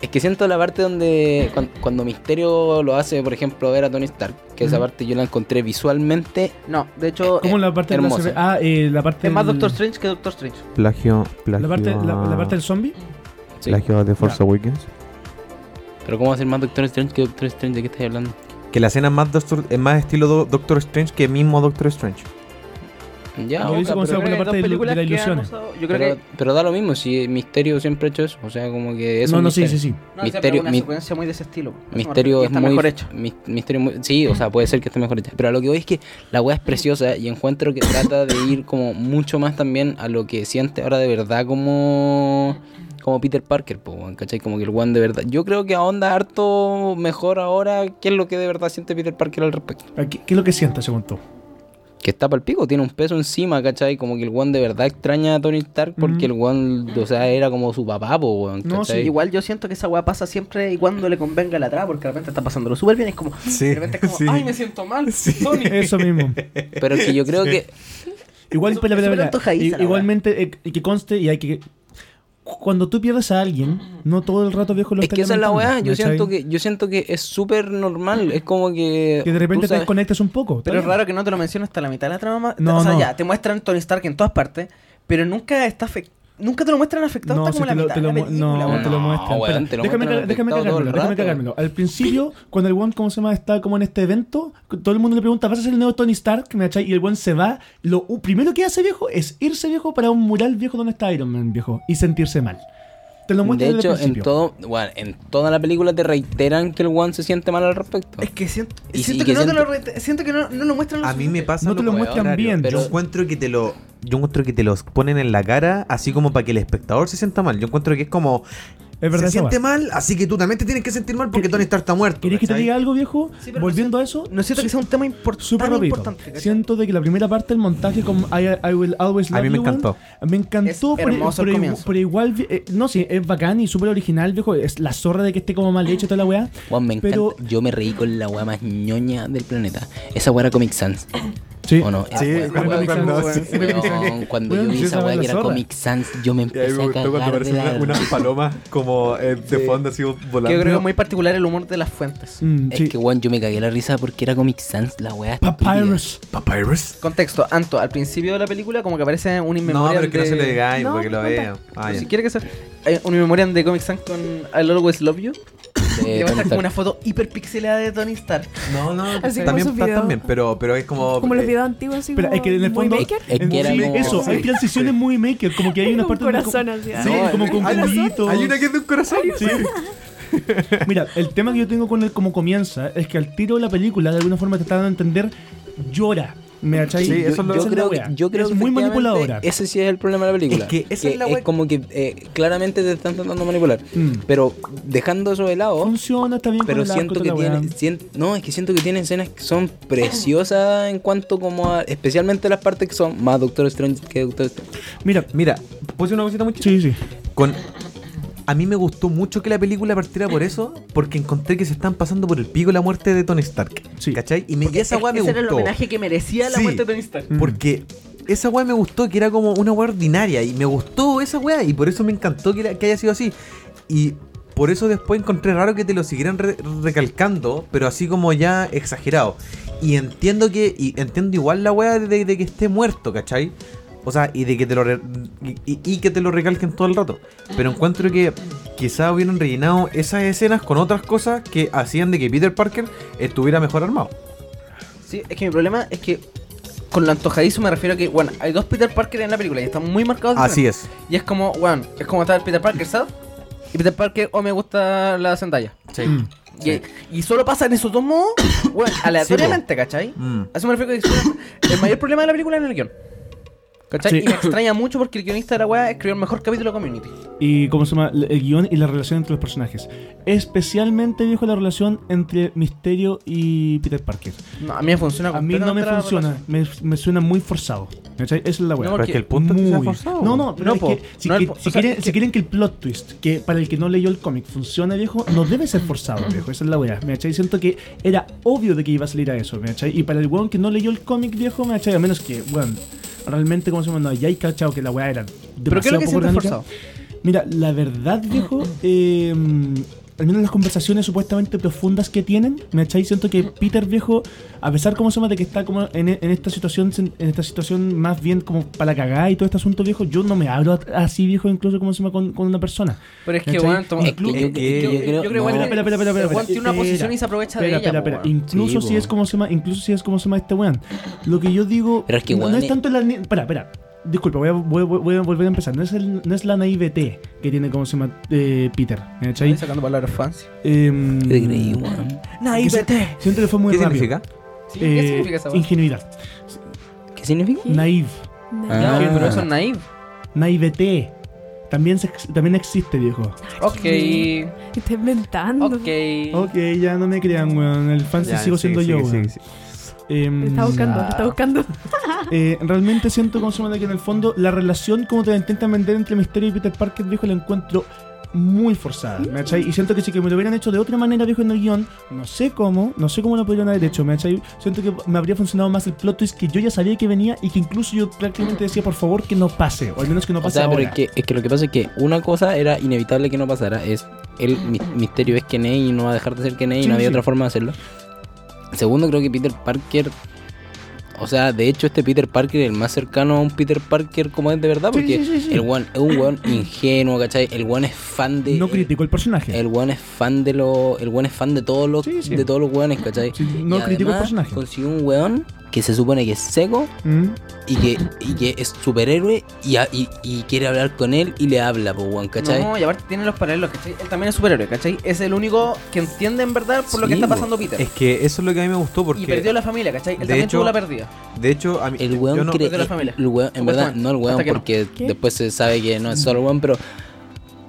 Speaker 3: Es que siento la parte donde. cuan- Cuando, Misterio lo hace, por ejemplo, ver a Tony Stark, que esa
Speaker 5: Ujú.
Speaker 3: parte yo la encontré visualmente.
Speaker 1: No, de hecho, eh,
Speaker 5: ¿Cómo la parte de la
Speaker 3: hermosa.
Speaker 5: cerve- Ah, eh, la parte.
Speaker 1: es más
Speaker 5: del-
Speaker 1: Doctor Strange que Doctor Strange.
Speaker 8: Plagio, plagio.
Speaker 5: La parte, la, la parte del zombie.
Speaker 3: sí.
Speaker 8: plagio de Force Awakens.
Speaker 3: Pero ¿cómo hacer más Doctor Strange que Doctor Strange? ¿De qué estás hablando?
Speaker 8: Que la escena es más, Doctor- es más estilo Do- Doctor Strange que mismo Doctor Strange.
Speaker 5: Yo hice
Speaker 3: Ya, oca,
Speaker 5: como
Speaker 3: pero,
Speaker 5: sea-
Speaker 1: Creo
Speaker 5: la
Speaker 1: que hay
Speaker 5: parte
Speaker 1: dos
Speaker 5: de ilu-
Speaker 1: películas
Speaker 5: de la
Speaker 1: que han
Speaker 5: ilusión.
Speaker 1: usado- Yo creo
Speaker 3: pero,
Speaker 1: que.
Speaker 3: pero da lo mismo si Misterio siempre ha hecho eso. O sea, como que es
Speaker 5: no,
Speaker 3: un
Speaker 5: no, sí,
Speaker 3: misterio.
Speaker 5: sí, sí.
Speaker 1: No,
Speaker 3: Misterio-
Speaker 1: Misterio, una
Speaker 3: mi-
Speaker 1: secuencia muy de ese estilo. Eso me refiero, y
Speaker 3: Misterio es
Speaker 1: está
Speaker 3: muy,
Speaker 1: mejor hecho.
Speaker 3: mis- Misterio muy- sí, o sea, puede ser que esté mejor hecha. Pero a lo que voy es que la weá es preciosa y encuentro que trata de ir como mucho más también a lo que siente ahora de verdad como como Peter Parker, po, weón, ¿cachai? Como que el one de verdad. Yo creo que ahonda harto mejor ahora qué es lo que de verdad siente Peter Parker al respecto.
Speaker 5: Ah, ¿Qué, qué es lo que sienta, según tú?
Speaker 3: Que está para el pico, tiene un peso encima, ¿cachai? Como que el one de verdad extraña a Tony Stark porque el one, o sea, era como su papá, po, weón,
Speaker 5: Mm. No, sí,
Speaker 3: ¿cachai?
Speaker 1: Igual yo siento que esa weá pasa siempre y cuando le convenga la traba, porque de repente está pasándolo súper bien. y Es como, de repente es como, ay, me siento mal, Tony.
Speaker 5: Eso mismo.
Speaker 3: Pero es que yo creo que
Speaker 5: Igual,
Speaker 1: Eso-
Speaker 5: espera,
Speaker 1: eso me
Speaker 5: espera,
Speaker 1: lo
Speaker 5: espera.
Speaker 1: antojadiza, la
Speaker 5: I-
Speaker 1: verdad.
Speaker 5: igualmente, eh, que conste y hay que. Cuando tú pierdes a alguien, no todo el rato viejo lo
Speaker 3: Es que esa es la
Speaker 5: lamentando,
Speaker 3: weá, yo
Speaker 5: ¿cachai?
Speaker 3: siento que, yo siento que es súper normal, es como que...
Speaker 5: Que de repente
Speaker 3: tú
Speaker 5: te
Speaker 3: sabes-
Speaker 5: desconectes un poco.
Speaker 1: Pero es
Speaker 5: también.
Speaker 1: raro que no te lo mencione hasta la mitad de la trama.
Speaker 5: No,
Speaker 1: o sea,
Speaker 5: no.
Speaker 1: ya, te muestran Tony Stark en todas partes, pero nunca está afec- Nunca te lo muestran afectado
Speaker 5: No,
Speaker 1: hasta
Speaker 5: si
Speaker 1: como la
Speaker 5: te lo,
Speaker 1: mitad
Speaker 5: te
Speaker 1: de
Speaker 5: lo,
Speaker 1: la
Speaker 5: mu-
Speaker 1: película.
Speaker 5: no,
Speaker 1: weón.
Speaker 5: te lo
Speaker 3: No,
Speaker 5: muestran.
Speaker 3: weón,
Speaker 5: Espera,
Speaker 3: te lo
Speaker 5: déjame,
Speaker 3: muestran
Speaker 5: ca- déjame
Speaker 3: afectado todo el
Speaker 5: cagármelo, déjame
Speaker 3: rato.
Speaker 5: cagármelo. Al principio, cuando el one, ¿cómo se llama? Está como en este evento, todo el mundo le pregunta, ¿vas a ser el nuevo Tony Stark? ¿Me cachai? Y el one se va. Lo u- primero que hace viejo es irse viejo para un mural viejo donde está Iron Man viejo y sentirse mal. Te lo
Speaker 3: De
Speaker 5: muestran desde
Speaker 3: hecho,
Speaker 5: el
Speaker 3: en,
Speaker 5: principio.
Speaker 3: todo, bueno, en toda la película te reiteran que el one se siente mal al respecto.
Speaker 1: Es que siento,
Speaker 3: Y
Speaker 1: siento
Speaker 3: sí,
Speaker 1: que,
Speaker 3: que
Speaker 1: no te lo
Speaker 3: siento-
Speaker 1: re- siento que no, no lo muestran lo
Speaker 8: A mí me
Speaker 1: suficiente.
Speaker 8: pasa
Speaker 5: No te lo
Speaker 8: como-
Speaker 5: muestran
Speaker 3: contrario,
Speaker 5: bien.
Speaker 3: pero-
Speaker 8: Yo encuentro que te lo. Yo encuentro que te los ponen en la cara así como para que el espectador se sienta mal. Yo encuentro que es como.
Speaker 5: es verdad,
Speaker 8: se
Speaker 5: esa
Speaker 8: siente
Speaker 5: weá.
Speaker 8: mal, así que tú también te tienes que sentir mal porque
Speaker 5: ¿Qué-
Speaker 8: Tony Stark está muerto.
Speaker 5: ¿Querés que te
Speaker 8: ¿cachai?
Speaker 5: diga algo, viejo?
Speaker 1: Sí, pero
Speaker 5: Volviendo a eso,
Speaker 1: No siento que sea un tema impor-
Speaker 5: Súper
Speaker 1: tan
Speaker 5: rápido.
Speaker 1: importante. ¿cachai?
Speaker 5: Siento de que la primera parte del montaje con I, I Will Always
Speaker 8: A
Speaker 5: Love
Speaker 8: mí me
Speaker 5: You, weón,
Speaker 8: encantó.
Speaker 5: me encantó,
Speaker 1: Es hermoso el
Speaker 5: igu-
Speaker 1: comienzo.
Speaker 5: pero igual, vi- eh, no sé, es bacán y súper original, viejo. Es la zorra de que esté como mal hecho toda la weá.
Speaker 3: Weón, me encanta.
Speaker 5: pero-
Speaker 3: Yo me reí con la weá más ñoña del planeta. Esa weá era Comic Sans,
Speaker 5: Sí.
Speaker 3: ¿o no? Esa weá-
Speaker 5: pero
Speaker 3: weón,
Speaker 5: Comic Sans,
Speaker 3: weón,
Speaker 5: sí, pero Comic Sans.
Speaker 3: weón, Cuando yo
Speaker 5: Weón,
Speaker 3: vi
Speaker 5: sí,
Speaker 3: esa
Speaker 5: esa
Speaker 3: weá
Speaker 5: weá
Speaker 3: que
Speaker 5: la
Speaker 3: era
Speaker 5: zorra.
Speaker 3: Comic Sans, yo me
Speaker 2: Y a mí me
Speaker 3: empecé a
Speaker 2: gustó cuando
Speaker 3: cagar de
Speaker 2: aparecen
Speaker 3: la...
Speaker 2: una- unas palomas como eh, de fondo así volando.
Speaker 1: Que yo creo que es muy particular el humor de las fuentes.
Speaker 5: Mm, sí.
Speaker 3: Es que, weón, yo me cagué la risa porque era Comic Sans, la weá estúpida.
Speaker 5: Papyrus.
Speaker 2: Papyrus.
Speaker 1: Contexto, Anto, al principio de la película como que aparece un
Speaker 2: No,
Speaker 1: inmemorial
Speaker 2: pero es que no se
Speaker 1: de-
Speaker 2: le digáis
Speaker 4: No,
Speaker 2: porque lo
Speaker 4: no
Speaker 2: vean.
Speaker 1: Pero
Speaker 2: Ah,
Speaker 1: Si
Speaker 2: ya.
Speaker 1: quiere que sea hay un memorial de Comic Sans con I'll Always Love You,
Speaker 3: de
Speaker 1: le va a estar
Speaker 3: Tony
Speaker 1: como
Speaker 3: Stark.
Speaker 1: una foto hiperpixelada de Tony Stark.
Speaker 2: No, no,
Speaker 4: Así como
Speaker 2: también,
Speaker 4: sus videos.
Speaker 8: también, pero, pero es como.
Speaker 4: Como los
Speaker 8: eh,
Speaker 4: videos antiguos, así
Speaker 5: Espera,
Speaker 4: como
Speaker 5: es que en el fondo.
Speaker 4: Movie Maker.
Speaker 3: Es que
Speaker 5: en-
Speaker 3: era
Speaker 5: sí,
Speaker 3: como-
Speaker 5: eso, hay
Speaker 2: sí,
Speaker 5: transiciones muy maker, como que hay una
Speaker 4: Un
Speaker 5: parte donde
Speaker 4: corazón
Speaker 5: como-
Speaker 4: así,
Speaker 5: sí,
Speaker 4: ah.
Speaker 5: como con
Speaker 2: Hay-
Speaker 5: cubitos.
Speaker 2: Hay una que es de un corazón.
Speaker 5: Sí. Mira, el tema que yo tengo con él como comienza es que al tiro de la película, de alguna forma te está dando a entender, llora. ¿Me cachai?
Speaker 8: Sí, eso
Speaker 5: Esa
Speaker 8: es lo-
Speaker 5: es
Speaker 3: yo
Speaker 5: la
Speaker 3: creo que,
Speaker 5: wea.
Speaker 3: yo creo
Speaker 5: es
Speaker 3: que
Speaker 5: muy
Speaker 3: efectivamente
Speaker 5: manipuladora.
Speaker 3: Ese sí es el problema de la película.
Speaker 8: Es que esa es la wea-
Speaker 3: como que eh, claramente te están tratando de manipular.
Speaker 5: Mm.
Speaker 3: Pero dejando eso de lado,
Speaker 5: Funciona, está bien
Speaker 3: pero
Speaker 5: con el arco,
Speaker 3: siento que
Speaker 5: toda la
Speaker 3: tiene.
Speaker 5: wea.
Speaker 3: sien- no, es que siento que tiene escenas que son preciosas en cuanto como a. Especialmente las partes que son más Doctor Strange que Doctor Strange.
Speaker 5: Mira,
Speaker 8: Mira, ¿puedo decir una cosita muy
Speaker 5: sí, sí.
Speaker 8: Con... A mí me gustó mucho que la película partiera por eso, porque encontré que se están pasando por el pico la muerte de Tony Stark.
Speaker 5: Sí.
Speaker 8: ¿Cachai? Y, me, y esa weá me
Speaker 1: e- Ese
Speaker 8: gustó.
Speaker 1: era el homenaje que merecía la
Speaker 8: Sí.
Speaker 1: muerte de Tony Stark.
Speaker 8: Mm. Porque esa weá me gustó, que era como una weá ordinaria. Y me gustó esa weá. Y por eso me encantó que, la- que haya sido así. Y por eso después encontré raro que te lo siguieran re- recalcando, pero así como ya exagerado. Y entiendo que. Y entiendo igual la weá de, de que esté muerto, ¿cachai? O sea, y de que te lo re- y, y- y que te lo recalquen todo el rato.
Speaker 5: Ah.
Speaker 8: Pero encuentro que quizá hubieran rellenado esas escenas con otras cosas que hacían de que Peter Parker estuviera mejor armado.
Speaker 1: Sí, es que mi problema es que con lo antojadizo me refiero a que, bueno, hay dos Peter Parker en la película y están muy marcados.
Speaker 8: Así es.
Speaker 1: Y es como, bueno, es como está el Peter Parker sad y Peter Parker o me gusta la Zendaya.
Speaker 8: Sí.
Speaker 5: Mm.
Speaker 1: Y, y solo pasa en esos dos modos, bueno, aleatoriamente, ¿cachai?
Speaker 8: Mm.
Speaker 1: A eso me refiero que es- el mayor problema de la película es el guión. ¿Cachai?
Speaker 5: Sí.
Speaker 1: Y me extraña mucho porque el guionista de la weá escribió el mejor capítulo de Community.
Speaker 5: y cómo se llama el guión y la relación entre los personajes. Especialmente viejo la relación entre Misterio y Peter Parker.
Speaker 1: No, a mí me funciona
Speaker 5: A mí no me
Speaker 1: completamente la
Speaker 5: funciona,
Speaker 1: relación.
Speaker 5: me, me suena muy forzado. ¿Cachai? Esa es la weá.
Speaker 1: No,
Speaker 8: Pero es que el punto es que sea
Speaker 5: Muy.
Speaker 8: forzado.
Speaker 5: No, no, pero
Speaker 1: No,
Speaker 5: es
Speaker 1: po.
Speaker 5: que si,
Speaker 1: No,
Speaker 5: que-
Speaker 1: po.
Speaker 5: si
Speaker 1: O sea,
Speaker 5: quieren,
Speaker 1: es
Speaker 5: si
Speaker 1: que-
Speaker 5: quieren que el plot twist, que para el que no leyó el cómic funcione, viejo, no debe ser forzado, viejo. Esa es la weá. ¿Me cachai? Siento que era obvio de que iba a salir a eso, ¿me cachai? Y para el weón que no leyó el cómic, viejo, ¿me cachai? A menos que, weón, realmente, como se llama? No, ya hay cachado que la weá era demasiado
Speaker 1: Pero ¿qué es lo que
Speaker 5: poco
Speaker 1: sientes
Speaker 5: orgánica.
Speaker 1: forzado?
Speaker 5: Mira, la verdad, viejo, eh, al menos las conversaciones supuestamente profundas que tienen, me echáis siento que Peter, viejo, a pesar como se llama de que está como en, en esta situación, en esta situación más bien como para la cagada y todo este asunto, viejo, yo no me hablo así, viejo, incluso como se llama con, con una persona.
Speaker 1: Pero es que,
Speaker 5: ¿Cachai?
Speaker 1: weón, toma-
Speaker 3: Es que yo-
Speaker 1: yo- yo-
Speaker 3: que yo
Speaker 1: yo creo
Speaker 3: creo-
Speaker 1: igual
Speaker 5: Espera,
Speaker 1: que
Speaker 5: espera, espera, espera,
Speaker 1: el weón
Speaker 5: espera.
Speaker 1: tiene una posición
Speaker 5: Espera.
Speaker 1: y se aprovecha
Speaker 5: Espera,
Speaker 1: de ella.
Speaker 5: espera,
Speaker 1: po,
Speaker 5: espera.
Speaker 1: weón.
Speaker 5: Incluso
Speaker 3: Sí,
Speaker 5: si
Speaker 3: po.
Speaker 5: es como se llama, incluso si es como se llama este weón. Lo que yo digo.
Speaker 3: Pero es que
Speaker 5: no, no
Speaker 3: weón,
Speaker 5: es
Speaker 3: eh.
Speaker 5: tanto la. ni- Espera, espera. Disculpa, voy a, voy, voy- voy a volver a empezar. No es, el- no es la naivete que tiene como se llama eh, Peter. ¿me
Speaker 1: Estoy
Speaker 5: ¿Cachai?
Speaker 1: sacando palabras fancy.
Speaker 5: Em,
Speaker 3: Te creí, weón.
Speaker 1: Naivete.
Speaker 5: Siento que fue muy
Speaker 8: ¿Qué
Speaker 5: rápido.
Speaker 8: significa?
Speaker 1: Sí,
Speaker 5: Eh,
Speaker 1: ¿Qué significa esa weá?
Speaker 5: Ingenuidad.
Speaker 3: ¿Qué significa?
Speaker 5: Naive.
Speaker 4: No.
Speaker 1: No,
Speaker 3: Ah.
Speaker 1: pero eso es naive.
Speaker 5: Naivete. También, se ex- también existe, viejo.
Speaker 1: Ok,
Speaker 4: Está inventando.
Speaker 1: ok.
Speaker 5: Ok, ya no me crean, weón. El fan
Speaker 8: Ya,
Speaker 5: sigo
Speaker 8: sigue,
Speaker 5: siendo
Speaker 8: sigue,
Speaker 5: yo,
Speaker 8: sigue,
Speaker 5: weón.
Speaker 8: sigue, sigue.
Speaker 5: Em,
Speaker 4: Lo está buscando, lo está buscando.
Speaker 5: Eh, realmente siento como se llama, que en el fondo la relación como te la intentan vender entre Misterio y Peter Parker, viejo, la encuentro muy forzada, ¿me cachai? Y siento que si que me lo hubieran hecho de otra manera, viejo, en el guión, no sé cómo, no sé cómo lo pudieron haber hecho, ¿me cachai? Siento que me habría funcionado más el plot twist que yo ya sabía que venía y que incluso yo prácticamente decía, por favor, que no pase, o al menos que no
Speaker 3: O
Speaker 5: pase
Speaker 3: sea, pero
Speaker 5: ahora.
Speaker 3: es que, es que lo que pasa es que una cosa era inevitable que no pasara, es el mi- misterio es quien es y no va a dejar de ser quien es y
Speaker 5: Sí,
Speaker 3: no había
Speaker 5: sí.
Speaker 3: otra forma de hacerlo. Segundo, creo que Peter Parker, o sea, de hecho este Peter Parker es el más cercano a un Peter Parker como es de verdad,
Speaker 5: Sí,
Speaker 3: porque
Speaker 5: sí, sí, sí.
Speaker 3: el one es un weón ingenuo, ¿cachai? El one es fan de...
Speaker 5: no critico el personaje.
Speaker 3: eh, El one es fan de lo, el one es fan de todos los,
Speaker 5: Sí, sí.
Speaker 3: de todos los weones, ¿cachai?
Speaker 5: Sí, no
Speaker 3: Y
Speaker 5: critico el
Speaker 3: además
Speaker 5: personaje.
Speaker 3: Consiguió un weón que se supone que es seco,
Speaker 5: ¿Mm?
Speaker 3: y que, y que es superhéroe y, a- y- y quiere hablar con él y le habla, po, weón, ¿cachai?
Speaker 1: No, y aparte tiene los paralelos, ¿cachai? Él también es superhéroe, ¿cachai? Es el único que entiende en verdad por lo que
Speaker 3: Sí,
Speaker 1: está
Speaker 3: po.
Speaker 1: pasando Peter.
Speaker 8: Es que eso es lo que a mí me gustó
Speaker 1: Y
Speaker 8: porque
Speaker 1: perdió la familia, ¿cachai? Él
Speaker 8: de
Speaker 1: también
Speaker 8: hecho-
Speaker 1: tuvo la pérdida.
Speaker 8: de hecho a mí
Speaker 3: el weón
Speaker 8: yo no-
Speaker 3: cree.
Speaker 1: es de la familia.
Speaker 3: el weón- en verdad,
Speaker 1: Supuestamente.
Speaker 3: no el weón,
Speaker 1: Hasta que no.
Speaker 3: porque
Speaker 4: ¿Qué?
Speaker 3: después se sabe que no es solo weón, pero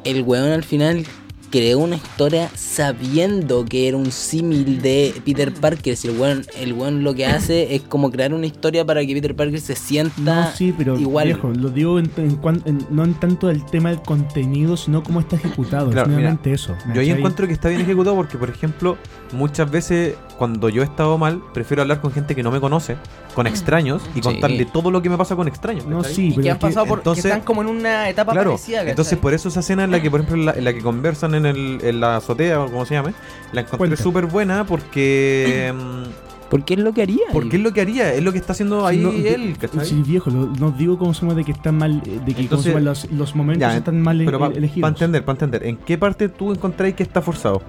Speaker 3: el weón al final creó una historia sabiendo que era un símil de Peter Parker. Si el weón, el weón lo que hace es como crear una historia para que Peter Parker se sienta
Speaker 5: No, sí, pero
Speaker 3: igual.
Speaker 5: viejo, lo digo en, en cuan- en- no en tanto el tema del contenido, sino cómo está ejecutado.
Speaker 8: Claro,
Speaker 5: es
Speaker 8: mira,
Speaker 5: meramente eso.
Speaker 8: Yo ahí
Speaker 5: ¿cachai?
Speaker 8: encuentro que está bien ejecutado porque, por ejemplo, muchas veces cuando yo he estado mal, prefiero hablar con gente que no me conoce,
Speaker 1: Mm.
Speaker 8: con extraños, y
Speaker 3: Sí.
Speaker 8: contarle todo lo que me pasa con extraños.
Speaker 5: No,
Speaker 8: ¿cachai?
Speaker 5: sí,
Speaker 1: Y
Speaker 5: pero
Speaker 1: que
Speaker 5: es
Speaker 1: han
Speaker 5: que-
Speaker 1: pasado por.
Speaker 8: entonces-
Speaker 1: que están como en una etapa
Speaker 8: Claro,
Speaker 1: parecida, ¿cachai?
Speaker 8: entonces
Speaker 2: pues,
Speaker 8: por eso esa escena en la que, por ejemplo, en la, en la que conversan en, el, en la azotea o como se llame, la encontré
Speaker 5: Cuenta.
Speaker 8: súper buena porque... mm,
Speaker 3: Porque es lo que haría.
Speaker 8: porque es lo que haría, es lo que está haciendo ahí
Speaker 5: Sí, no,
Speaker 8: él,
Speaker 5: de-
Speaker 8: ¿cachai?
Speaker 5: Sí, viejo, lo- no digo como suma de que están mal, eh, de que como
Speaker 8: Entonces-
Speaker 5: suma los, los momentos
Speaker 8: Ya,
Speaker 5: están mal e-
Speaker 8: Pero para
Speaker 5: elegidos.
Speaker 8: entender, para entender, ¿en qué parte tú encontráis que está forzado?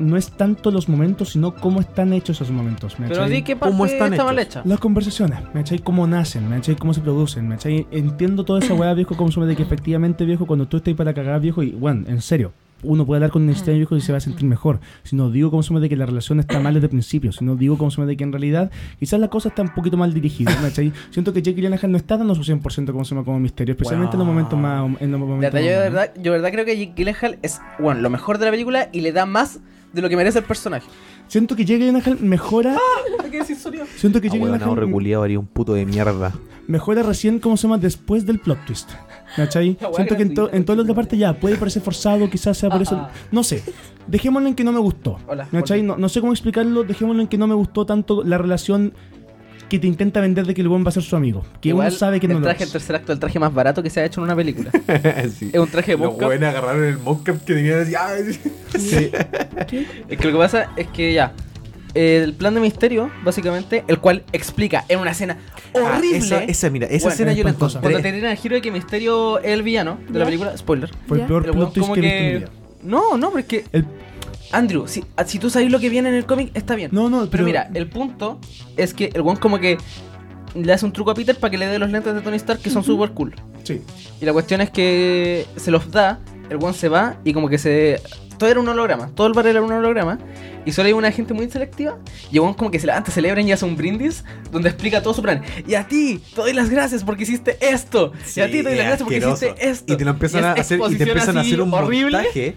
Speaker 5: No es tanto los momentos, sino cómo están hechos esos momentos. ¿me
Speaker 1: Pero
Speaker 5: cachai?
Speaker 1: di que parte
Speaker 8: ¿Cómo están
Speaker 1: está mal
Speaker 8: hechos?
Speaker 1: hecha.
Speaker 5: Las conversaciones, ¿me cachai? Cómo nacen, ¿me cachai? Cómo se producen, ¿me cachai? Entiendo toda esa weá, viejo, como suma de que efectivamente, viejo, cuando tú estás para cagar, viejo, y, bueno, en serio, uno puede hablar con un extraño, viejo, y se va a sentir mejor. Si no digo como suma de que la relación está mal desde el principio, si no digo como suma de que en realidad quizás la cosa está un poquito mal dirigida, ¿me cachai? Siento que Jake Gyllenhaal no está dando su 100% como suma como misterio, especialmente en los momentos más... En los momentos
Speaker 1: La verdad, yo, de
Speaker 5: más-
Speaker 1: verdad, yo de verdad creo que Jake Gyllenhaal es bueno, lo mejor de la película y le da más de lo que merece el personaje.
Speaker 5: Siento que Jake Gyllenhaal mejora.
Speaker 1: ¿Qué decir sonido?
Speaker 5: Siento que
Speaker 8: Ah,
Speaker 5: Jake
Speaker 8: weón,
Speaker 5: Gyllenhaal
Speaker 8: haría un puto de mierda.
Speaker 5: mejora recién, ¿cómo se llama? Después del plot twist. ¿Cachai?
Speaker 1: La weá
Speaker 5: Siento que en, to-
Speaker 1: gratuita,
Speaker 5: en toda la otra parte ya puede parecer forzado, quizás sea por eso.
Speaker 1: Ajá.
Speaker 5: No sé. Dejémoslo en que no me gustó.
Speaker 1: Hola,
Speaker 5: ¿Cachai? No, no sé cómo explicarlo. Dejémoslo en que no me gustó tanto la relación que te intenta vender de que el buen va a ser su amigo. Que
Speaker 1: Igual,
Speaker 5: uno sabe que no
Speaker 1: el
Speaker 5: lo
Speaker 1: traje, el
Speaker 5: es.
Speaker 1: tercer acto, el traje más barato que se ha hecho en una película.
Speaker 8: sí.
Speaker 1: es un traje de
Speaker 8: Los
Speaker 1: mocap.
Speaker 8: buenos agarraron el mocap que tenían así. ¡ay!
Speaker 1: Es que lo que pasa es que ya. El plan de misterio, básicamente, el cual explica en una escena horrible.
Speaker 8: Ah, esa, esa, mira, esa
Speaker 1: Bueno,
Speaker 8: escena yo la
Speaker 5: espantosa.
Speaker 1: Cuando te
Speaker 8: encontré.
Speaker 1: tiran el giro de que Misterio es el villano de la
Speaker 4: Ya.
Speaker 1: película, spoiler.
Speaker 5: Fue el
Speaker 4: Ya.
Speaker 5: peor
Speaker 1: El weón
Speaker 5: plot twist
Speaker 1: como
Speaker 5: que he visto en mi vida.
Speaker 1: No, no, pero es que.
Speaker 5: El-
Speaker 1: Andrew, si, a- si tú sabes lo que viene en el cómic, está bien.
Speaker 5: No, no,
Speaker 1: pero,
Speaker 5: pero-
Speaker 1: mira, el punto es que el one como que le hace un truco a Peter para que le dé los lentes de Tony Stark que son super cool.
Speaker 5: Sí.
Speaker 1: Y la cuestión es que se los da, el one se va y como que se todo era un holograma, todo el bar era un holograma, y solo hay una gente muy selectiva, y el weón como que se levanta, celebran y hace un brindis, donde explica todo su plan. Y a ti te doy las gracias porque hiciste esto, y a ti te doy las gracias porque
Speaker 2: asqueroso.
Speaker 1: hiciste esto.
Speaker 8: Y te lo empiezan
Speaker 1: es
Speaker 8: a hacer y te
Speaker 1: exposición
Speaker 8: empiezan a
Speaker 1: así
Speaker 8: hacer un
Speaker 1: horrible.
Speaker 8: montaje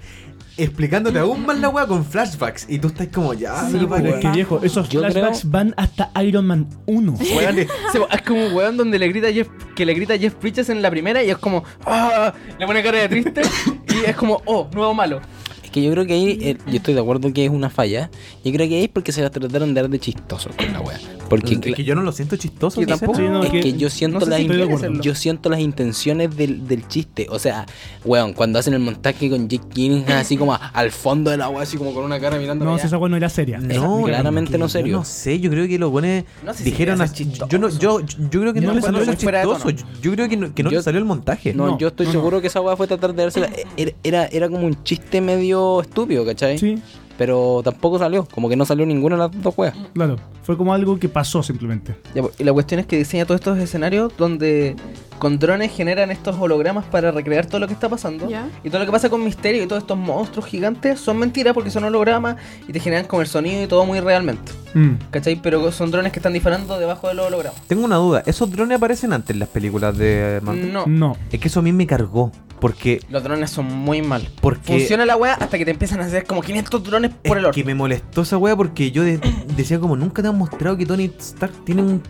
Speaker 8: explicándote aún más la weá con flashbacks. Y tú estás como ya,
Speaker 1: Ah,
Speaker 4: Sí,
Speaker 8: weón.
Speaker 5: Pero es que
Speaker 4: Bueno.
Speaker 5: viejo, esos
Speaker 3: Yo
Speaker 5: flashbacks van hasta Iron Man 1.
Speaker 1: Weón, se- es como un weón donde le grita a Jeff, que le grita a Jeff Bridges en la primera y es como, "Ah", le pone cara de triste y es como, oh, nuevo malo.
Speaker 3: Es que yo creo que ahí, eh, yo estoy de acuerdo que es una falla. Yo creo que ahí es porque se la trataron de dar de chistoso con la wea. Porque
Speaker 8: Es que yo no lo siento chistoso.
Speaker 1: Yo
Speaker 8: quizás.
Speaker 1: tampoco.
Speaker 5: Sí, no,
Speaker 3: Es que yo siento,
Speaker 1: no sé
Speaker 3: las
Speaker 1: si
Speaker 3: in-
Speaker 5: estoy de acuerdo.
Speaker 3: yo siento las intenciones del, del chiste. O sea, weón, cuando hacen el montaje con Jake Gyllenhaal así como a- al fondo de la wea, así como con una cara mirando.
Speaker 5: No, si esa weá no era seria.
Speaker 3: No, claramente no
Speaker 8: Yo
Speaker 3: serio.
Speaker 8: no sé, yo creo que los buenos
Speaker 1: No sé si
Speaker 8: dijeron
Speaker 1: le
Speaker 8: así.
Speaker 1: hace chistoso.
Speaker 8: Yo, no, yo, yo creo que
Speaker 5: Yo
Speaker 8: no,
Speaker 5: lo
Speaker 8: le
Speaker 1: encuentro
Speaker 8: salió lo
Speaker 1: muy fuera de
Speaker 8: chistoso. Yo, yo creo que no, que no
Speaker 3: Yo-
Speaker 8: le salió el montaje.
Speaker 3: No,
Speaker 5: No,
Speaker 3: yo estoy
Speaker 5: no, no.
Speaker 3: seguro que esa weá fue tratar de dársela. E, Era, era, era como un chiste medio estúpido, ¿cachai?
Speaker 5: Sí,
Speaker 3: Pero tampoco salió. Como que no salió ninguna de las dos weas.
Speaker 5: claro. Fue como algo que pasó simplemente.
Speaker 1: Ya, pues, y la cuestión es que diseña todos estos escenarios donde con drones generan estos hologramas para recrear todo lo que está pasando.
Speaker 4: Ya.
Speaker 1: Y todo lo que pasa con Misterio y todos estos monstruos gigantes son mentiras porque son hologramas y te generan como el sonido y todo muy realmente.
Speaker 5: Mm.
Speaker 1: ¿Cachai? Pero son drones que están disparando debajo de los hologramas.
Speaker 8: Tengo una duda. ¿Esos drones aparecen antes en las películas de eh, Marvel?
Speaker 1: No,
Speaker 5: No.
Speaker 8: Es que eso a mí me cargó. Porque.
Speaker 1: los drones son muy mal.
Speaker 8: porque
Speaker 1: Funciona la weá hasta que te empiezan a hacer como 500 drones
Speaker 8: es
Speaker 1: por el orto.
Speaker 8: que me molestó esa wea porque yo de- decía como nunca te han mostrado que Tony Stark tiene un...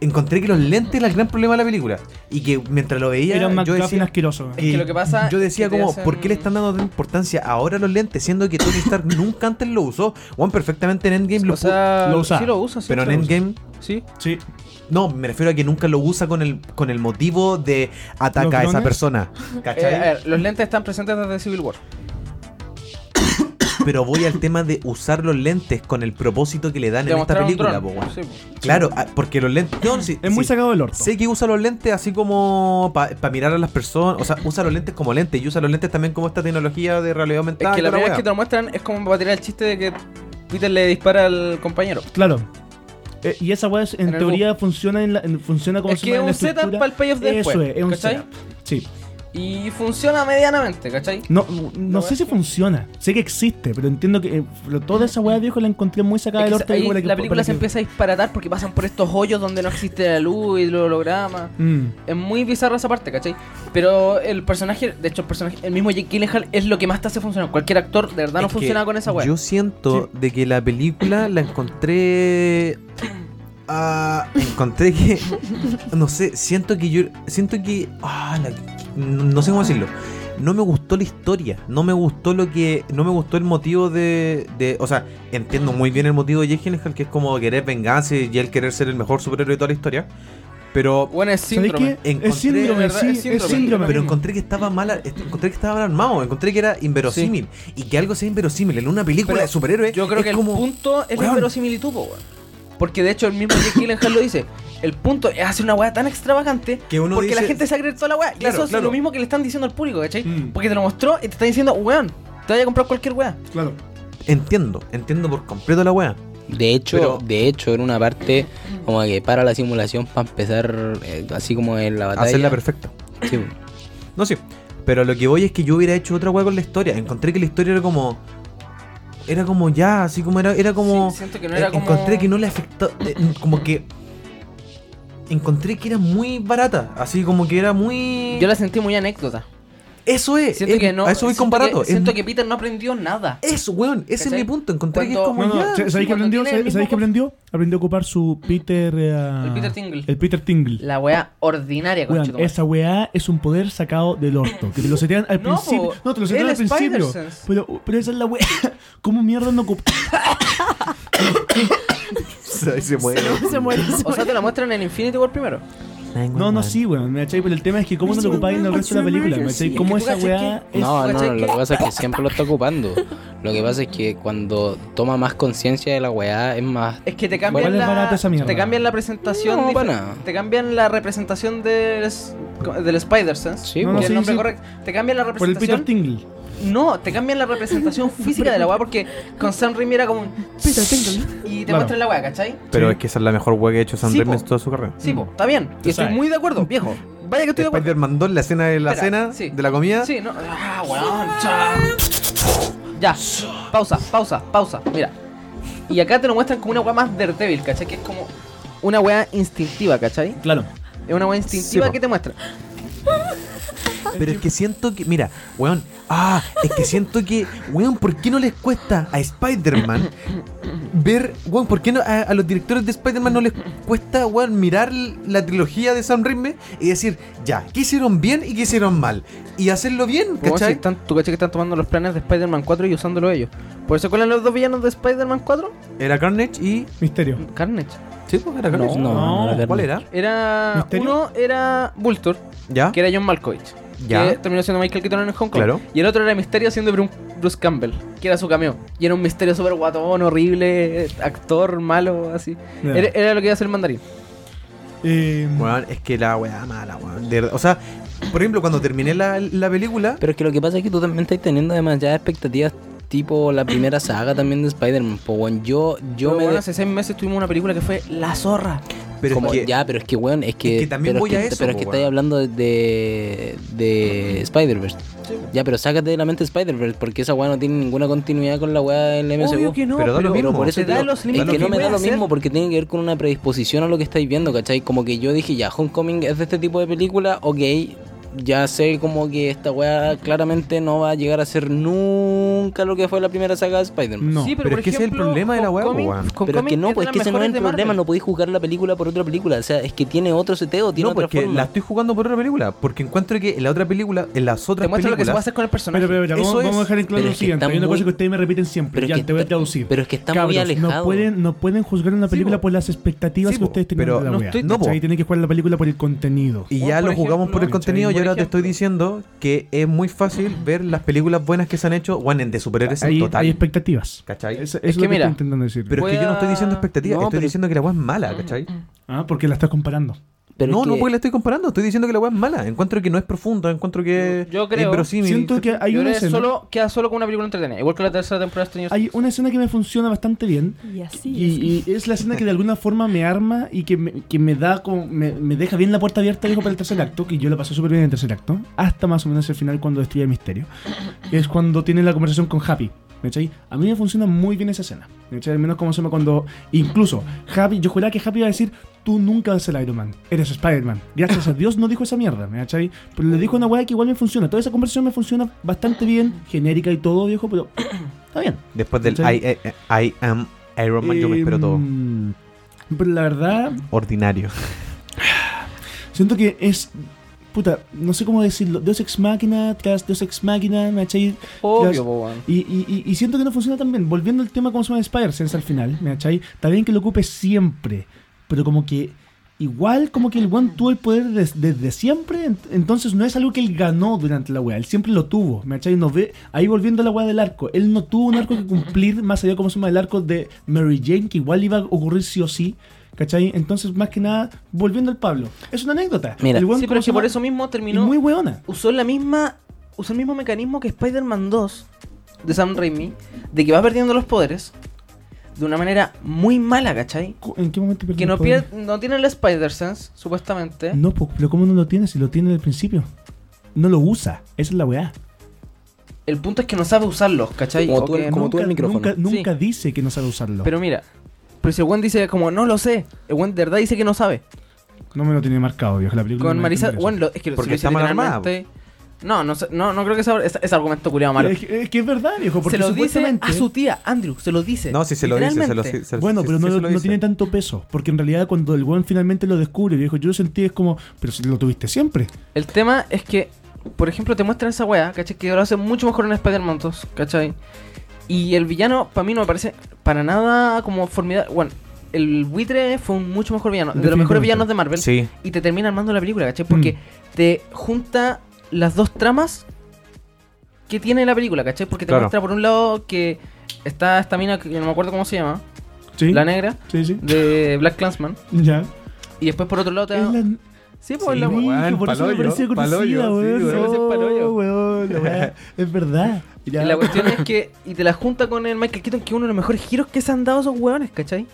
Speaker 8: Encontré que los lentes era el gran problema de la película. Y que mientras lo veía,
Speaker 5: Era un
Speaker 8: yo
Speaker 5: McGuffin
Speaker 8: decía... eh,
Speaker 5: asqueroso.
Speaker 1: Es que lo que pasa
Speaker 8: yo decía
Speaker 1: es que te
Speaker 8: como,
Speaker 1: hacen-
Speaker 8: ¿por qué le están dando tanta importancia ahora a los lentes? Siendo que Tony Stark nunca antes lo usó. Juan perfectamente en Endgame lo
Speaker 1: o sea,
Speaker 5: lo usa.
Speaker 1: sí lo usa, sí,
Speaker 8: pu- Pero en
Speaker 1: sí lo usa.
Speaker 8: Endgame,
Speaker 1: Sí.
Speaker 5: Sí.
Speaker 8: no, me refiero a que nunca lo usa con el, con el motivo de ataca a
Speaker 5: ¿Los
Speaker 8: esa
Speaker 5: drones?
Speaker 8: persona.
Speaker 1: Eh, a
Speaker 8: ¿Cachai?
Speaker 1: ver, los lentes están presentes desde Civil War.
Speaker 8: Pero voy al tema de usar los lentes con el propósito que le dan en esta
Speaker 1: mostraron un
Speaker 8: película, po,
Speaker 1: dron.
Speaker 8: weón.
Speaker 1: Sí, po.
Speaker 8: Claro, ah, porque los lentes. no, sí,
Speaker 5: Es muy
Speaker 8: sí.
Speaker 5: sacado del orto.
Speaker 8: Sé que usa los lentes así como para mirar a las personas. O sea, usa los lentes como lentes y usa los lentes también como esta tecnología de realidad
Speaker 1: Es
Speaker 8: aumentada.
Speaker 1: que la
Speaker 8: y toda
Speaker 1: primera vez
Speaker 8: la
Speaker 1: que te lo muestran es como para tirar el chiste de que Peter le dispara al compañero.
Speaker 5: Claro. Eh, y esa weá es- en,
Speaker 1: En el
Speaker 5: teoría funciona, en la- en- funciona como
Speaker 1: Es
Speaker 5: se
Speaker 1: que es
Speaker 5: llama en
Speaker 1: un
Speaker 5: la
Speaker 1: setup
Speaker 5: estructura.
Speaker 1: para el payoff después.
Speaker 5: Eso es, es un
Speaker 1: ¿cachai?
Speaker 5: setup. Sí.
Speaker 1: Y funciona medianamente, ¿cachai?
Speaker 5: No, no,
Speaker 1: La
Speaker 5: sé
Speaker 1: weá
Speaker 5: si
Speaker 1: es que-
Speaker 5: funciona. Sé que existe, pero entiendo que eh, pero toda esa weá viejo la encontré muy sacada
Speaker 1: Es
Speaker 5: del
Speaker 1: que
Speaker 5: Ah, orto.
Speaker 1: ahí
Speaker 5: igual a que-
Speaker 1: la película
Speaker 5: para
Speaker 1: se
Speaker 5: que-
Speaker 1: empieza a disparatar porque pasan por estos hoyos donde no existe la luz y los hologramas.
Speaker 5: Mm.
Speaker 1: Es muy bizarra esa parte, ¿cachai? Pero el personaje, de hecho, el personaje, el mismo Jake Gyllenhaal es lo que más te hace funcionar. Cualquier actor de verdad no
Speaker 8: Es que
Speaker 1: funciona con esa weá.
Speaker 8: Yo siento de que la película la encontré. ah, encontré que. No sé, siento que yo. Siento que. ah, la- no no sé cómo decirlo. No me gustó la historia. No me gustó lo que. No me gustó el motivo de. de- o sea, entiendo muy bien el motivo de Jake Gyllenhaal, que es como querer venganza y él querer ser el mejor superhéroe de toda la historia. Pero.
Speaker 1: Bueno, es
Speaker 5: ¿Sabéis
Speaker 1: síndrome.
Speaker 5: qué?
Speaker 8: Encontré-
Speaker 5: Es síndrome,
Speaker 1: ¿verdad?
Speaker 5: sí,
Speaker 1: Es
Speaker 5: es
Speaker 1: síndrome.
Speaker 5: síndrome.
Speaker 8: Pero encontré que estaba mal, encontré que estaba mal armado, encontré que era inverosímil. Y que algo sea inverosímil en una película
Speaker 1: Pero
Speaker 8: de superhéroes.
Speaker 1: Yo creo
Speaker 8: es
Speaker 1: que el
Speaker 8: como-
Speaker 1: punto es la
Speaker 8: Weón.
Speaker 1: inverosimilitud, po, weón. Porque de hecho el mismo Jake Gyllenhaal lo dice. El punto es hacer una weá tan extravagante
Speaker 8: Que uno
Speaker 1: porque la
Speaker 8: dice-
Speaker 1: gente se va a creer toda la weá. y
Speaker 8: Claro,
Speaker 1: eso es
Speaker 8: claro.
Speaker 1: lo mismo que le están diciendo al público, ¿cachai?
Speaker 5: Mm.
Speaker 1: Porque te lo mostró y te está diciendo, weón, te voy a comprar cualquier weá.
Speaker 5: Claro.
Speaker 8: Entiendo, entiendo por completo la wea.
Speaker 3: De hecho,
Speaker 8: Pero-
Speaker 3: de hecho, era una parte como que para la simulación para empezar eh, así como en la batalla.
Speaker 8: Hacerla perfecta.
Speaker 3: Sí, po.
Speaker 8: No sé. Pero lo que voy es que yo hubiera hecho otra wea con la historia. Encontré que la historia era como. Era como ya, así como era, era como.
Speaker 1: Sí, siento que no era
Speaker 8: eh,
Speaker 1: como-
Speaker 8: Encontré que no le afectó. eh, como que. Encontré que era muy barata. Así como que era muy.
Speaker 1: Yo la sentí muy anécdota.
Speaker 8: Eso es.
Speaker 1: Siento
Speaker 8: es-
Speaker 1: que no.
Speaker 8: A eso voy con
Speaker 1: siento
Speaker 8: barato.
Speaker 1: Que,
Speaker 8: es- Eh,
Speaker 1: siento que Peter no aprendió nada.
Speaker 8: Eso, weón. Ese
Speaker 1: ¿Cachai?
Speaker 8: es mi punto. Encontré que es
Speaker 1: Cuando-
Speaker 8: como.
Speaker 5: No, no,
Speaker 8: ya,
Speaker 5: ¿sabes
Speaker 1: sí,
Speaker 5: qué
Speaker 1: cuando
Speaker 5: aprendió?
Speaker 1: tiene el
Speaker 5: ¿Sabes sabes qué
Speaker 1: mismo-
Speaker 5: aprendió? Aprendió a ocupar su Peter. eh,
Speaker 1: El Peter Tingle.
Speaker 5: El Peter Tingle.
Speaker 1: La weá ordinaria,
Speaker 5: Weón,
Speaker 1: conchetumare.
Speaker 5: esa weá es un poder sacado del orto. Que te lo setean al
Speaker 1: No,
Speaker 5: principio.
Speaker 1: po,
Speaker 5: No, te lo setean al
Speaker 1: el
Speaker 5: principio.
Speaker 1: Spider-Sense.
Speaker 5: Pero, pero esa es la weá. ¿Cómo mierda no ocup-
Speaker 8: Se muere.
Speaker 4: Se muere. se
Speaker 1: O sea,
Speaker 4: muere.
Speaker 1: te la muestran en Infinity War primero.
Speaker 5: No, no, sí, weón. ¿Me cachai? Pero el tema es que cómo no lo ocupáis en el resto de la película. ¿Me cachai? ¿Cómo
Speaker 1: Es que tú
Speaker 5: esa
Speaker 1: cachai
Speaker 5: weá
Speaker 1: que-
Speaker 5: es.
Speaker 3: No, no,
Speaker 1: ¿cachai?
Speaker 3: lo que pasa es que siempre lo está ocupando. Lo que pasa es que cuando toma más conciencia de la weá es más.
Speaker 1: Es que te
Speaker 5: ¿Cuál
Speaker 1: cambian
Speaker 5: es
Speaker 1: la,
Speaker 5: barata esa mierda?
Speaker 1: te cambian la presentación,
Speaker 3: No,
Speaker 1: dife-
Speaker 3: para nada.
Speaker 1: te cambian la representación del, s- del Spider Sense,
Speaker 3: Sí,
Speaker 1: que
Speaker 5: No,
Speaker 1: es
Speaker 5: no,
Speaker 1: el
Speaker 5: sí,
Speaker 1: nombre
Speaker 5: sí.
Speaker 1: correcto. Te cambian la
Speaker 5: Por el Peter
Speaker 1: representación.
Speaker 5: Tingle.
Speaker 1: no, te cambian la representación física de la weá porque con Sam Raimi era como un
Speaker 4: Peter Tingle.
Speaker 1: y te
Speaker 5: Claro.
Speaker 1: muestran la weá, ¿cachai?
Speaker 8: Pero
Speaker 5: Sí.
Speaker 8: es que esa es la mejor wea que ha hecho Sam
Speaker 1: Sí,
Speaker 8: Raimi
Speaker 1: po.
Speaker 8: en toda su carrera.
Speaker 1: Sí, po, está bien. Y
Speaker 5: Tú
Speaker 1: estoy
Speaker 5: sabes.
Speaker 1: muy de acuerdo, viejo. Vaya que estoy de acuerdo.
Speaker 8: Spider-Man 2, la escena de la
Speaker 1: Espera,
Speaker 8: cena,
Speaker 1: sí.
Speaker 8: de la comida.
Speaker 1: Sí, no. Ah, weón, chao. ya. Pausa, pausa, pausa. Mira. Y acá te lo muestran como una weá más Daredevil, ¿cachai? Que es como una weá instintiva, ¿cachai?
Speaker 5: Claro.
Speaker 1: Es una weá instintiva
Speaker 8: po.
Speaker 1: que te muestra.
Speaker 8: Pero es que siento que, mira, weón, ah, es que siento que, weón, ¿por qué no les cuesta a Spider-Man ver, weón, ¿por qué no a, a los directores de Spider-Man no les cuesta, weón, mirar l- la trilogía de Sam Raimi y decir, ya, ¿qué hicieron bien y qué hicieron mal? Y hacerlo bien,
Speaker 1: Como si
Speaker 8: ¿cachai?
Speaker 1: están, tú cachai que están tomando los planes de Spider-Man 4 y usándolo ellos. ¿Por eso cuáles son los dos villanos de Spider-Man 4?
Speaker 8: Era Carnage y...
Speaker 5: Misterio.
Speaker 1: Carnage.
Speaker 8: Sí, pues era Carnage.
Speaker 3: No,
Speaker 5: no,
Speaker 3: era
Speaker 8: ¿Cuál
Speaker 3: Carnage.
Speaker 8: era?
Speaker 1: Era.
Speaker 5: ¿Misterio?
Speaker 1: Uno era Vulture,
Speaker 8: ¿Ya?
Speaker 1: que era John Malkovich.
Speaker 8: Ah. Ya.
Speaker 1: Que terminó siendo Michael Keaton en Hong Kong.
Speaker 8: Claro.
Speaker 1: Y el otro era Misterio siendo Bru- Bruce Campbell, que era su cameo. Y era un misterio súper guatón, horrible, actor, malo, así.
Speaker 5: Ya.
Speaker 1: Era, era lo que iba a hacer el mandarín.
Speaker 5: Eh,
Speaker 8: Weón, es que la weá mala, weón. de verdad. O sea, por ejemplo, cuando terminé la, la película...
Speaker 3: Pero es que lo que pasa es que tú también estás teniendo demasiadas expectativas, tipo la primera saga también de Spider-Man. po, weón. yo, yo
Speaker 1: Yo
Speaker 3: me. de-
Speaker 1: hace seis meses tuvimos una película que fue La Zorra.
Speaker 8: Pero
Speaker 3: como-
Speaker 8: es que...
Speaker 3: Ya, pero es que, weón, es que.
Speaker 8: es que también
Speaker 3: pero
Speaker 8: voy a
Speaker 3: que-
Speaker 8: eso,
Speaker 3: Pero es
Speaker 8: po,
Speaker 3: que
Speaker 8: weón.
Speaker 3: estáis hablando de. de Spider-Verse. Ya, pero sácate de la mente Spider-Verse, porque esa weá no tiene ninguna continuidad con la weá del MCU.
Speaker 1: Obvio que no,
Speaker 8: pero da lo
Speaker 3: Pero
Speaker 8: mismo.
Speaker 3: por eso
Speaker 1: Te
Speaker 3: te
Speaker 1: da
Speaker 3: digo,
Speaker 1: los límites
Speaker 3: es que
Speaker 1: que
Speaker 3: no me
Speaker 1: puede
Speaker 3: da lo
Speaker 1: hacer.
Speaker 3: mismo porque tiene que ver con una predisposición a lo que estáis viendo, ¿cachai? Como que yo dije, ya, Homecoming es de este tipo de película, ok, ya sé como que esta weá claramente no va a llegar a ser nunca lo que fue la primera saga de Spider-Man.
Speaker 5: no.
Speaker 8: pero es que ese es el problema de la weá, po, weón.
Speaker 3: Pero es que no, pues es que ese no es el problema, no podéis jugar la película por otra película, o sea, es que tiene otro seteo, tiene
Speaker 8: No,
Speaker 3: otra
Speaker 8: porque
Speaker 3: forma.
Speaker 8: la estoy jugando por otra película. Porque encuentro que en la otra película, en las
Speaker 1: Te
Speaker 8: otras
Speaker 1: muestra lo que se puede
Speaker 8: películas.
Speaker 1: hacer con el personaje.
Speaker 5: Pero, pero, pero,
Speaker 8: Eso
Speaker 5: vamos,
Speaker 8: es.
Speaker 5: vamos a dejar en claro
Speaker 3: Pero
Speaker 5: lo
Speaker 3: es que
Speaker 5: siguiente.
Speaker 3: está
Speaker 5: Hay una
Speaker 3: muy-
Speaker 5: cosa que ustedes me repiten siempre.
Speaker 3: pero es
Speaker 5: ya,
Speaker 3: que
Speaker 5: te voy a
Speaker 3: está-
Speaker 5: traducir.
Speaker 3: pero es que está muy
Speaker 5: No
Speaker 3: alejado.
Speaker 5: pueden, no pueden juzgar una película
Speaker 8: po.
Speaker 5: por las expectativas
Speaker 8: Sí,
Speaker 5: que
Speaker 8: po,
Speaker 5: ustedes tienen
Speaker 8: pero
Speaker 5: de la
Speaker 8: no
Speaker 5: wea,
Speaker 8: estoy- no, po.
Speaker 5: ¿cachai? tienen que jugar la película por el contenido.
Speaker 8: Y
Speaker 1: Por-
Speaker 8: ya
Speaker 1: por
Speaker 8: lo jugamos
Speaker 1: ejemplo,
Speaker 8: por el
Speaker 5: ¿cachai?
Speaker 8: contenido y
Speaker 1: Por
Speaker 8: ahora te
Speaker 1: ejemplo.
Speaker 8: estoy diciendo que es muy fácil ver las películas buenas que se han hecho, Juan, en de superhéroes
Speaker 5: Hay,
Speaker 8: en
Speaker 5: hay
Speaker 8: total.
Speaker 5: expectativas.
Speaker 8: ¿Cachai?
Speaker 5: Es, es
Speaker 1: Es
Speaker 5: lo
Speaker 1: que
Speaker 5: que
Speaker 1: mira,
Speaker 5: estoy intentando decir.
Speaker 8: Pero es que yo no estoy diciendo expectativas,
Speaker 1: No,
Speaker 8: estoy
Speaker 1: pero-
Speaker 8: diciendo que la weá es mala, ¿cachai?
Speaker 5: Ah, porque la estás comparando.
Speaker 3: Pero
Speaker 8: no,
Speaker 3: es
Speaker 8: no
Speaker 3: que-
Speaker 8: porque la estoy comparando, estoy diciendo que la weá es mala. Encuentro que no es profunda, encuentro que
Speaker 1: Yo creo-
Speaker 8: es verosímil.
Speaker 5: Siento que hay
Speaker 1: Yo
Speaker 5: una
Speaker 1: creo que
Speaker 5: escena.
Speaker 1: solo, queda solo con una película entretenida. Igual que la tercera temporada de Stranger
Speaker 5: Hay una escena que me funciona bastante bien.
Speaker 4: Y así.
Speaker 5: Y, y es la escena que de alguna forma me arma y que me, que me da como. Me, me deja bien la puerta abierta, dijo, para el tercer acto, que yo la pasé súper bien en el tercer acto, hasta más o menos el final cuando destruye el misterio. Que es cuando tiene la conversación con Happy. ¿cachai? A mí me funciona muy bien esa escena. ¿cachai? Al menos como se me cuando. Incluso, Happy, yo juraba que Happy iba a decir: Tú nunca vas a ser Iron Man, eres Spider-Man. Gracias a Dios no dijo esa mierda, ¿cachai? Pero le dijo una weá que igual me funciona. Toda esa conversación me funciona bastante bien, genérica y todo, viejo, pero. Está bien.
Speaker 8: Después del
Speaker 5: ¿Cachai?
Speaker 8: I, eh, I- I am Iron Man, yo me espero todo.
Speaker 5: Em, Pero la verdad,
Speaker 8: Ordinario.
Speaker 5: siento que es. Puta, no sé cómo decirlo. Deus Ex Machina tras Deus Ex Machina, ¿me cachai?
Speaker 1: Obvio,
Speaker 5: Las-
Speaker 1: po, weón.
Speaker 5: Y, y, y- y siento que no funciona tan bien. Volviendo al tema como se llama Spider-Sense al final, ¿me cachai? Está bien que lo ocupe siempre, pero como que. Igual como que el One tuvo el poder des- desde siempre, ent- entonces no es algo que él ganó durante la wea, él siempre lo tuvo, ¿me cachai? No ve, ahí volviendo a la wea del arco, él no tuvo un arco que cumplir más allá como se llama el arco de Mary Jane, que igual iba a ocurrir sí o sí, ¿cachai? Entonces más que nada, volviendo al Pablo, es una anécdota.
Speaker 3: Mira,
Speaker 5: el weón,
Speaker 1: Sí,
Speaker 5: ¿cómo
Speaker 1: pero es
Speaker 5: se
Speaker 1: que por
Speaker 5: llama?
Speaker 1: eso mismo
Speaker 5: Y
Speaker 1: terminó.
Speaker 5: muy weona.
Speaker 1: usó la misma usó el mismo mecanismo que Spider-Man 2 de Sam Raimi de que va perdiendo los poderes de una manera muy mala, ¿cachai?
Speaker 5: Cu- ¿En qué momento perdió
Speaker 1: Que
Speaker 5: el
Speaker 1: no,
Speaker 5: poder?
Speaker 1: pier- no tiene el Spider-Sense, supuestamente.
Speaker 5: No, po, pero ¿cómo no lo tiene si lo tiene al principio? No lo usa, esa es la weá.
Speaker 1: El punto es que no sabe usarlos, ¿cachai?
Speaker 3: Como
Speaker 1: O
Speaker 3: tú-
Speaker 1: que
Speaker 3: como
Speaker 1: Eh, no-
Speaker 3: tú el micrófono.
Speaker 5: Nunca, nunca dice que no sabe usarlo.
Speaker 1: Pero mira, pero si el Gwen dice como, no lo sé, el Gwen de verdad dice que no sabe.
Speaker 5: no me lo tiene marcado, viejo. La película
Speaker 1: Con
Speaker 5: no me
Speaker 1: Marisa,
Speaker 5: entiende eso.
Speaker 1: Gwen lo- es que lo-
Speaker 8: Porque
Speaker 1: si lo
Speaker 8: está
Speaker 1: dice
Speaker 8: mal armada,
Speaker 1: literalmente- No, no, sé- no, no creo que sea es, es argumento culiado malo.
Speaker 5: Es, que- es que es verdad, viejo, porque
Speaker 1: se lo dice
Speaker 5: supuestamente...
Speaker 1: a su tía, Andrew, se lo dice.
Speaker 8: No, si se lo dice, se lo,
Speaker 1: literalmente.
Speaker 8: se lo-
Speaker 5: Bueno,
Speaker 8: sí,
Speaker 5: pero
Speaker 8: sí
Speaker 5: no,
Speaker 8: se
Speaker 5: lo-
Speaker 8: lo
Speaker 5: no
Speaker 8: dice.
Speaker 5: tiene tanto peso, porque en realidad cuando el weón finalmente lo descubre, viejo, yo lo sentí es como, pero si lo tuviste siempre.
Speaker 1: El tema es que, por ejemplo, te muestran esa weá, ¿cachai? Que lo hace mucho mejor en Spider-Man 2, ¿cachai? Y el villano, para mí, no me parece para nada como formidable. Bueno, el buitre fue un mucho mejor villano, de los mejores
Speaker 5: Definitivamente.
Speaker 1: villanos de Marvel.
Speaker 8: Sí.
Speaker 1: Y te termina armando la película, ¿cachai? Porque te junta las dos tramas que tiene la película, ¿cachai? Porque te
Speaker 8: Claro.
Speaker 1: muestra, por un lado, que está esta mina, que no me acuerdo cómo se llama,
Speaker 5: ¿Sí?
Speaker 1: la negra,
Speaker 5: Sí, sí.
Speaker 1: de Black Clansman.
Speaker 5: Ya.
Speaker 1: Y después, por otro lado, te
Speaker 5: Es la...
Speaker 1: Sí, pues
Speaker 5: Sí,
Speaker 1: la
Speaker 5: viejo,
Speaker 8: weón,
Speaker 5: por eso me
Speaker 8: paloyo,
Speaker 5: parecía conocida,
Speaker 8: paloyo, sí,
Speaker 5: weón.
Speaker 8: weón,
Speaker 5: No,
Speaker 1: ese es paloyo.
Speaker 5: weón, la weá. Es verdad. Ya.
Speaker 1: Y la cuestión es que. Y te la junta con el Michael Keaton, que es uno de los mejores giros que se han dado esos hueones, ¿cachai?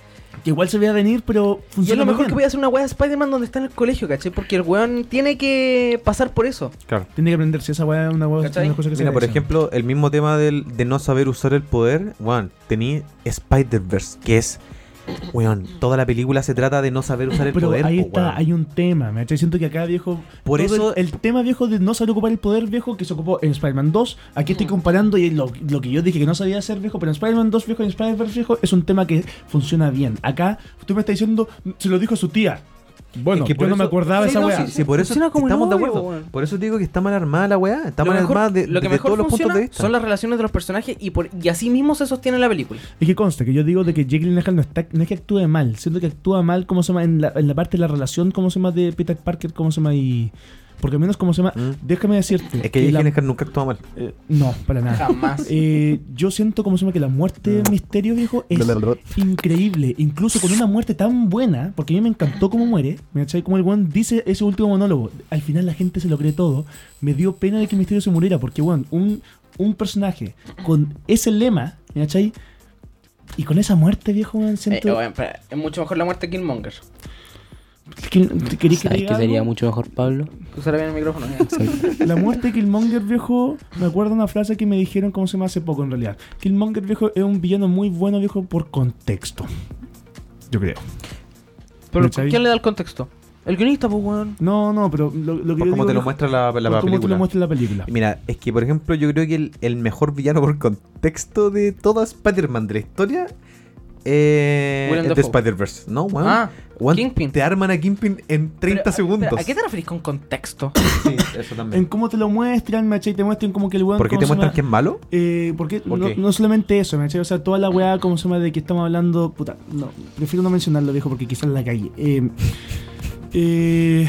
Speaker 5: Que igual se veía venir, pero
Speaker 1: Y es
Speaker 5: funciona
Speaker 1: lo
Speaker 5: muy
Speaker 1: mejor que
Speaker 5: bien.
Speaker 1: voy a hacer una weá de Spider-Man donde está en el colegio, ¿cachai? Porque el weón tiene que pasar por eso.
Speaker 2: Claro.
Speaker 5: Tiene que aprenderse esa weá, una weá,
Speaker 1: ¿Cachai?
Speaker 5: una cosa que se
Speaker 8: Mira, por
Speaker 5: agradece.
Speaker 8: ejemplo, el mismo tema del, de no saber usar el poder. Weón, tení Spider-Verse, que es. Weón, toda la película se trata de no saber usar el
Speaker 5: Pero
Speaker 8: poder.
Speaker 5: ahí
Speaker 8: po,
Speaker 5: está,
Speaker 8: weón.
Speaker 5: hay un tema, me Siento que acá, viejo.
Speaker 8: Por
Speaker 5: todo
Speaker 8: eso-
Speaker 5: El, el tema, viejo, de no saber ocupar el poder, viejo, que se ocupó en Spider-Man 2. Aquí estoy comparando y lo, lo que yo dije que no sabía hacer, viejo, pero en Spider-Man 2, viejo, en Spider-Verse, viejo, es un tema que funciona bien. Acá, tú me estás diciendo, se lo dijo su tía. Bueno,
Speaker 8: Es que
Speaker 5: yo
Speaker 8: por
Speaker 5: no me
Speaker 8: eso-
Speaker 5: acordaba
Speaker 1: Sí,
Speaker 5: esa
Speaker 1: no,
Speaker 5: weá.
Speaker 1: sí,
Speaker 8: Si por eso
Speaker 1: Funciona como el
Speaker 8: estamos de
Speaker 1: hoyo,
Speaker 8: acuerdo.
Speaker 1: weón.
Speaker 8: Por eso te digo que está mal armada la weá. Está
Speaker 1: lo
Speaker 8: mal
Speaker 1: mejor,
Speaker 8: armada de,
Speaker 1: lo que
Speaker 8: de
Speaker 1: mejor
Speaker 8: todos los puntos
Speaker 1: funciona
Speaker 8: de vista.
Speaker 1: son las relaciones de los personajes y, por, y así mismo se sostiene la película.
Speaker 5: Es que consta que yo digo de que Jake Gyllenhaal no, está, no es que actúe mal, siento que actúa mal, como se llama, en la, en la parte de la relación, como se llama, de Peter Parker, como se llama, y... Porque al menos, como se llama,
Speaker 8: Mm.
Speaker 5: déjame decirte...
Speaker 8: Es que Jake
Speaker 5: la-
Speaker 8: Gyllenhaal nunca actúa mal.
Speaker 5: eh, no, para nada.
Speaker 1: Jamás.
Speaker 5: Eh, yo siento, como se llama, que la muerte de Misterio, viejo, es increíble. Incluso con una muerte tan buena, porque a mí me encantó cómo muere. ¿Me cachai? Como el one dice ese último monólogo. Al final la gente se lo cree todo. Me dio pena de que Misterio se muriera, porque, weón, un, un personaje con ese lema, ¿me cachai? Y con esa muerte, viejo, weón, siento.
Speaker 1: Eh, bueno, pero es mucho mejor la muerte de Killmonger.
Speaker 5: ¿Qué- te ¿Querés que
Speaker 3: ¿Sabes
Speaker 5: diga
Speaker 3: que sería
Speaker 5: algo?
Speaker 3: mucho mejor, Pablo?
Speaker 1: Usará bien el micrófono. ya.
Speaker 5: La muerte de Killmonger, viejo, me acuerdo una frase que me dijeron como se me hace poco en realidad. Killmonger, viejo, es un villano muy bueno, viejo, por contexto. Yo creo.
Speaker 1: Pero
Speaker 5: ¿Cachai?
Speaker 1: ¿quién le da el contexto? El guionista, pues weón.
Speaker 5: No, no, pero lo, lo que
Speaker 8: Por
Speaker 5: yo
Speaker 8: cómo
Speaker 5: digo,
Speaker 8: te lo
Speaker 5: viejo,
Speaker 8: muestra la, la,
Speaker 5: por
Speaker 8: la
Speaker 5: cómo te lo
Speaker 8: película.
Speaker 5: muestra la película.
Speaker 8: Mira, es que por ejemplo yo creo que el, el mejor villano por contexto de toda Spider-Man de la historia eh,
Speaker 1: Willem
Speaker 8: es de
Speaker 1: Dafoe.
Speaker 8: Spider-Verse, ¿no? weón?
Speaker 1: Ah,
Speaker 8: Weón,
Speaker 1: Kingpin.
Speaker 8: Te arman a Kingpin en 30
Speaker 1: Pero,
Speaker 8: segundos.
Speaker 1: pero, ¿A qué te referís con contexto?
Speaker 8: Sí, eso también.
Speaker 5: En cómo te lo muestran, me Te muestran como que el weón.
Speaker 8: ¿Por qué
Speaker 5: ¿cómo
Speaker 8: te
Speaker 5: se
Speaker 8: muestran
Speaker 5: llama?
Speaker 8: que es malo?
Speaker 5: Eh, porque
Speaker 8: ¿Por
Speaker 5: no,
Speaker 8: qué?
Speaker 5: no solamente eso, ¿me cachai? O sea, toda la weá, como se llama, de que estamos hablando. Puta, no, prefiero no mencionarlo, viejo, porque quizás la calle. Eh, eh,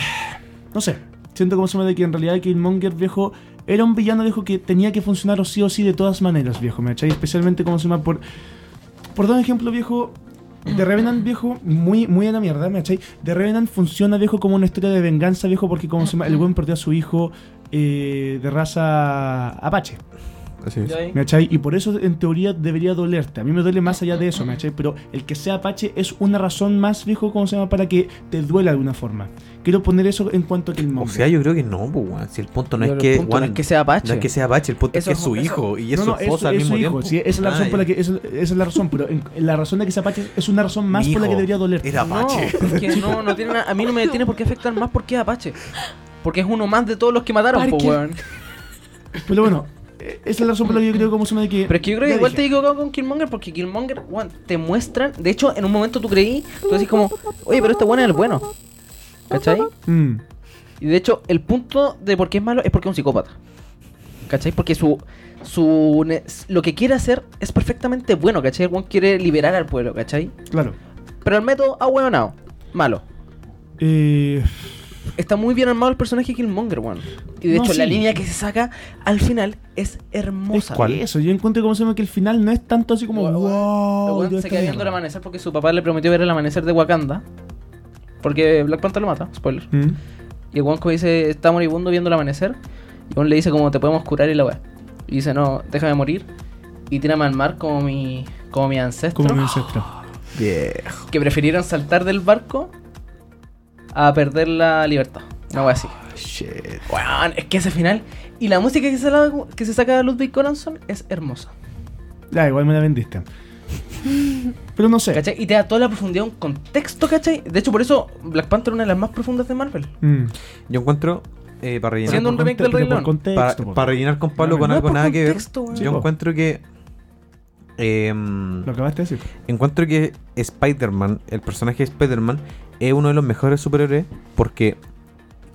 Speaker 5: no sé, siento como se llama de que en realidad Killmonger, viejo, era un villano, viejo, que tenía que funcionar o sí o sí de todas maneras, viejo, ¿me cachai? Especialmente como se llama por. Por dar un ejemplo, viejo. The Revenant, viejo, muy, muy a la mierda, ¿me cachai? The Revenant funciona, viejo, como una historia de venganza, viejo, porque como se llama, el buen perdió a su hijo eh, de raza apache.
Speaker 8: Así es.
Speaker 5: ¿Me cachai? Y por eso en teoría debería dolerte. A mí me duele más allá de eso, ¿me cachai? Pero el que sea Apache es una razón más, viejo, ¿cómo se llama? Para que te duela de alguna forma. Quiero poner eso en cuanto a que el
Speaker 8: O sea, yo creo que no, pues, weón. Si el punto no
Speaker 1: Pero
Speaker 8: es
Speaker 1: el
Speaker 8: que,
Speaker 1: punto no
Speaker 8: weón,
Speaker 1: es que sea Apache.
Speaker 8: no es que sea Bache, el punto
Speaker 1: Eso
Speaker 8: es que es
Speaker 1: es-
Speaker 8: su
Speaker 1: eso-
Speaker 8: hijo y es
Speaker 5: no,
Speaker 8: su
Speaker 5: no, es-
Speaker 8: esposa al
Speaker 5: es su
Speaker 8: mismo
Speaker 5: hijo,
Speaker 8: tiempo.
Speaker 5: sí, esa es la
Speaker 8: Ah,
Speaker 5: razón por
Speaker 8: ya.
Speaker 5: la que esa- esa es la razón, pero en- la razón de que sea Apache es una razón más
Speaker 8: Mi
Speaker 5: por la que
Speaker 8: hijo
Speaker 5: debería dolerte.
Speaker 8: Era
Speaker 1: No,
Speaker 8: Bache.
Speaker 1: porque no, no tiene nada- a mí no me tiene por qué afectar más porque es Apache. Porque es uno más de todos los que mataron, pues
Speaker 5: Parker.
Speaker 1: weón.
Speaker 5: Pero bueno, eh, esa es la razón por la que yo creo como se llama de que
Speaker 1: Pero es que yo creo
Speaker 5: Ya
Speaker 1: que igual te
Speaker 5: dije.
Speaker 1: he equivocado con Killmonger porque Killmonger, weón, te muestran. De hecho, en un momento tú creí, tú decís como, oye, pero este weón es el bueno. ¿Cachai?
Speaker 5: Mm.
Speaker 1: Y de hecho, el punto de por qué es malo es porque es un psicópata. ¿Cachai? Porque su. su ne- lo que quiere hacer es perfectamente bueno, ¿cachai? El weón quiere liberar al pueblo, ¿cachai?
Speaker 5: claro.
Speaker 1: Pero el método ha hueonado. Malo.
Speaker 5: Eh,
Speaker 1: Está muy bien armado el personaje de Killmonger, weón. Y de
Speaker 5: No,
Speaker 1: hecho, la
Speaker 5: sí.
Speaker 1: línea que se saca al final es
Speaker 5: es
Speaker 1: hermosa.
Speaker 5: que eso, yo encuentro como se llama que el final no es tanto así como
Speaker 1: Weón, El
Speaker 5: wow.
Speaker 1: weón
Speaker 5: Oh, Dios,
Speaker 1: se
Speaker 5: esta
Speaker 1: queda viendo el
Speaker 5: mierda".
Speaker 1: amanecer porque su papá le prometió ver el amanecer de Wakanda. Porque Black Panther lo mata, spoiler.
Speaker 5: Mm.
Speaker 1: Y el weón como dice, está moribundo viendo el amanecer. Y el weón le dice como, te podemos curar y la weá. Y dice, no, déjame morir. Y tírame al mar como mi, como mi ancestro.
Speaker 5: Como mi ancestro.
Speaker 8: Viejo.
Speaker 1: Que prefirieron saltar del barco a perder la libertad. Una weá así.
Speaker 8: Ah, Shit.
Speaker 1: Weón, es que ese final... Y la música que se, la- que se saca de Ludwig Coranson es hermosa.
Speaker 5: Ya, igual me la vendiste. Pero no sé.
Speaker 1: ¿Cachai? Y te da toda la profundidad, un contexto, ¿cachai? De hecho, por eso Black Panther es una de las más profundas de Marvel.
Speaker 5: Mm.
Speaker 8: Yo encuentro, eh, para rellenar
Speaker 1: Siendo un remake del Rey
Speaker 5: Pero por
Speaker 1: León.
Speaker 8: para,
Speaker 5: contexto, po.
Speaker 8: para rellenar con Pablo
Speaker 5: No,
Speaker 8: con
Speaker 5: no,
Speaker 8: algo
Speaker 1: por
Speaker 8: nada que ver,
Speaker 1: contexto, weón.
Speaker 5: Sí,
Speaker 8: yo
Speaker 5: po.
Speaker 8: encuentro que. em,
Speaker 5: Lo acabaste de decir.
Speaker 8: encuentro que Spider-Man, el personaje de Spider-Man, es uno de los mejores superhéroes porque.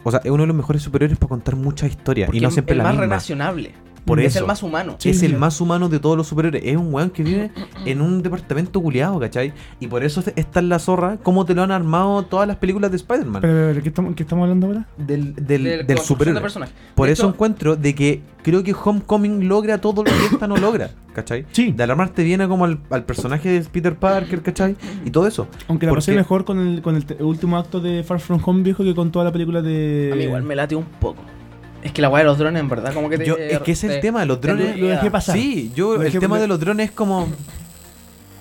Speaker 8: O sea, es uno de los mejores superhéroes para contar muchas historias
Speaker 1: Porque
Speaker 8: y no siempre
Speaker 1: el
Speaker 8: la
Speaker 1: más
Speaker 8: misma.
Speaker 1: relacionable.
Speaker 8: Por
Speaker 1: es
Speaker 8: eso.
Speaker 1: el más humano.
Speaker 5: Sí,
Speaker 8: es el
Speaker 5: ya.
Speaker 8: más humano de todos los superhéroes. Es un weón que vive
Speaker 5: Mm.
Speaker 8: en un departamento culiado, ¿cachai? Y por eso está en la zorra cómo te lo han armado todas las películas de Spider-Man.
Speaker 5: Pero, pero, pero, ¿qué, estamos, ¿qué estamos hablando ahora?
Speaker 8: del, del,
Speaker 1: De la
Speaker 8: del
Speaker 1: construcción de
Speaker 8: superhéroe.
Speaker 1: personaje.
Speaker 8: Por
Speaker 1: De
Speaker 8: eso
Speaker 1: hecho,
Speaker 8: encuentro de que creo que Homecoming logra todo lo que esta no logra, ¿cachai?
Speaker 5: Sí.
Speaker 8: De alarmarte bien a como al, al personaje de Peter Parker, ¿cachai? Y todo eso.
Speaker 5: Aunque la
Speaker 8: ¿Por
Speaker 5: pasé
Speaker 8: qué?
Speaker 5: mejor con el, con el te- último acto de Far From Home viejo que con toda la película de.
Speaker 1: A mí igual me late un poco. Es que la weá de los drones, en verdad, como que te.
Speaker 8: Yo- es que ese es el
Speaker 1: te-
Speaker 8: tema, los
Speaker 1: te
Speaker 8: drones-
Speaker 1: nubla.
Speaker 5: Lo dejé pasar.
Speaker 8: Sí, yo
Speaker 5: Por
Speaker 8: el
Speaker 5: ejemplo,
Speaker 8: tema
Speaker 5: me-
Speaker 8: de los drones es como...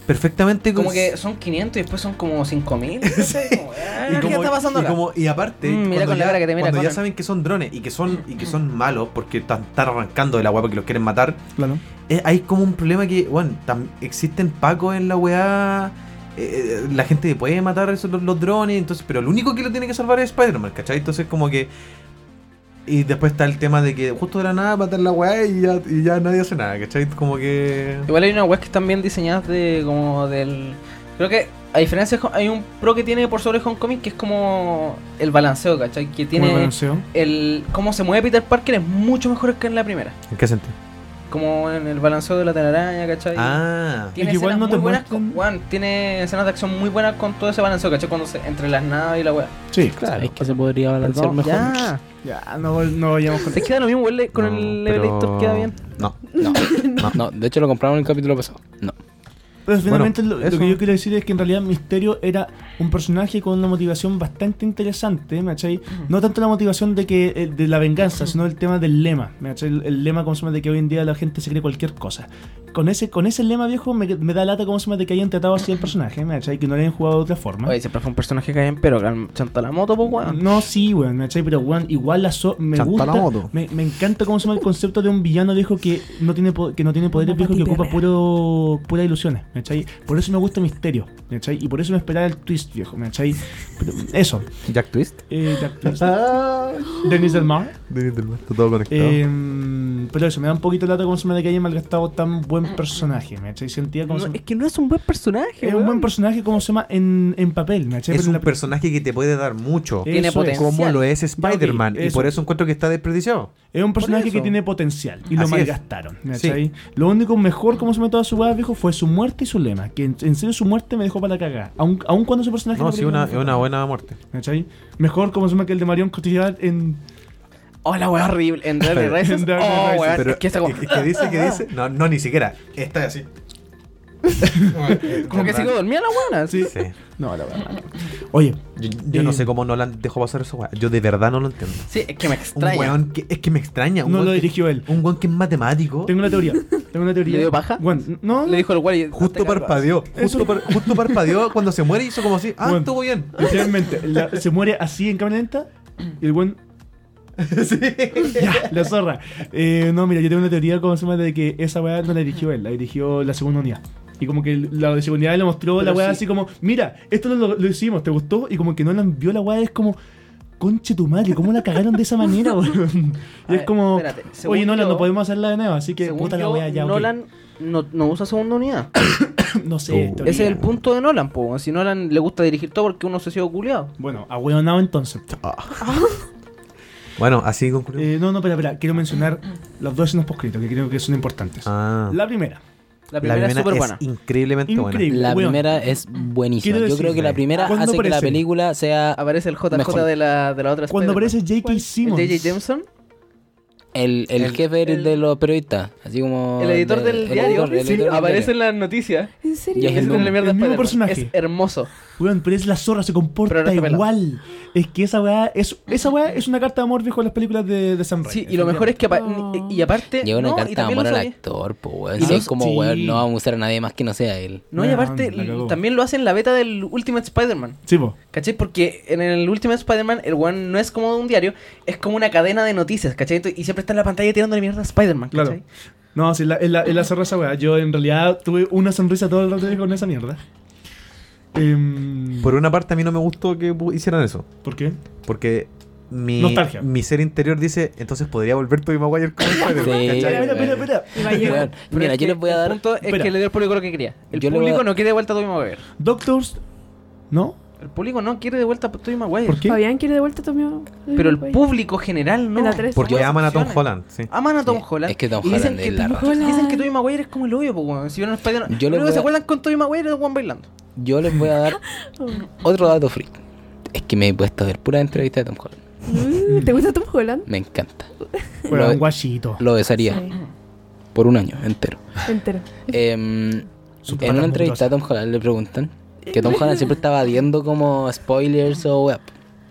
Speaker 8: perfectamente
Speaker 1: Como
Speaker 8: con-
Speaker 1: que son 500 y después son como 5000. entonces, como, ah,
Speaker 8: y
Speaker 1: ¿Qué
Speaker 8: como-
Speaker 1: está pasando
Speaker 8: y
Speaker 1: acá?
Speaker 8: como- y aparte,
Speaker 1: Mm, mira
Speaker 8: cuando
Speaker 1: con la
Speaker 8: ya,
Speaker 1: cara que te mira
Speaker 8: cuando ya
Speaker 1: Conan.
Speaker 8: saben que son drones y que son, y que son malos porque están, están arrancando de la weá porque los quieren matar,
Speaker 5: Claro.
Speaker 8: eh, hay como un problema que, bueno, tam- existen pacos en la weá. eh, eh, la gente puede matar esos, los, los drones, entonces, pero lo único que lo tiene que salvar es Spider-Man, ¿cachai? Entonces, como que. Y después está el tema de que justo de la nada matar la weá y ya, y ya nadie hace nada, ¿cachai? Como que.
Speaker 1: Igual hay unas webs que están bien diseñadas de como del... Creo que a diferencia de Hon- hay un pro que tiene por sobre Homecoming que es como el balanceo, ¿cachai? Que
Speaker 5: Como el
Speaker 1: tiene
Speaker 5: balanceo.
Speaker 1: el... Cómo se mueve Peter Parker es mucho mejor que en la primera.
Speaker 8: ¿En qué sentido?
Speaker 1: Como en el balanceo de la telaraña, ¿cachai?
Speaker 8: Ah,
Speaker 1: Tiene
Speaker 5: Y que igual
Speaker 1: escenas
Speaker 5: no te
Speaker 1: muy buenas
Speaker 5: muestran-
Speaker 1: con, weón, tiene escenas de acción muy buenas con todo ese balanceo, ¿cachai? Cuando se, entre las naves y la wea.
Speaker 5: Sí.
Speaker 3: Es que se podría balancear
Speaker 1: Perdón,
Speaker 3: mejor.
Speaker 1: Ya.
Speaker 5: Ya, no, vol- no vayamos con
Speaker 1: Te queda lo mismo, weón, con
Speaker 8: No,
Speaker 1: el
Speaker 8: pero-
Speaker 1: levelator queda bien.
Speaker 8: No.
Speaker 3: No, no, no, de hecho lo compramos en el capítulo pasado. No.
Speaker 5: Pero finalmente lo- lo,
Speaker 8: eso.
Speaker 5: que yo quiero decir es que en realidad Misterio era un personaje con una motivación bastante interesante, ¿me cachai? No tanto la motivación de que eh, de la venganza, sino el tema del lema, ¿me cachai? El, el lema, como se llama, de que hoy en día la gente se cree cualquier cosa. Con ese, con ese lema viejo me, me da lata, como se llama, de que hayan tratado así el personaje, ¿me cachai? Que no le hayan jugado de otra forma.
Speaker 1: Oye, siempre fue un personaje que bien, pero cal- chanta la moto, pues weón.
Speaker 5: No, sí, weón, ¿cachai? Pero, weón, igual la so- me
Speaker 2: Chanta
Speaker 5: gusta.
Speaker 2: la moto.
Speaker 5: Me, me encanta cómo se llama el concepto de un villano viejo que no tiene, po- que no tiene poderes
Speaker 4: Una
Speaker 5: viejo que ocupa
Speaker 4: patiperra.
Speaker 5: puro, pura ilusiones, ¿cachai? Por eso me gusta Misterio, ¿cachai? Y por eso me esperaba el twist viejo, ¿cachai? Pero, eso.
Speaker 8: Jack Twist.
Speaker 5: Eh, Jack Twist. Denis Del Mar.
Speaker 8: Denis del Mar, está todo conectado.
Speaker 5: Eh, pero eso, me da un poquito de lata cómo se me de que haya malgastado tan buen personaje, ¿cachai? Sentía como.
Speaker 1: Ah. No,
Speaker 5: se-
Speaker 1: es que no es un buen personaje,
Speaker 5: es un
Speaker 1: weón.
Speaker 5: buen personaje, como se llama, en, en papel, ¿cachai? Pero
Speaker 8: es
Speaker 5: en
Speaker 8: un
Speaker 5: la-
Speaker 8: personaje que te puede dar mucho.
Speaker 5: Eh,
Speaker 1: Tiene
Speaker 5: Eso es.
Speaker 1: potencial.
Speaker 8: Como lo es Spider-Man.
Speaker 5: ok,
Speaker 8: y
Speaker 5: eso.
Speaker 8: por eso encuentro que está desperdiciado.
Speaker 5: Es un personaje que
Speaker 8: eso.
Speaker 5: tiene potencial y lo
Speaker 8: Así es.
Speaker 5: malgastaron. ¿cachai? Lo único mejor como se metió a su weá, viejo, fue su muerte y su lema. Que en, en serio su muerte me dejó para la cagada. Aun, aun cuando su personaje.
Speaker 8: No,
Speaker 5: me
Speaker 8: sí, una, es
Speaker 5: pareció
Speaker 8: una
Speaker 5: bueno,
Speaker 8: buena muerte.
Speaker 5: ¿cachai? Mejor como se llama que el de Marion Cotillard en.
Speaker 1: Oh, la weá horrible. En Dark Knight
Speaker 8: Pero-
Speaker 1: Rises.
Speaker 5: en Dark Knight
Speaker 1: oh,
Speaker 5: Rises.
Speaker 1: weón.
Speaker 8: Pero
Speaker 1: Es que está como.
Speaker 8: es que dice, que dice. No, no, ni siquiera. Está así.
Speaker 1: Como que se quedó dormida la weá, sí.
Speaker 8: Sí.
Speaker 5: No, la verdad. Oye,
Speaker 8: Yo, yo no
Speaker 5: Eh,
Speaker 8: sé cómo Nolan dejó pasar eso, weá. Yo de verdad no lo entiendo.
Speaker 1: Sí, es que me
Speaker 8: Un
Speaker 1: extraña.
Speaker 8: weón que es que me extraña. Un
Speaker 5: no
Speaker 8: weón
Speaker 5: lo
Speaker 8: que-
Speaker 5: dirigió él.
Speaker 8: Un weón que es matemático.
Speaker 5: Tengo una teoría. Tengo una teoría.
Speaker 1: ¿Le dio paja?
Speaker 5: Bueno, no.
Speaker 1: Le dijo el Wally.
Speaker 8: Justo parpadeó. Justo,
Speaker 5: Eso-
Speaker 8: par- justo parpadeó cuando se muere hizo como así. Ah,
Speaker 5: Bueno.
Speaker 8: estuvo bien.
Speaker 5: Literalmente, la- se muere así en cámara lenta y el buen.
Speaker 8: sí.
Speaker 5: Ya, la zorra. Eh, no, mira, yo tengo una teoría como se llama de que esa weá no la dirigió él, la dirigió la segunda unidad. Y como que la de segunda unidad le mostró la weá así como, mira, esto lo, lo hicimos, ¿te gustó? Y como que no la vio la weá, es como, conche tu madre, ¿cómo la cagaron de esa manera, weón?
Speaker 1: A
Speaker 5: Y es
Speaker 1: ver,
Speaker 5: como,
Speaker 1: espérate, según
Speaker 5: oye, Nolan,
Speaker 1: yo-
Speaker 5: no podemos hacerla de nuevo, así que
Speaker 1: Según
Speaker 5: puta la
Speaker 1: yo,
Speaker 5: weá ya, ok".
Speaker 1: Nolan no, no usa segunda unidad.
Speaker 5: No sé, teoría.
Speaker 1: Ese es el punto de Nolan, po. weón. Si Nolan le gusta dirigir todo porque uno se sido culiado.
Speaker 5: Bueno, a weonado entonces.
Speaker 8: Bueno, así concluyó.
Speaker 5: Eh, no, no, espera, espera, quiero mencionar las dos escenas poscritas que creo que son importantes.
Speaker 8: Ah.
Speaker 5: Eh, La primera.
Speaker 1: La primera es súper buena.
Speaker 8: increíblemente
Speaker 5: Increíble.
Speaker 3: La
Speaker 5: Eh, Weón.
Speaker 3: primera es buenísima.
Speaker 5: Quiero
Speaker 3: Yo creo que la
Speaker 8: decirle,
Speaker 3: primera
Speaker 5: ¿cuándo
Speaker 3: hace que la
Speaker 5: aparece?
Speaker 3: película sea
Speaker 1: Aparece el JJ
Speaker 3: Mejor.
Speaker 1: de la, de la otra
Speaker 5: Cuando aparece
Speaker 1: Spider-Man.
Speaker 5: J.K. Simmons.
Speaker 1: El J.J. Jameson.
Speaker 3: el, el
Speaker 1: El-
Speaker 3: jefe
Speaker 1: el-
Speaker 3: de los periodistas. Así como.
Speaker 1: El editor
Speaker 3: de-
Speaker 1: del
Speaker 3: el
Speaker 1: diario
Speaker 3: editor, el
Speaker 1: sí,
Speaker 3: editor del
Speaker 1: aparece
Speaker 3: diario.
Speaker 1: en las noticias.
Speaker 4: ¿En
Speaker 3: Y
Speaker 4: serio?
Speaker 3: es el
Speaker 1: Es una
Speaker 3: mismo-
Speaker 1: mierda
Speaker 5: el mismo
Speaker 1: Spider-Man.
Speaker 5: personaje.
Speaker 1: Es hermoso.
Speaker 5: Weón, pero es la zorra, se comporta
Speaker 1: Pero no está pelado.
Speaker 5: igual. Es que esa weá es, esa weá es una carta de amor viejo a las películas de, de Sam Raimi.
Speaker 1: Sí, y lo mejor es que. apa-
Speaker 4: No.
Speaker 1: ni- Y aparte.
Speaker 3: Lleva una
Speaker 1: no, y
Speaker 3: carta de
Speaker 1: también
Speaker 3: amor
Speaker 1: lo
Speaker 3: al
Speaker 1: sabía.
Speaker 3: actor, po, weón.
Speaker 5: Y
Speaker 3: Sí,
Speaker 5: los-
Speaker 3: es como,
Speaker 5: sí.
Speaker 3: weón, no vamos a usar a nadie más que no sea él.
Speaker 1: No, y
Speaker 5: Weón,
Speaker 1: aparte
Speaker 5: la
Speaker 1: l-
Speaker 5: cagó.
Speaker 1: también lo hace en la beta del Ultimate Spider-Man.
Speaker 5: Sí, po.
Speaker 1: ¿Cachai? Porque en el Ultimate Spider-Man el weón no es como un diario, es como una cadena de noticias, ¿cachai? Entonces- Y siempre está en la pantalla tirándole mierda a Spider-Man,
Speaker 5: Claro.
Speaker 1: ¿cachai?
Speaker 5: No, sí, la, es, la, es la zorra esa weá. Yo en realidad tuve una sonrisa todo el rato viejo, con esa mierda. Em,
Speaker 8: Por una parte a mí no me gustó que pu- hicieran eso.
Speaker 5: ¿Por qué?
Speaker 1: Eh,
Speaker 8: Porque mi,
Speaker 5: Nostalgia.
Speaker 8: mi ser interior dice, entonces podría volver Tobey Maguire como Spider-Man",
Speaker 3: Sí.
Speaker 8: ¿cachai?
Speaker 5: Espera, espera,
Speaker 3: weón.
Speaker 5: espera.
Speaker 3: Weón,
Speaker 1: Pero
Speaker 3: Mira,
Speaker 1: es
Speaker 3: yo
Speaker 1: que
Speaker 3: les voy a
Speaker 1: el
Speaker 3: dar.
Speaker 1: punto es
Speaker 5: Espera.
Speaker 1: que le dio al público lo que quería. El
Speaker 3: Yo le voy a
Speaker 1: público
Speaker 3: dar-
Speaker 1: no quiere de vuelta a Tobey Maguire.
Speaker 5: Doctors. ¿No?
Speaker 1: El público no quiere de vuelta a Tobey Maguire.
Speaker 5: ¿Por qué?
Speaker 4: Fabián quiere de vuelta también.
Speaker 1: Pero el público general no.
Speaker 4: En la tres.
Speaker 8: Porque
Speaker 1: Weón,
Speaker 8: aman a Tom
Speaker 1: funciona.
Speaker 8: Holland, sí.
Speaker 1: Aman a Tom
Speaker 3: Sí,
Speaker 1: Holland.
Speaker 3: es que Tom
Speaker 1: y dicen
Speaker 3: Holland
Speaker 1: que
Speaker 3: es la
Speaker 1: Tom-
Speaker 3: raja.
Speaker 1: Dicen que Tobey Maguire es como el hoyo, po, weón. Si vieron Spider-Man.
Speaker 3: Yo
Speaker 1: Yo lo
Speaker 3: le
Speaker 1: que
Speaker 3: voy
Speaker 1: se
Speaker 3: a-
Speaker 1: acuerdan con Tobey Maguire es Juan bailando.
Speaker 3: Yo les voy a dar otro dato freak. Es que me he puesto a ver pura entrevista de Tom Holland.
Speaker 4: Mm, ¿Te gusta Tom Holland?
Speaker 3: Me encanta.
Speaker 5: Bueno,
Speaker 3: Lo-
Speaker 5: un guachito.
Speaker 3: Lo besaría por un año entero.
Speaker 4: Sí, entero.
Speaker 3: Em,
Speaker 5: Sus
Speaker 3: en
Speaker 5: patas
Speaker 3: una entrevista a Tom Holland le preguntan que Tom Holland siempre estaba viendo como spoilers o web.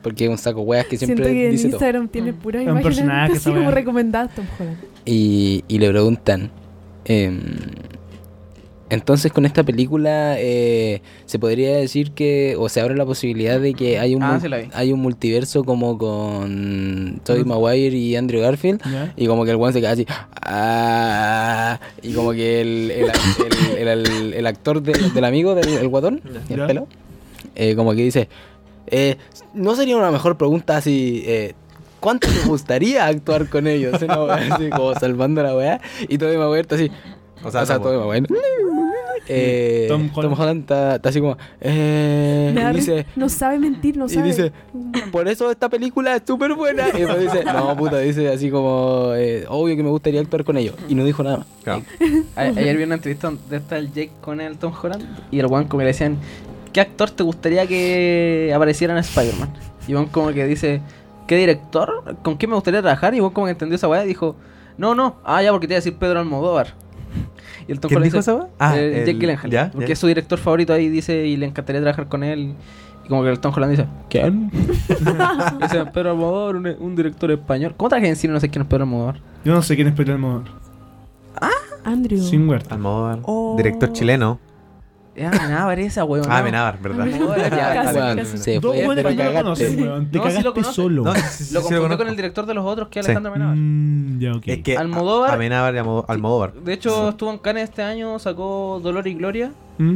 Speaker 3: Porque es un saco weas que
Speaker 4: Siento
Speaker 3: siempre
Speaker 4: que en
Speaker 3: dice todo.
Speaker 4: Instagram tiene puras
Speaker 5: Un
Speaker 4: imágenes
Speaker 5: personaje,
Speaker 4: así
Speaker 5: esa
Speaker 4: como
Speaker 5: weá.
Speaker 4: recomendadas Tom Holland.
Speaker 3: Y, y le preguntan. em, Entonces con esta película eh, se podría decir que, o se abre la posibilidad de que hay un,
Speaker 1: Ah,
Speaker 3: mul-
Speaker 1: sí la vi.
Speaker 3: hay un multiverso como con Tobey Maguire y Andrew Garfield.
Speaker 5: Ya.
Speaker 3: Y como que el one se queda así. "Ah", y como que el, el- el- el- el- el actor del- del amigo, del el guatón, el
Speaker 5: Ya.
Speaker 3: pelo, eh, como que dice, eh, ¿no sería una mejor pregunta si... eh, ¿Cuánto te gustaría actuar con ellos? Una wea así como salvando la weá. Y Tobey Maguire está así.
Speaker 8: O
Speaker 3: O
Speaker 8: sea,
Speaker 3: sea,
Speaker 8: Tom-
Speaker 3: Tobey Maguire. Eh,
Speaker 5: Tom
Speaker 3: Tom,
Speaker 5: Holland.
Speaker 3: Holland está, está así como. eh,
Speaker 4: Me da
Speaker 3: y
Speaker 4: ri-
Speaker 3: dice.
Speaker 4: no sabe mentir, no
Speaker 3: y
Speaker 4: sabe.
Speaker 3: dice, Por eso esta película es súper buena. Y después dice, no, puta, dice así como, eh, obvio que me gustaría actuar con ellos. Y no dijo nada más.
Speaker 1: A- Ayer vi una entrevista donde está el Jake con el Tom Holland y el Juan como que le decían, ¿qué actor te gustaría que apareciera en Spider-Man? Y Juan como que dice, ¿qué director? ¿Con quién me gustaría trabajar? Y Juan como que entendió esa weá y dijo, no, no, ah, ya porque te iba a decir Pedro Almodóvar. Y el Tom
Speaker 8: ¿Quién
Speaker 1: Holland
Speaker 8: dijo
Speaker 1: dice,
Speaker 8: esa weá? Ah,
Speaker 1: eh,
Speaker 8: el-
Speaker 1: Jake Gyllenhaal,
Speaker 8: ya,
Speaker 1: porque
Speaker 8: ya.
Speaker 1: es su director favorito ahí, dice, y le encantaría trabajar con él. Y como que el Tom Holland dice, ¿quién? Y dice, Pedro Almodóvar, un, un director español. ¿Cómo traje en cine? No sé quién es Pedro Almodóvar.
Speaker 5: Yo no sé quién es Pedro Almodóvar.
Speaker 4: Andrew.
Speaker 5: Sin huerta.
Speaker 8: Almodóvar,
Speaker 4: Oh.
Speaker 8: director chileno.
Speaker 1: Ah, Amenábar esa, weón.
Speaker 8: Ah, Menabar, ¿verdad?
Speaker 1: Almodóvar, ya,
Speaker 4: Casi,
Speaker 3: Weón,
Speaker 4: casi.
Speaker 3: se
Speaker 5: Dos
Speaker 3: fue, te
Speaker 5: buenos que no lo
Speaker 3: cagaste.
Speaker 5: conocen, weón. Te
Speaker 1: No, sí lo
Speaker 5: cagaste
Speaker 1: conoce.
Speaker 5: solo.
Speaker 8: No, sí, sí, sí,
Speaker 1: Lo confundió
Speaker 8: conozco.
Speaker 1: con el director de los otros, que es
Speaker 8: Sí.
Speaker 1: Alejandro Amenábar.
Speaker 5: Mm, ya, ok.
Speaker 8: Es que
Speaker 1: Almodóvar-
Speaker 8: A- Amenábar y Almo- Almodóvar.
Speaker 1: De hecho, estuvo en Cannes este año, sacó Dolor y Gloria
Speaker 5: Mm,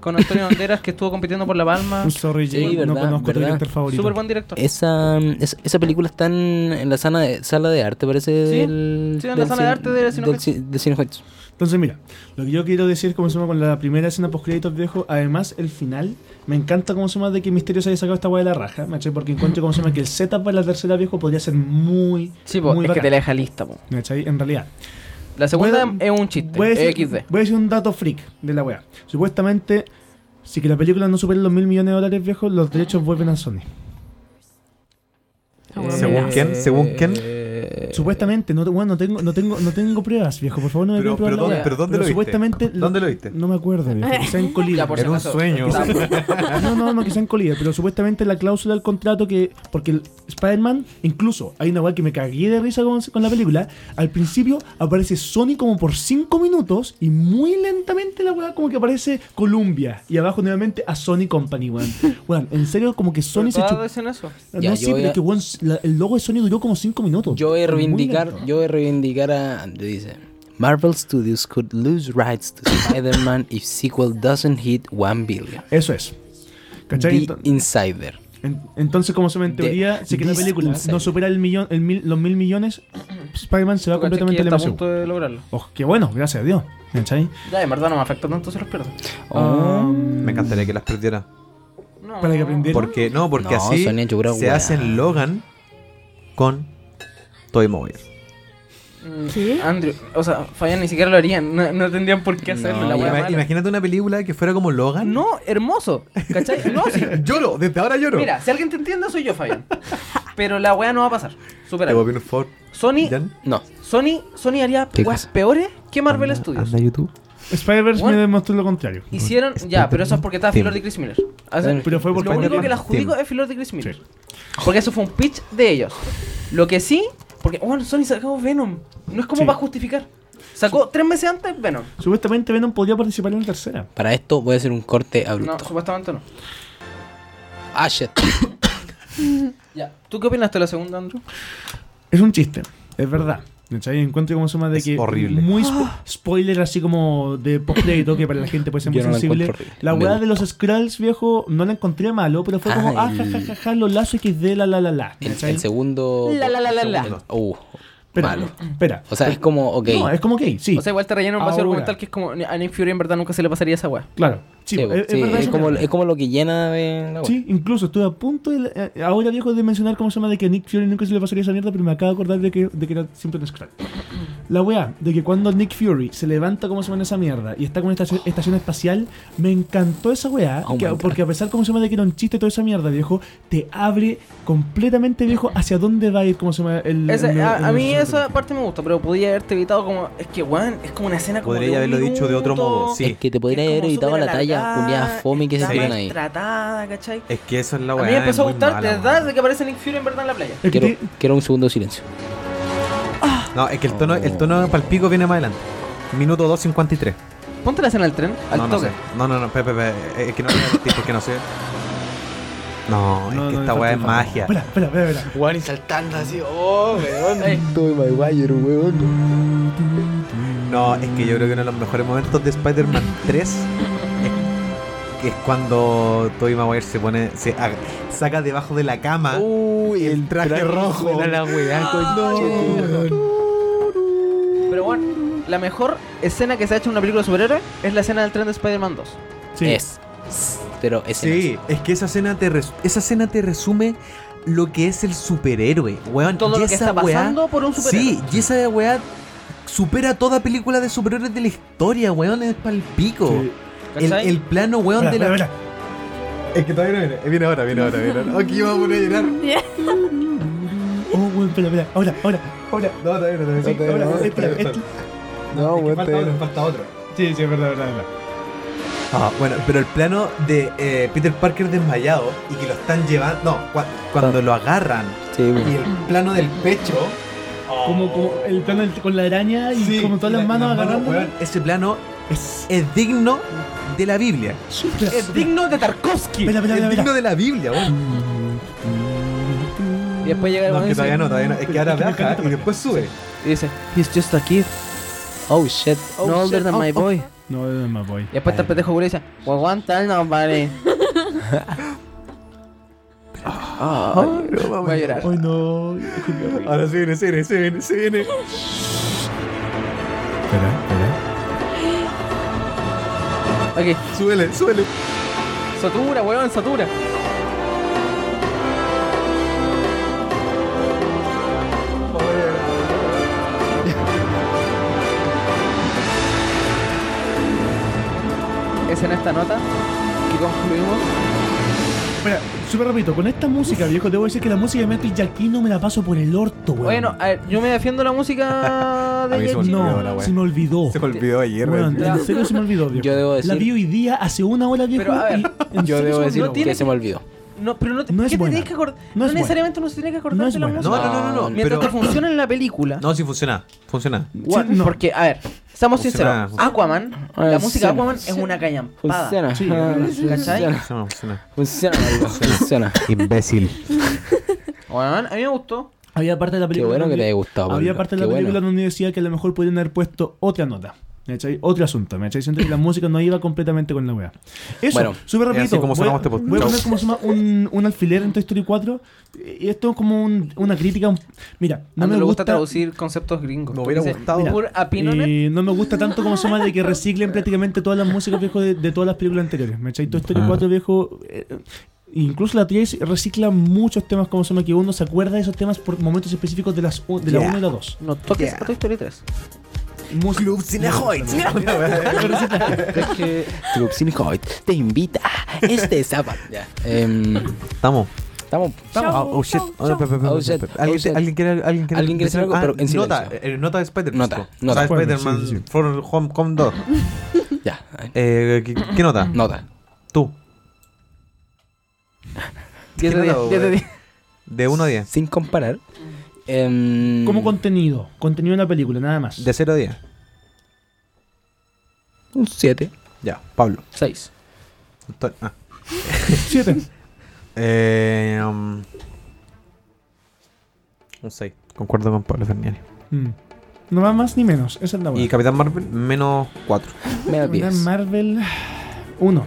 Speaker 1: con Antonio Banderas, que estuvo compitiendo por La Palma.
Speaker 5: I'm sorry,
Speaker 3: Sí,
Speaker 5: yo no
Speaker 3: verdad,
Speaker 5: conozco tu
Speaker 3: verdad.
Speaker 5: director favorito.
Speaker 1: Súper buen director.
Speaker 3: Esa, es- esa película está en, en la sala de, sala de arte, parece.
Speaker 1: Sí,
Speaker 3: del,
Speaker 1: sí, en la
Speaker 3: del
Speaker 1: sala de arte de
Speaker 3: del
Speaker 1: Cinehoyts.
Speaker 3: ci- de Cinehoyts.
Speaker 5: Entonces, mira, lo que yo quiero decir, como se llama, con la primera escena post-créditos viejo, además el final, me encanta cómo se llama de que Misterio se haya sacado esta hueá de la raja, ¿cachai? Porque encuentro como se llama que el setup para la tercera viejo podría ser muy.
Speaker 1: Sí, po,
Speaker 5: muy
Speaker 1: es que
Speaker 5: bacán,
Speaker 1: te la deja lista, po.
Speaker 5: ¿cachai? En realidad.
Speaker 1: La segunda
Speaker 5: Voy a-
Speaker 1: es un chiste,
Speaker 5: Voy a, decir,
Speaker 1: XD.
Speaker 5: voy a decir un dato freak de la weá. Supuestamente, si que la película no supera los mil millones de dólares viejos, los derechos vuelven a Sony.
Speaker 4: Ah, bueno,
Speaker 8: ¿Según
Speaker 4: mira.
Speaker 8: quién? ¿Según quién?
Speaker 3: Eh,
Speaker 5: Supuestamente, no, te- bueno, no tengo, no tengo, no tengo pruebas, viejo. Por favor, no me
Speaker 8: Pero,
Speaker 5: den pruebas
Speaker 8: pero,
Speaker 5: la
Speaker 8: ¿dónde,
Speaker 5: weá.
Speaker 8: pero ¿dónde
Speaker 5: Pero
Speaker 8: lo viste?
Speaker 5: Supuestamente.
Speaker 8: ¿Dónde lo viste?
Speaker 5: No me acuerdo, viejo. Quizá en Colina.
Speaker 1: Ya, por
Speaker 8: Era
Speaker 1: si
Speaker 8: un
Speaker 1: acaso.
Speaker 8: sueño.
Speaker 1: Está-
Speaker 5: No, no, no, quizá en colilla, pero supuestamente la cláusula del contrato que. Porque el Spider-Man, incluso, hay una weá que me cagué de risa con, con la película. Al principio aparece Sony como por 5 minutos y muy lentamente la weá como que aparece Columbia. Y abajo nuevamente a Sony Company, weón. Weón, en serio, como que Sony se
Speaker 1: Todas
Speaker 5: chupó.
Speaker 1: dicen eso.
Speaker 3: Ya,
Speaker 5: No, sí,
Speaker 3: yo voy
Speaker 5: pero
Speaker 3: a-
Speaker 5: que weón, la- el logo de Sony duró como 5 minutos.
Speaker 3: Yo voy a
Speaker 5: Muy
Speaker 3: reivindicar,
Speaker 5: lento.
Speaker 3: yo voy a reivindicar a Andrew dice. Marvel Studios could lose rights to Spider-Man if sequel doesn't hit 1 billion.
Speaker 5: Eso es. ¿Cachai?
Speaker 3: The Insider.
Speaker 5: En- entonces, como se ve en
Speaker 3: The-
Speaker 5: teoría, si que la
Speaker 3: this
Speaker 5: película
Speaker 3: inside.
Speaker 5: no supera el millón, el mil- los mil millones, pues, Spider-Man se va
Speaker 1: Tú cachai que
Speaker 5: completamente al
Speaker 1: está a
Speaker 5: MCU.
Speaker 1: punto de lograrlo.
Speaker 5: Oh, qué bueno, gracias a Dios. ¿Cachai?
Speaker 1: Ya, en verdad no me afecta tanto si los pierdo.
Speaker 8: Me encantaría que las perdiera.
Speaker 1: Ah, No.
Speaker 5: Para que aprendiera.
Speaker 8: Porque, no, porque
Speaker 3: No,
Speaker 8: así
Speaker 3: Sony ha hecho pura
Speaker 8: se
Speaker 3: weá.
Speaker 8: hacen Logan con Toy Maguire.
Speaker 1: Mm,
Speaker 4: ¿Qué?
Speaker 3: Ah.
Speaker 1: Andrew, o sea, Fabián ni siquiera lo harían. No, no tendrían por qué hacerlo.
Speaker 3: No,
Speaker 1: la
Speaker 8: Ima-
Speaker 1: weá mala.
Speaker 8: imagínate una película que fuera como Logan.
Speaker 1: No, hermoso. ¿Cachai? No, sí.
Speaker 8: Lloro, desde ahora lloro.
Speaker 1: Mira, si alguien te entiende, soy yo, Fabián. Pero la weá no va a pasar. Supera.
Speaker 8: Te voy a pedir un favor.
Speaker 1: Sony
Speaker 8: Jan,
Speaker 3: No.
Speaker 1: Sony, Sony haría
Speaker 3: ¿Qué
Speaker 1: weas
Speaker 3: cosa?
Speaker 1: peores que Marvel
Speaker 8: anda-
Speaker 1: Studios.
Speaker 8: Anda a YouTube.
Speaker 5: Spider-Verse me
Speaker 1: Bueno.
Speaker 5: demostró lo contrario.
Speaker 1: Hicieron, ya, pero eso es porque estaba Phil Lord y Chris Miller. O sea,
Speaker 5: Pero fue porque
Speaker 1: lo único
Speaker 5: Spider-Man-
Speaker 1: que la adjudico
Speaker 8: Tim.
Speaker 1: es Phil Lord y Chris Miller.
Speaker 5: Sí.
Speaker 1: Porque eso fue un pitch de ellos. Lo que sí, porque, bueno, Sony sacó Venom. No es como
Speaker 5: Sí.
Speaker 1: para justificar. Sacó tres meses antes Venom.
Speaker 5: Supuestamente Venom podía participar en la tercera.
Speaker 3: Para esto voy a hacer un corte
Speaker 1: No,
Speaker 3: abrupto.
Speaker 1: supuestamente no.
Speaker 3: Ah, shit.
Speaker 1: Ya. ¿Tú qué opinaste de la segunda, Andrew?
Speaker 5: Es un chiste, es verdad. ¿Cachai? Encuentro como suma de
Speaker 8: Es
Speaker 5: que.
Speaker 8: horrible.
Speaker 5: Muy spo- spoiler, así como de post-crédito, que para la gente puede ser muy
Speaker 3: Yo no la
Speaker 5: sensible.
Speaker 3: encuentro horrible.
Speaker 5: La
Speaker 3: Me
Speaker 5: weá de los
Speaker 3: gustó.
Speaker 5: Skrulls, viejo, no la encontré malo, pero fue como,
Speaker 3: Ay.
Speaker 5: ah, ja, ja, ja, ja, los lazos XD, la, la, la, la.
Speaker 3: El,
Speaker 5: ¿cachai?
Speaker 3: el segundo.
Speaker 1: La, la, la, la, la.
Speaker 3: el- Uh,
Speaker 5: Espera,
Speaker 3: malo.
Speaker 5: Espera.
Speaker 3: O sea, es como, ok.
Speaker 5: No, es como que sí.
Speaker 1: O sea, igual te rellenan un vacío
Speaker 5: Ahora.
Speaker 1: argumental que es como a Nick Fury en verdad nunca se le pasaría esa wea.
Speaker 5: claro. Sí,
Speaker 3: sí,
Speaker 5: es, es
Speaker 3: sí,
Speaker 5: verdad,
Speaker 3: es
Speaker 5: eso
Speaker 3: como,
Speaker 5: me-
Speaker 3: es como lo que llena de la
Speaker 5: Sí, incluso estuve a punto de, eh, ahora viejo de mencionar cómo se llama de que a Nick Fury nunca se le pasaría esa mierda, pero me acabo de acordar de que, de que era siempre un Skrull. La weá, de que cuando Nick Fury se levanta como se llama en esa mierda y está con esta estación, estación espacial, me encantó esa weá,
Speaker 3: Oh
Speaker 5: que-
Speaker 3: my God.
Speaker 5: porque a pesar como se llama de que era un chiste toda esa mierda, viejo, te abre completamente viejo hacia dónde va a ir como se llama el...
Speaker 1: Ese-
Speaker 5: el- el-
Speaker 1: a, a mí
Speaker 5: el-
Speaker 1: esa parte me gusta, pero podía haberte evitado como. Es que, weón, es como una escena como.
Speaker 8: Podría
Speaker 1: de un
Speaker 8: haberlo dicho de otro
Speaker 1: minuto,
Speaker 8: modo, sí.
Speaker 3: Es que te podría
Speaker 1: es
Speaker 3: haber
Speaker 1: como
Speaker 3: evitado
Speaker 1: súper
Speaker 3: la talla
Speaker 1: alargada,
Speaker 3: culiada fome que se
Speaker 1: está
Speaker 3: tiran
Speaker 1: mal
Speaker 3: ahí.
Speaker 1: tratada, ¿cachai?
Speaker 8: Es que eso es la
Speaker 1: A
Speaker 8: weá.
Speaker 1: mí me empezó a
Speaker 8: es muy
Speaker 1: gustar
Speaker 8: mala,
Speaker 1: desde desde
Speaker 8: weón.
Speaker 1: que aparece Nick Fury en verdad en la playa.
Speaker 5: Es que
Speaker 3: Quiero,
Speaker 5: te-
Speaker 3: quiero un segundo de silencio.
Speaker 8: No, es que el tono, el tono palpico viene más adelante. Minuto 2.53.
Speaker 1: Ponte la escena del tren al
Speaker 8: no, no
Speaker 1: toque.
Speaker 8: sé. No, no, no, Pepe, Pepe, es que no voy a mentir porque no sé. No, es
Speaker 5: No,
Speaker 8: que
Speaker 5: no,
Speaker 8: esta
Speaker 5: falta-
Speaker 8: weá es
Speaker 5: falta.
Speaker 8: magia.
Speaker 5: Espera, espera, espera, espera.
Speaker 2: Juan y saltando así, oh, weón.
Speaker 1: Ey.
Speaker 2: Todo Maguire, weón.
Speaker 8: No, es que yo creo que uno de los mejores momentos de Spider-Man 3 es, que es cuando Tobey Maguire se pone, se ag- saca debajo de la cama
Speaker 2: Uy,
Speaker 8: el traje, rojo.
Speaker 2: Era la weá, con-
Speaker 1: Ah,
Speaker 8: no,
Speaker 1: Pero bueno, la mejor escena que se ha hecho en una película de superhéroe es la escena del tren de Spider-Man 2.
Speaker 5: Sí.
Speaker 3: Es. Pero es
Speaker 8: sí, es que esa escena te res- esa escena te resume lo que es el superhéroe, weón.
Speaker 1: Todo
Speaker 8: y
Speaker 1: lo que
Speaker 8: esa
Speaker 1: está
Speaker 8: weá-
Speaker 1: pasando por un superhéroe.
Speaker 8: Sí, y esa weá supera toda película de superhéroes de la historia, weón, es pa'l pico.
Speaker 5: Sí.
Speaker 8: El,
Speaker 1: ¿Cachai?
Speaker 8: el plano, weón,
Speaker 5: Espera,
Speaker 8: de la...
Speaker 5: espera, espera.
Speaker 8: Es que todavía no viene. Viene ahora, viene ahora, viene ahora. Aquí vamos a poner a llorar.
Speaker 5: Oh, weón, espera, espera. Ahora, ahora. Ahora.
Speaker 8: No, todavía no, todavía no,
Speaker 5: Sí,
Speaker 8: todavía no,
Speaker 5: ahora,
Speaker 8: todavía
Speaker 5: espera,
Speaker 8: no,
Speaker 5: espera.
Speaker 2: No,
Speaker 8: Es que
Speaker 2: weón,
Speaker 8: falta
Speaker 2: te-
Speaker 8: otro, falta otro.
Speaker 5: Sí, sí, es verdad, verdad, verdad.
Speaker 8: Ah, bueno, pero el plano de eh, Peter Parker desmayado y que lo están llevando. No, cua- cuando lo agarran
Speaker 3: Sí,
Speaker 8: y el plano del pecho.
Speaker 5: Como, como el plano del- con la araña y
Speaker 8: Sí,
Speaker 5: como todas las
Speaker 8: la-
Speaker 5: manos
Speaker 8: las
Speaker 5: agarrando.
Speaker 8: weón, Ese plano
Speaker 5: Es.
Speaker 8: es digno de la Biblia.
Speaker 1: Es digno de Tarkovsky.
Speaker 5: Espera, espera,
Speaker 8: es
Speaker 5: espera,
Speaker 8: digno
Speaker 5: espera.
Speaker 8: de la Biblia, weón.
Speaker 1: Y después llega el
Speaker 8: No,
Speaker 1: weón
Speaker 8: es
Speaker 1: y
Speaker 8: que
Speaker 1: dice-
Speaker 8: todavía no, todavía no. Es que ahora baja y después sube.
Speaker 1: y dice, he's just a kid,
Speaker 3: Oh shit. Oh,
Speaker 1: no older than my boy.
Speaker 5: No, no me voy.
Speaker 1: Y después está el pendejo culo y dice, we want tell nobody. Voy a llorar.
Speaker 5: Ay, no. es que me voy.
Speaker 8: Ahora se viene, se viene, se viene, se viene.
Speaker 5: Espera, espera.
Speaker 1: Ok,
Speaker 8: Súbele, súbele.
Speaker 1: satura, weón, satura. Es en esta nota que concluimos.
Speaker 5: Espera, súper rapidito. Con esta música, viejo, te voy a decir que la música de Metal Jackino me la paso por el orto, weón.
Speaker 1: Bueno, a ver, yo me defiendo la música
Speaker 8: A mí
Speaker 1: de
Speaker 8: se me
Speaker 1: Jackie.
Speaker 8: olvidó.
Speaker 5: no,
Speaker 8: la weá.
Speaker 5: se me olvidó.
Speaker 8: Se me olvidó ayer,
Speaker 5: Weón,
Speaker 8: weón.
Speaker 5: en serio se me olvidó, viejo.
Speaker 3: Yo debo decir-
Speaker 5: La vi hoy día hace una hora, viejo.
Speaker 1: Pero, a ver,
Speaker 5: y en
Speaker 3: Yo
Speaker 5: serio
Speaker 3: debo
Speaker 5: se me
Speaker 3: decir
Speaker 5: olvidó.
Speaker 3: que se me olvidó.
Speaker 1: No, pero no, te,
Speaker 5: No es
Speaker 1: ¿qué te
Speaker 5: buena.
Speaker 1: tienes que acordar?
Speaker 5: No
Speaker 1: No,
Speaker 5: es buena.
Speaker 1: necesariamente uno se tiene que acordar
Speaker 5: No es
Speaker 1: de la
Speaker 5: buena.
Speaker 8: No,
Speaker 1: música.
Speaker 8: no, no, no, no.
Speaker 1: Mientras
Speaker 8: Pero,
Speaker 1: que funciona en la película.
Speaker 8: no, sí funciona. Funciona.
Speaker 1: Bueno,
Speaker 5: no.
Speaker 1: Porque, a ver, seamos
Speaker 8: Funciona,
Speaker 1: sinceros.
Speaker 8: funciona.
Speaker 1: Aquaman,
Speaker 3: Ah,
Speaker 1: la música de
Speaker 3: funciona,
Speaker 1: Aquaman es
Speaker 3: funciona.
Speaker 1: una callampada.
Speaker 3: Funciona.
Speaker 5: Sí.
Speaker 1: ¿Cachai?
Speaker 8: Funciona, funciona.
Speaker 3: Funciona. Funciona. Funciona.
Speaker 8: Imbécil.
Speaker 1: Bueno, a mí me gustó.
Speaker 5: Había parte de la
Speaker 3: Qué
Speaker 5: película.
Speaker 3: bueno que
Speaker 5: donde-
Speaker 3: te haya gustado.
Speaker 5: Había
Speaker 3: Pablo.
Speaker 5: parte de
Speaker 3: Qué
Speaker 5: la
Speaker 3: bueno.
Speaker 5: película donde decía que a lo mejor podían haber puesto otra nota. ¿Me cachai? Otro asunto, ¿me cachai? Siento que la música no iba completamente con la wea. Eso,
Speaker 3: Bueno,
Speaker 5: súper
Speaker 8: es así
Speaker 5: rapidito.
Speaker 8: como
Speaker 5: voy,
Speaker 8: cerramos este podcast.
Speaker 5: voy a
Speaker 8: Chao.
Speaker 5: poner como se llama un, un alfiler en Toy Story 4. Y esto es como un- una crítica. un- Mira,
Speaker 1: No
Speaker 5: no me
Speaker 1: me gusta
Speaker 5: gusta
Speaker 1: traducir conceptos gringos.
Speaker 8: Me hubiera
Speaker 1: Dice,
Speaker 8: gustado.
Speaker 1: Pur opinion.
Speaker 5: Y no me gusta tanto como se llama de que reciclen prácticamente todas las músicas viejo de, de todas las películas anteriores. ¿Me echáis Toy Story
Speaker 8: Ah.
Speaker 5: 4 viejo? eh, incluso la 3 recicla muchos temas como se llama que uno se acuerda de esos temas por momentos específicos de, las, u- de la
Speaker 8: Yeah.
Speaker 5: 1 y la 2.
Speaker 1: No toques
Speaker 8: Yeah.
Speaker 1: a Toy Story 3.
Speaker 5: Música-
Speaker 8: Club Cinehoid.
Speaker 3: Club Cinecoid te invita este sábado. Ya. Em,
Speaker 8: Estamos.
Speaker 3: estamos.
Speaker 5: Ah,
Speaker 8: Oh, oh, shit. Oh, no, pe- pe- pe-
Speaker 3: Oh,
Speaker 8: pe-
Speaker 3: shit.
Speaker 8: pe- pe-
Speaker 3: Oh,
Speaker 8: ¿Alguien,
Speaker 3: shit.
Speaker 8: alguien quiere alguien quiere
Speaker 3: Alguien quiere decir algo, pero en silencio.
Speaker 8: Nota, eh, nota de Spider-Man.
Speaker 3: Nota,
Speaker 8: po.
Speaker 3: nota.
Speaker 8: O sea, Spider-Man
Speaker 5: Sí, sí, sí.
Speaker 8: For Home, Home 2.
Speaker 3: Ya.
Speaker 8: Eh, ¿qué, qué nota?
Speaker 3: Nota.
Speaker 8: Tú.
Speaker 1: 10 de
Speaker 8: nota,
Speaker 1: 10, 10 de
Speaker 8: weón?
Speaker 1: 10.
Speaker 8: De 1 a 10.
Speaker 3: Sin comparar. em,
Speaker 5: Como contenido, contenido de la película, nada más.
Speaker 8: Mm. De 0 a 10.
Speaker 3: Un 7.
Speaker 8: Ya, Pablo.
Speaker 1: 6.
Speaker 8: Anto- Ah.
Speaker 5: 7.
Speaker 8: Eh, um, un 6. Concuerdo con Pablo Fernández.
Speaker 5: Ah, Mm. No va más ni menos, esa es la
Speaker 8: Y
Speaker 5: buena.
Speaker 8: Capitán Marvel, menos 4.
Speaker 3: Menos 10.
Speaker 5: Marvel 1.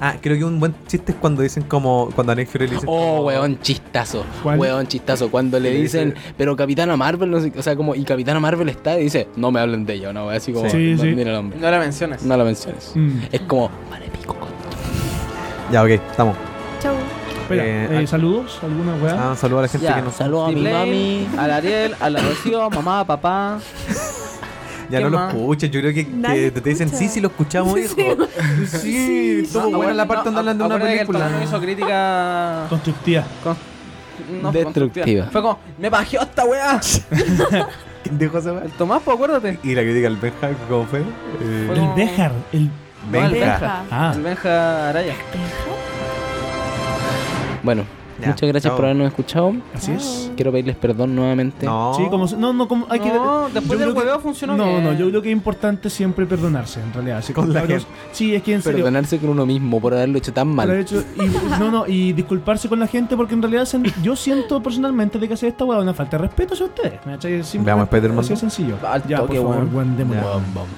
Speaker 8: Ah, creo que un buen chiste es cuando dicen como. Cuando a Nick Fury le dicen.
Speaker 3: Oh,
Speaker 8: como-
Speaker 3: weón, chistazo.
Speaker 5: ¿Cuál?
Speaker 3: Weón, chistazo. Cuando le
Speaker 8: Sí, sí.
Speaker 3: dicen, pero Capitana Marvel, no sé, o sea, como, y Capitana Marvel está y dice, no me hablen de ella, una wea así como,
Speaker 5: Sí, sí.
Speaker 3: mira el hombre.
Speaker 1: No la menciones.
Speaker 3: No la menciones.
Speaker 5: Mm.
Speaker 3: Es como, vale, pico. con-
Speaker 5: Oh.
Speaker 8: Ya, ok, estamos.
Speaker 4: Chau.
Speaker 5: Espera,
Speaker 8: Eh,
Speaker 5: eh,
Speaker 8: al-
Speaker 5: ¿saludos? ¿Alguna weá?
Speaker 8: Ah, saludo a la gente
Speaker 1: Ya,
Speaker 8: que nos.
Speaker 3: Saludos a mi
Speaker 1: Disney,
Speaker 3: mami.
Speaker 1: a la Ariel, a la Rocío, mamá, papá.
Speaker 8: Ya
Speaker 1: ¿Qué
Speaker 8: no lo
Speaker 1: más?
Speaker 8: escuchas, yo creo que,
Speaker 4: Nadie
Speaker 8: que te dicen
Speaker 4: escucha.
Speaker 8: sí, sí lo escuchamos, hijo. Sí,
Speaker 1: Ah,
Speaker 8: estuvo buena la parte donde hablan de una
Speaker 1: acuérdate que el
Speaker 8: película.
Speaker 1: Pablito hizo crítica
Speaker 5: Constructiva.
Speaker 1: con- no,
Speaker 3: Destructiva.
Speaker 1: Fue como, me bajó esta weá.
Speaker 8: ¿Quién dijo esa
Speaker 1: El Tomás, pues acuérdate.
Speaker 8: Y la crítica al Benja, ¿cómo fue?
Speaker 1: Fue
Speaker 8: Eh,
Speaker 5: El
Speaker 1: como-
Speaker 5: Dejar, el.
Speaker 1: No, el
Speaker 8: Benja.
Speaker 1: Benja.
Speaker 5: Ah,
Speaker 1: El Benja Araya.
Speaker 3: Bueno,
Speaker 8: Ya,
Speaker 3: Muchas gracias
Speaker 8: chao.
Speaker 3: por habernos escuchado.
Speaker 5: Así es.
Speaker 3: Quiero pedirles perdón nuevamente.
Speaker 8: No.
Speaker 5: Sí, como. No, no, como. Hay que,
Speaker 1: No, después del
Speaker 5: yo creo que-
Speaker 1: hueveo funcionó
Speaker 5: No,
Speaker 1: bien.
Speaker 5: no, yo creo que es importante siempre perdonarse, en realidad. Así
Speaker 8: Con
Speaker 5: que,
Speaker 8: la
Speaker 5: cabros, Sí, es que en serio.
Speaker 3: Perdonarse con uno mismo por haberlo hecho tan
Speaker 5: por haber
Speaker 3: mal.
Speaker 5: hecho- y, no, no, y disculparse con la gente porque en realidad sen- yo siento personalmente de que hacer esta hueá una falta de respeto hacia ustedes. ¿me cachai? Es simplemente
Speaker 8: Veamos Spider-Man.
Speaker 5: Así de sencillo.
Speaker 1: Al
Speaker 5: ya, por
Speaker 1: toque,
Speaker 5: favor,
Speaker 1: weón.
Speaker 5: weón, démosle.
Speaker 3: Weón, vamos.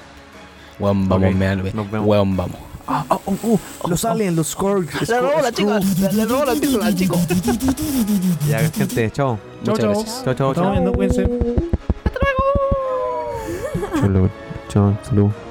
Speaker 3: Weón, vamos,
Speaker 8: Ok,
Speaker 3: me da lo-
Speaker 8: nos vemos.
Speaker 3: Weón, vamos.
Speaker 8: Ah, ah, oh, oh, los aliens, los Skorgs. La robo la chica, la robo la chica, la chico. Ya, gente,
Speaker 5: Chao,
Speaker 8: chao.
Speaker 3: Muchas
Speaker 5: chao.
Speaker 3: gracias.
Speaker 8: Chao, chao,
Speaker 5: Nos estamos
Speaker 8: chao.
Speaker 5: viendo, cuídense.
Speaker 8: Chao, chao, saludos.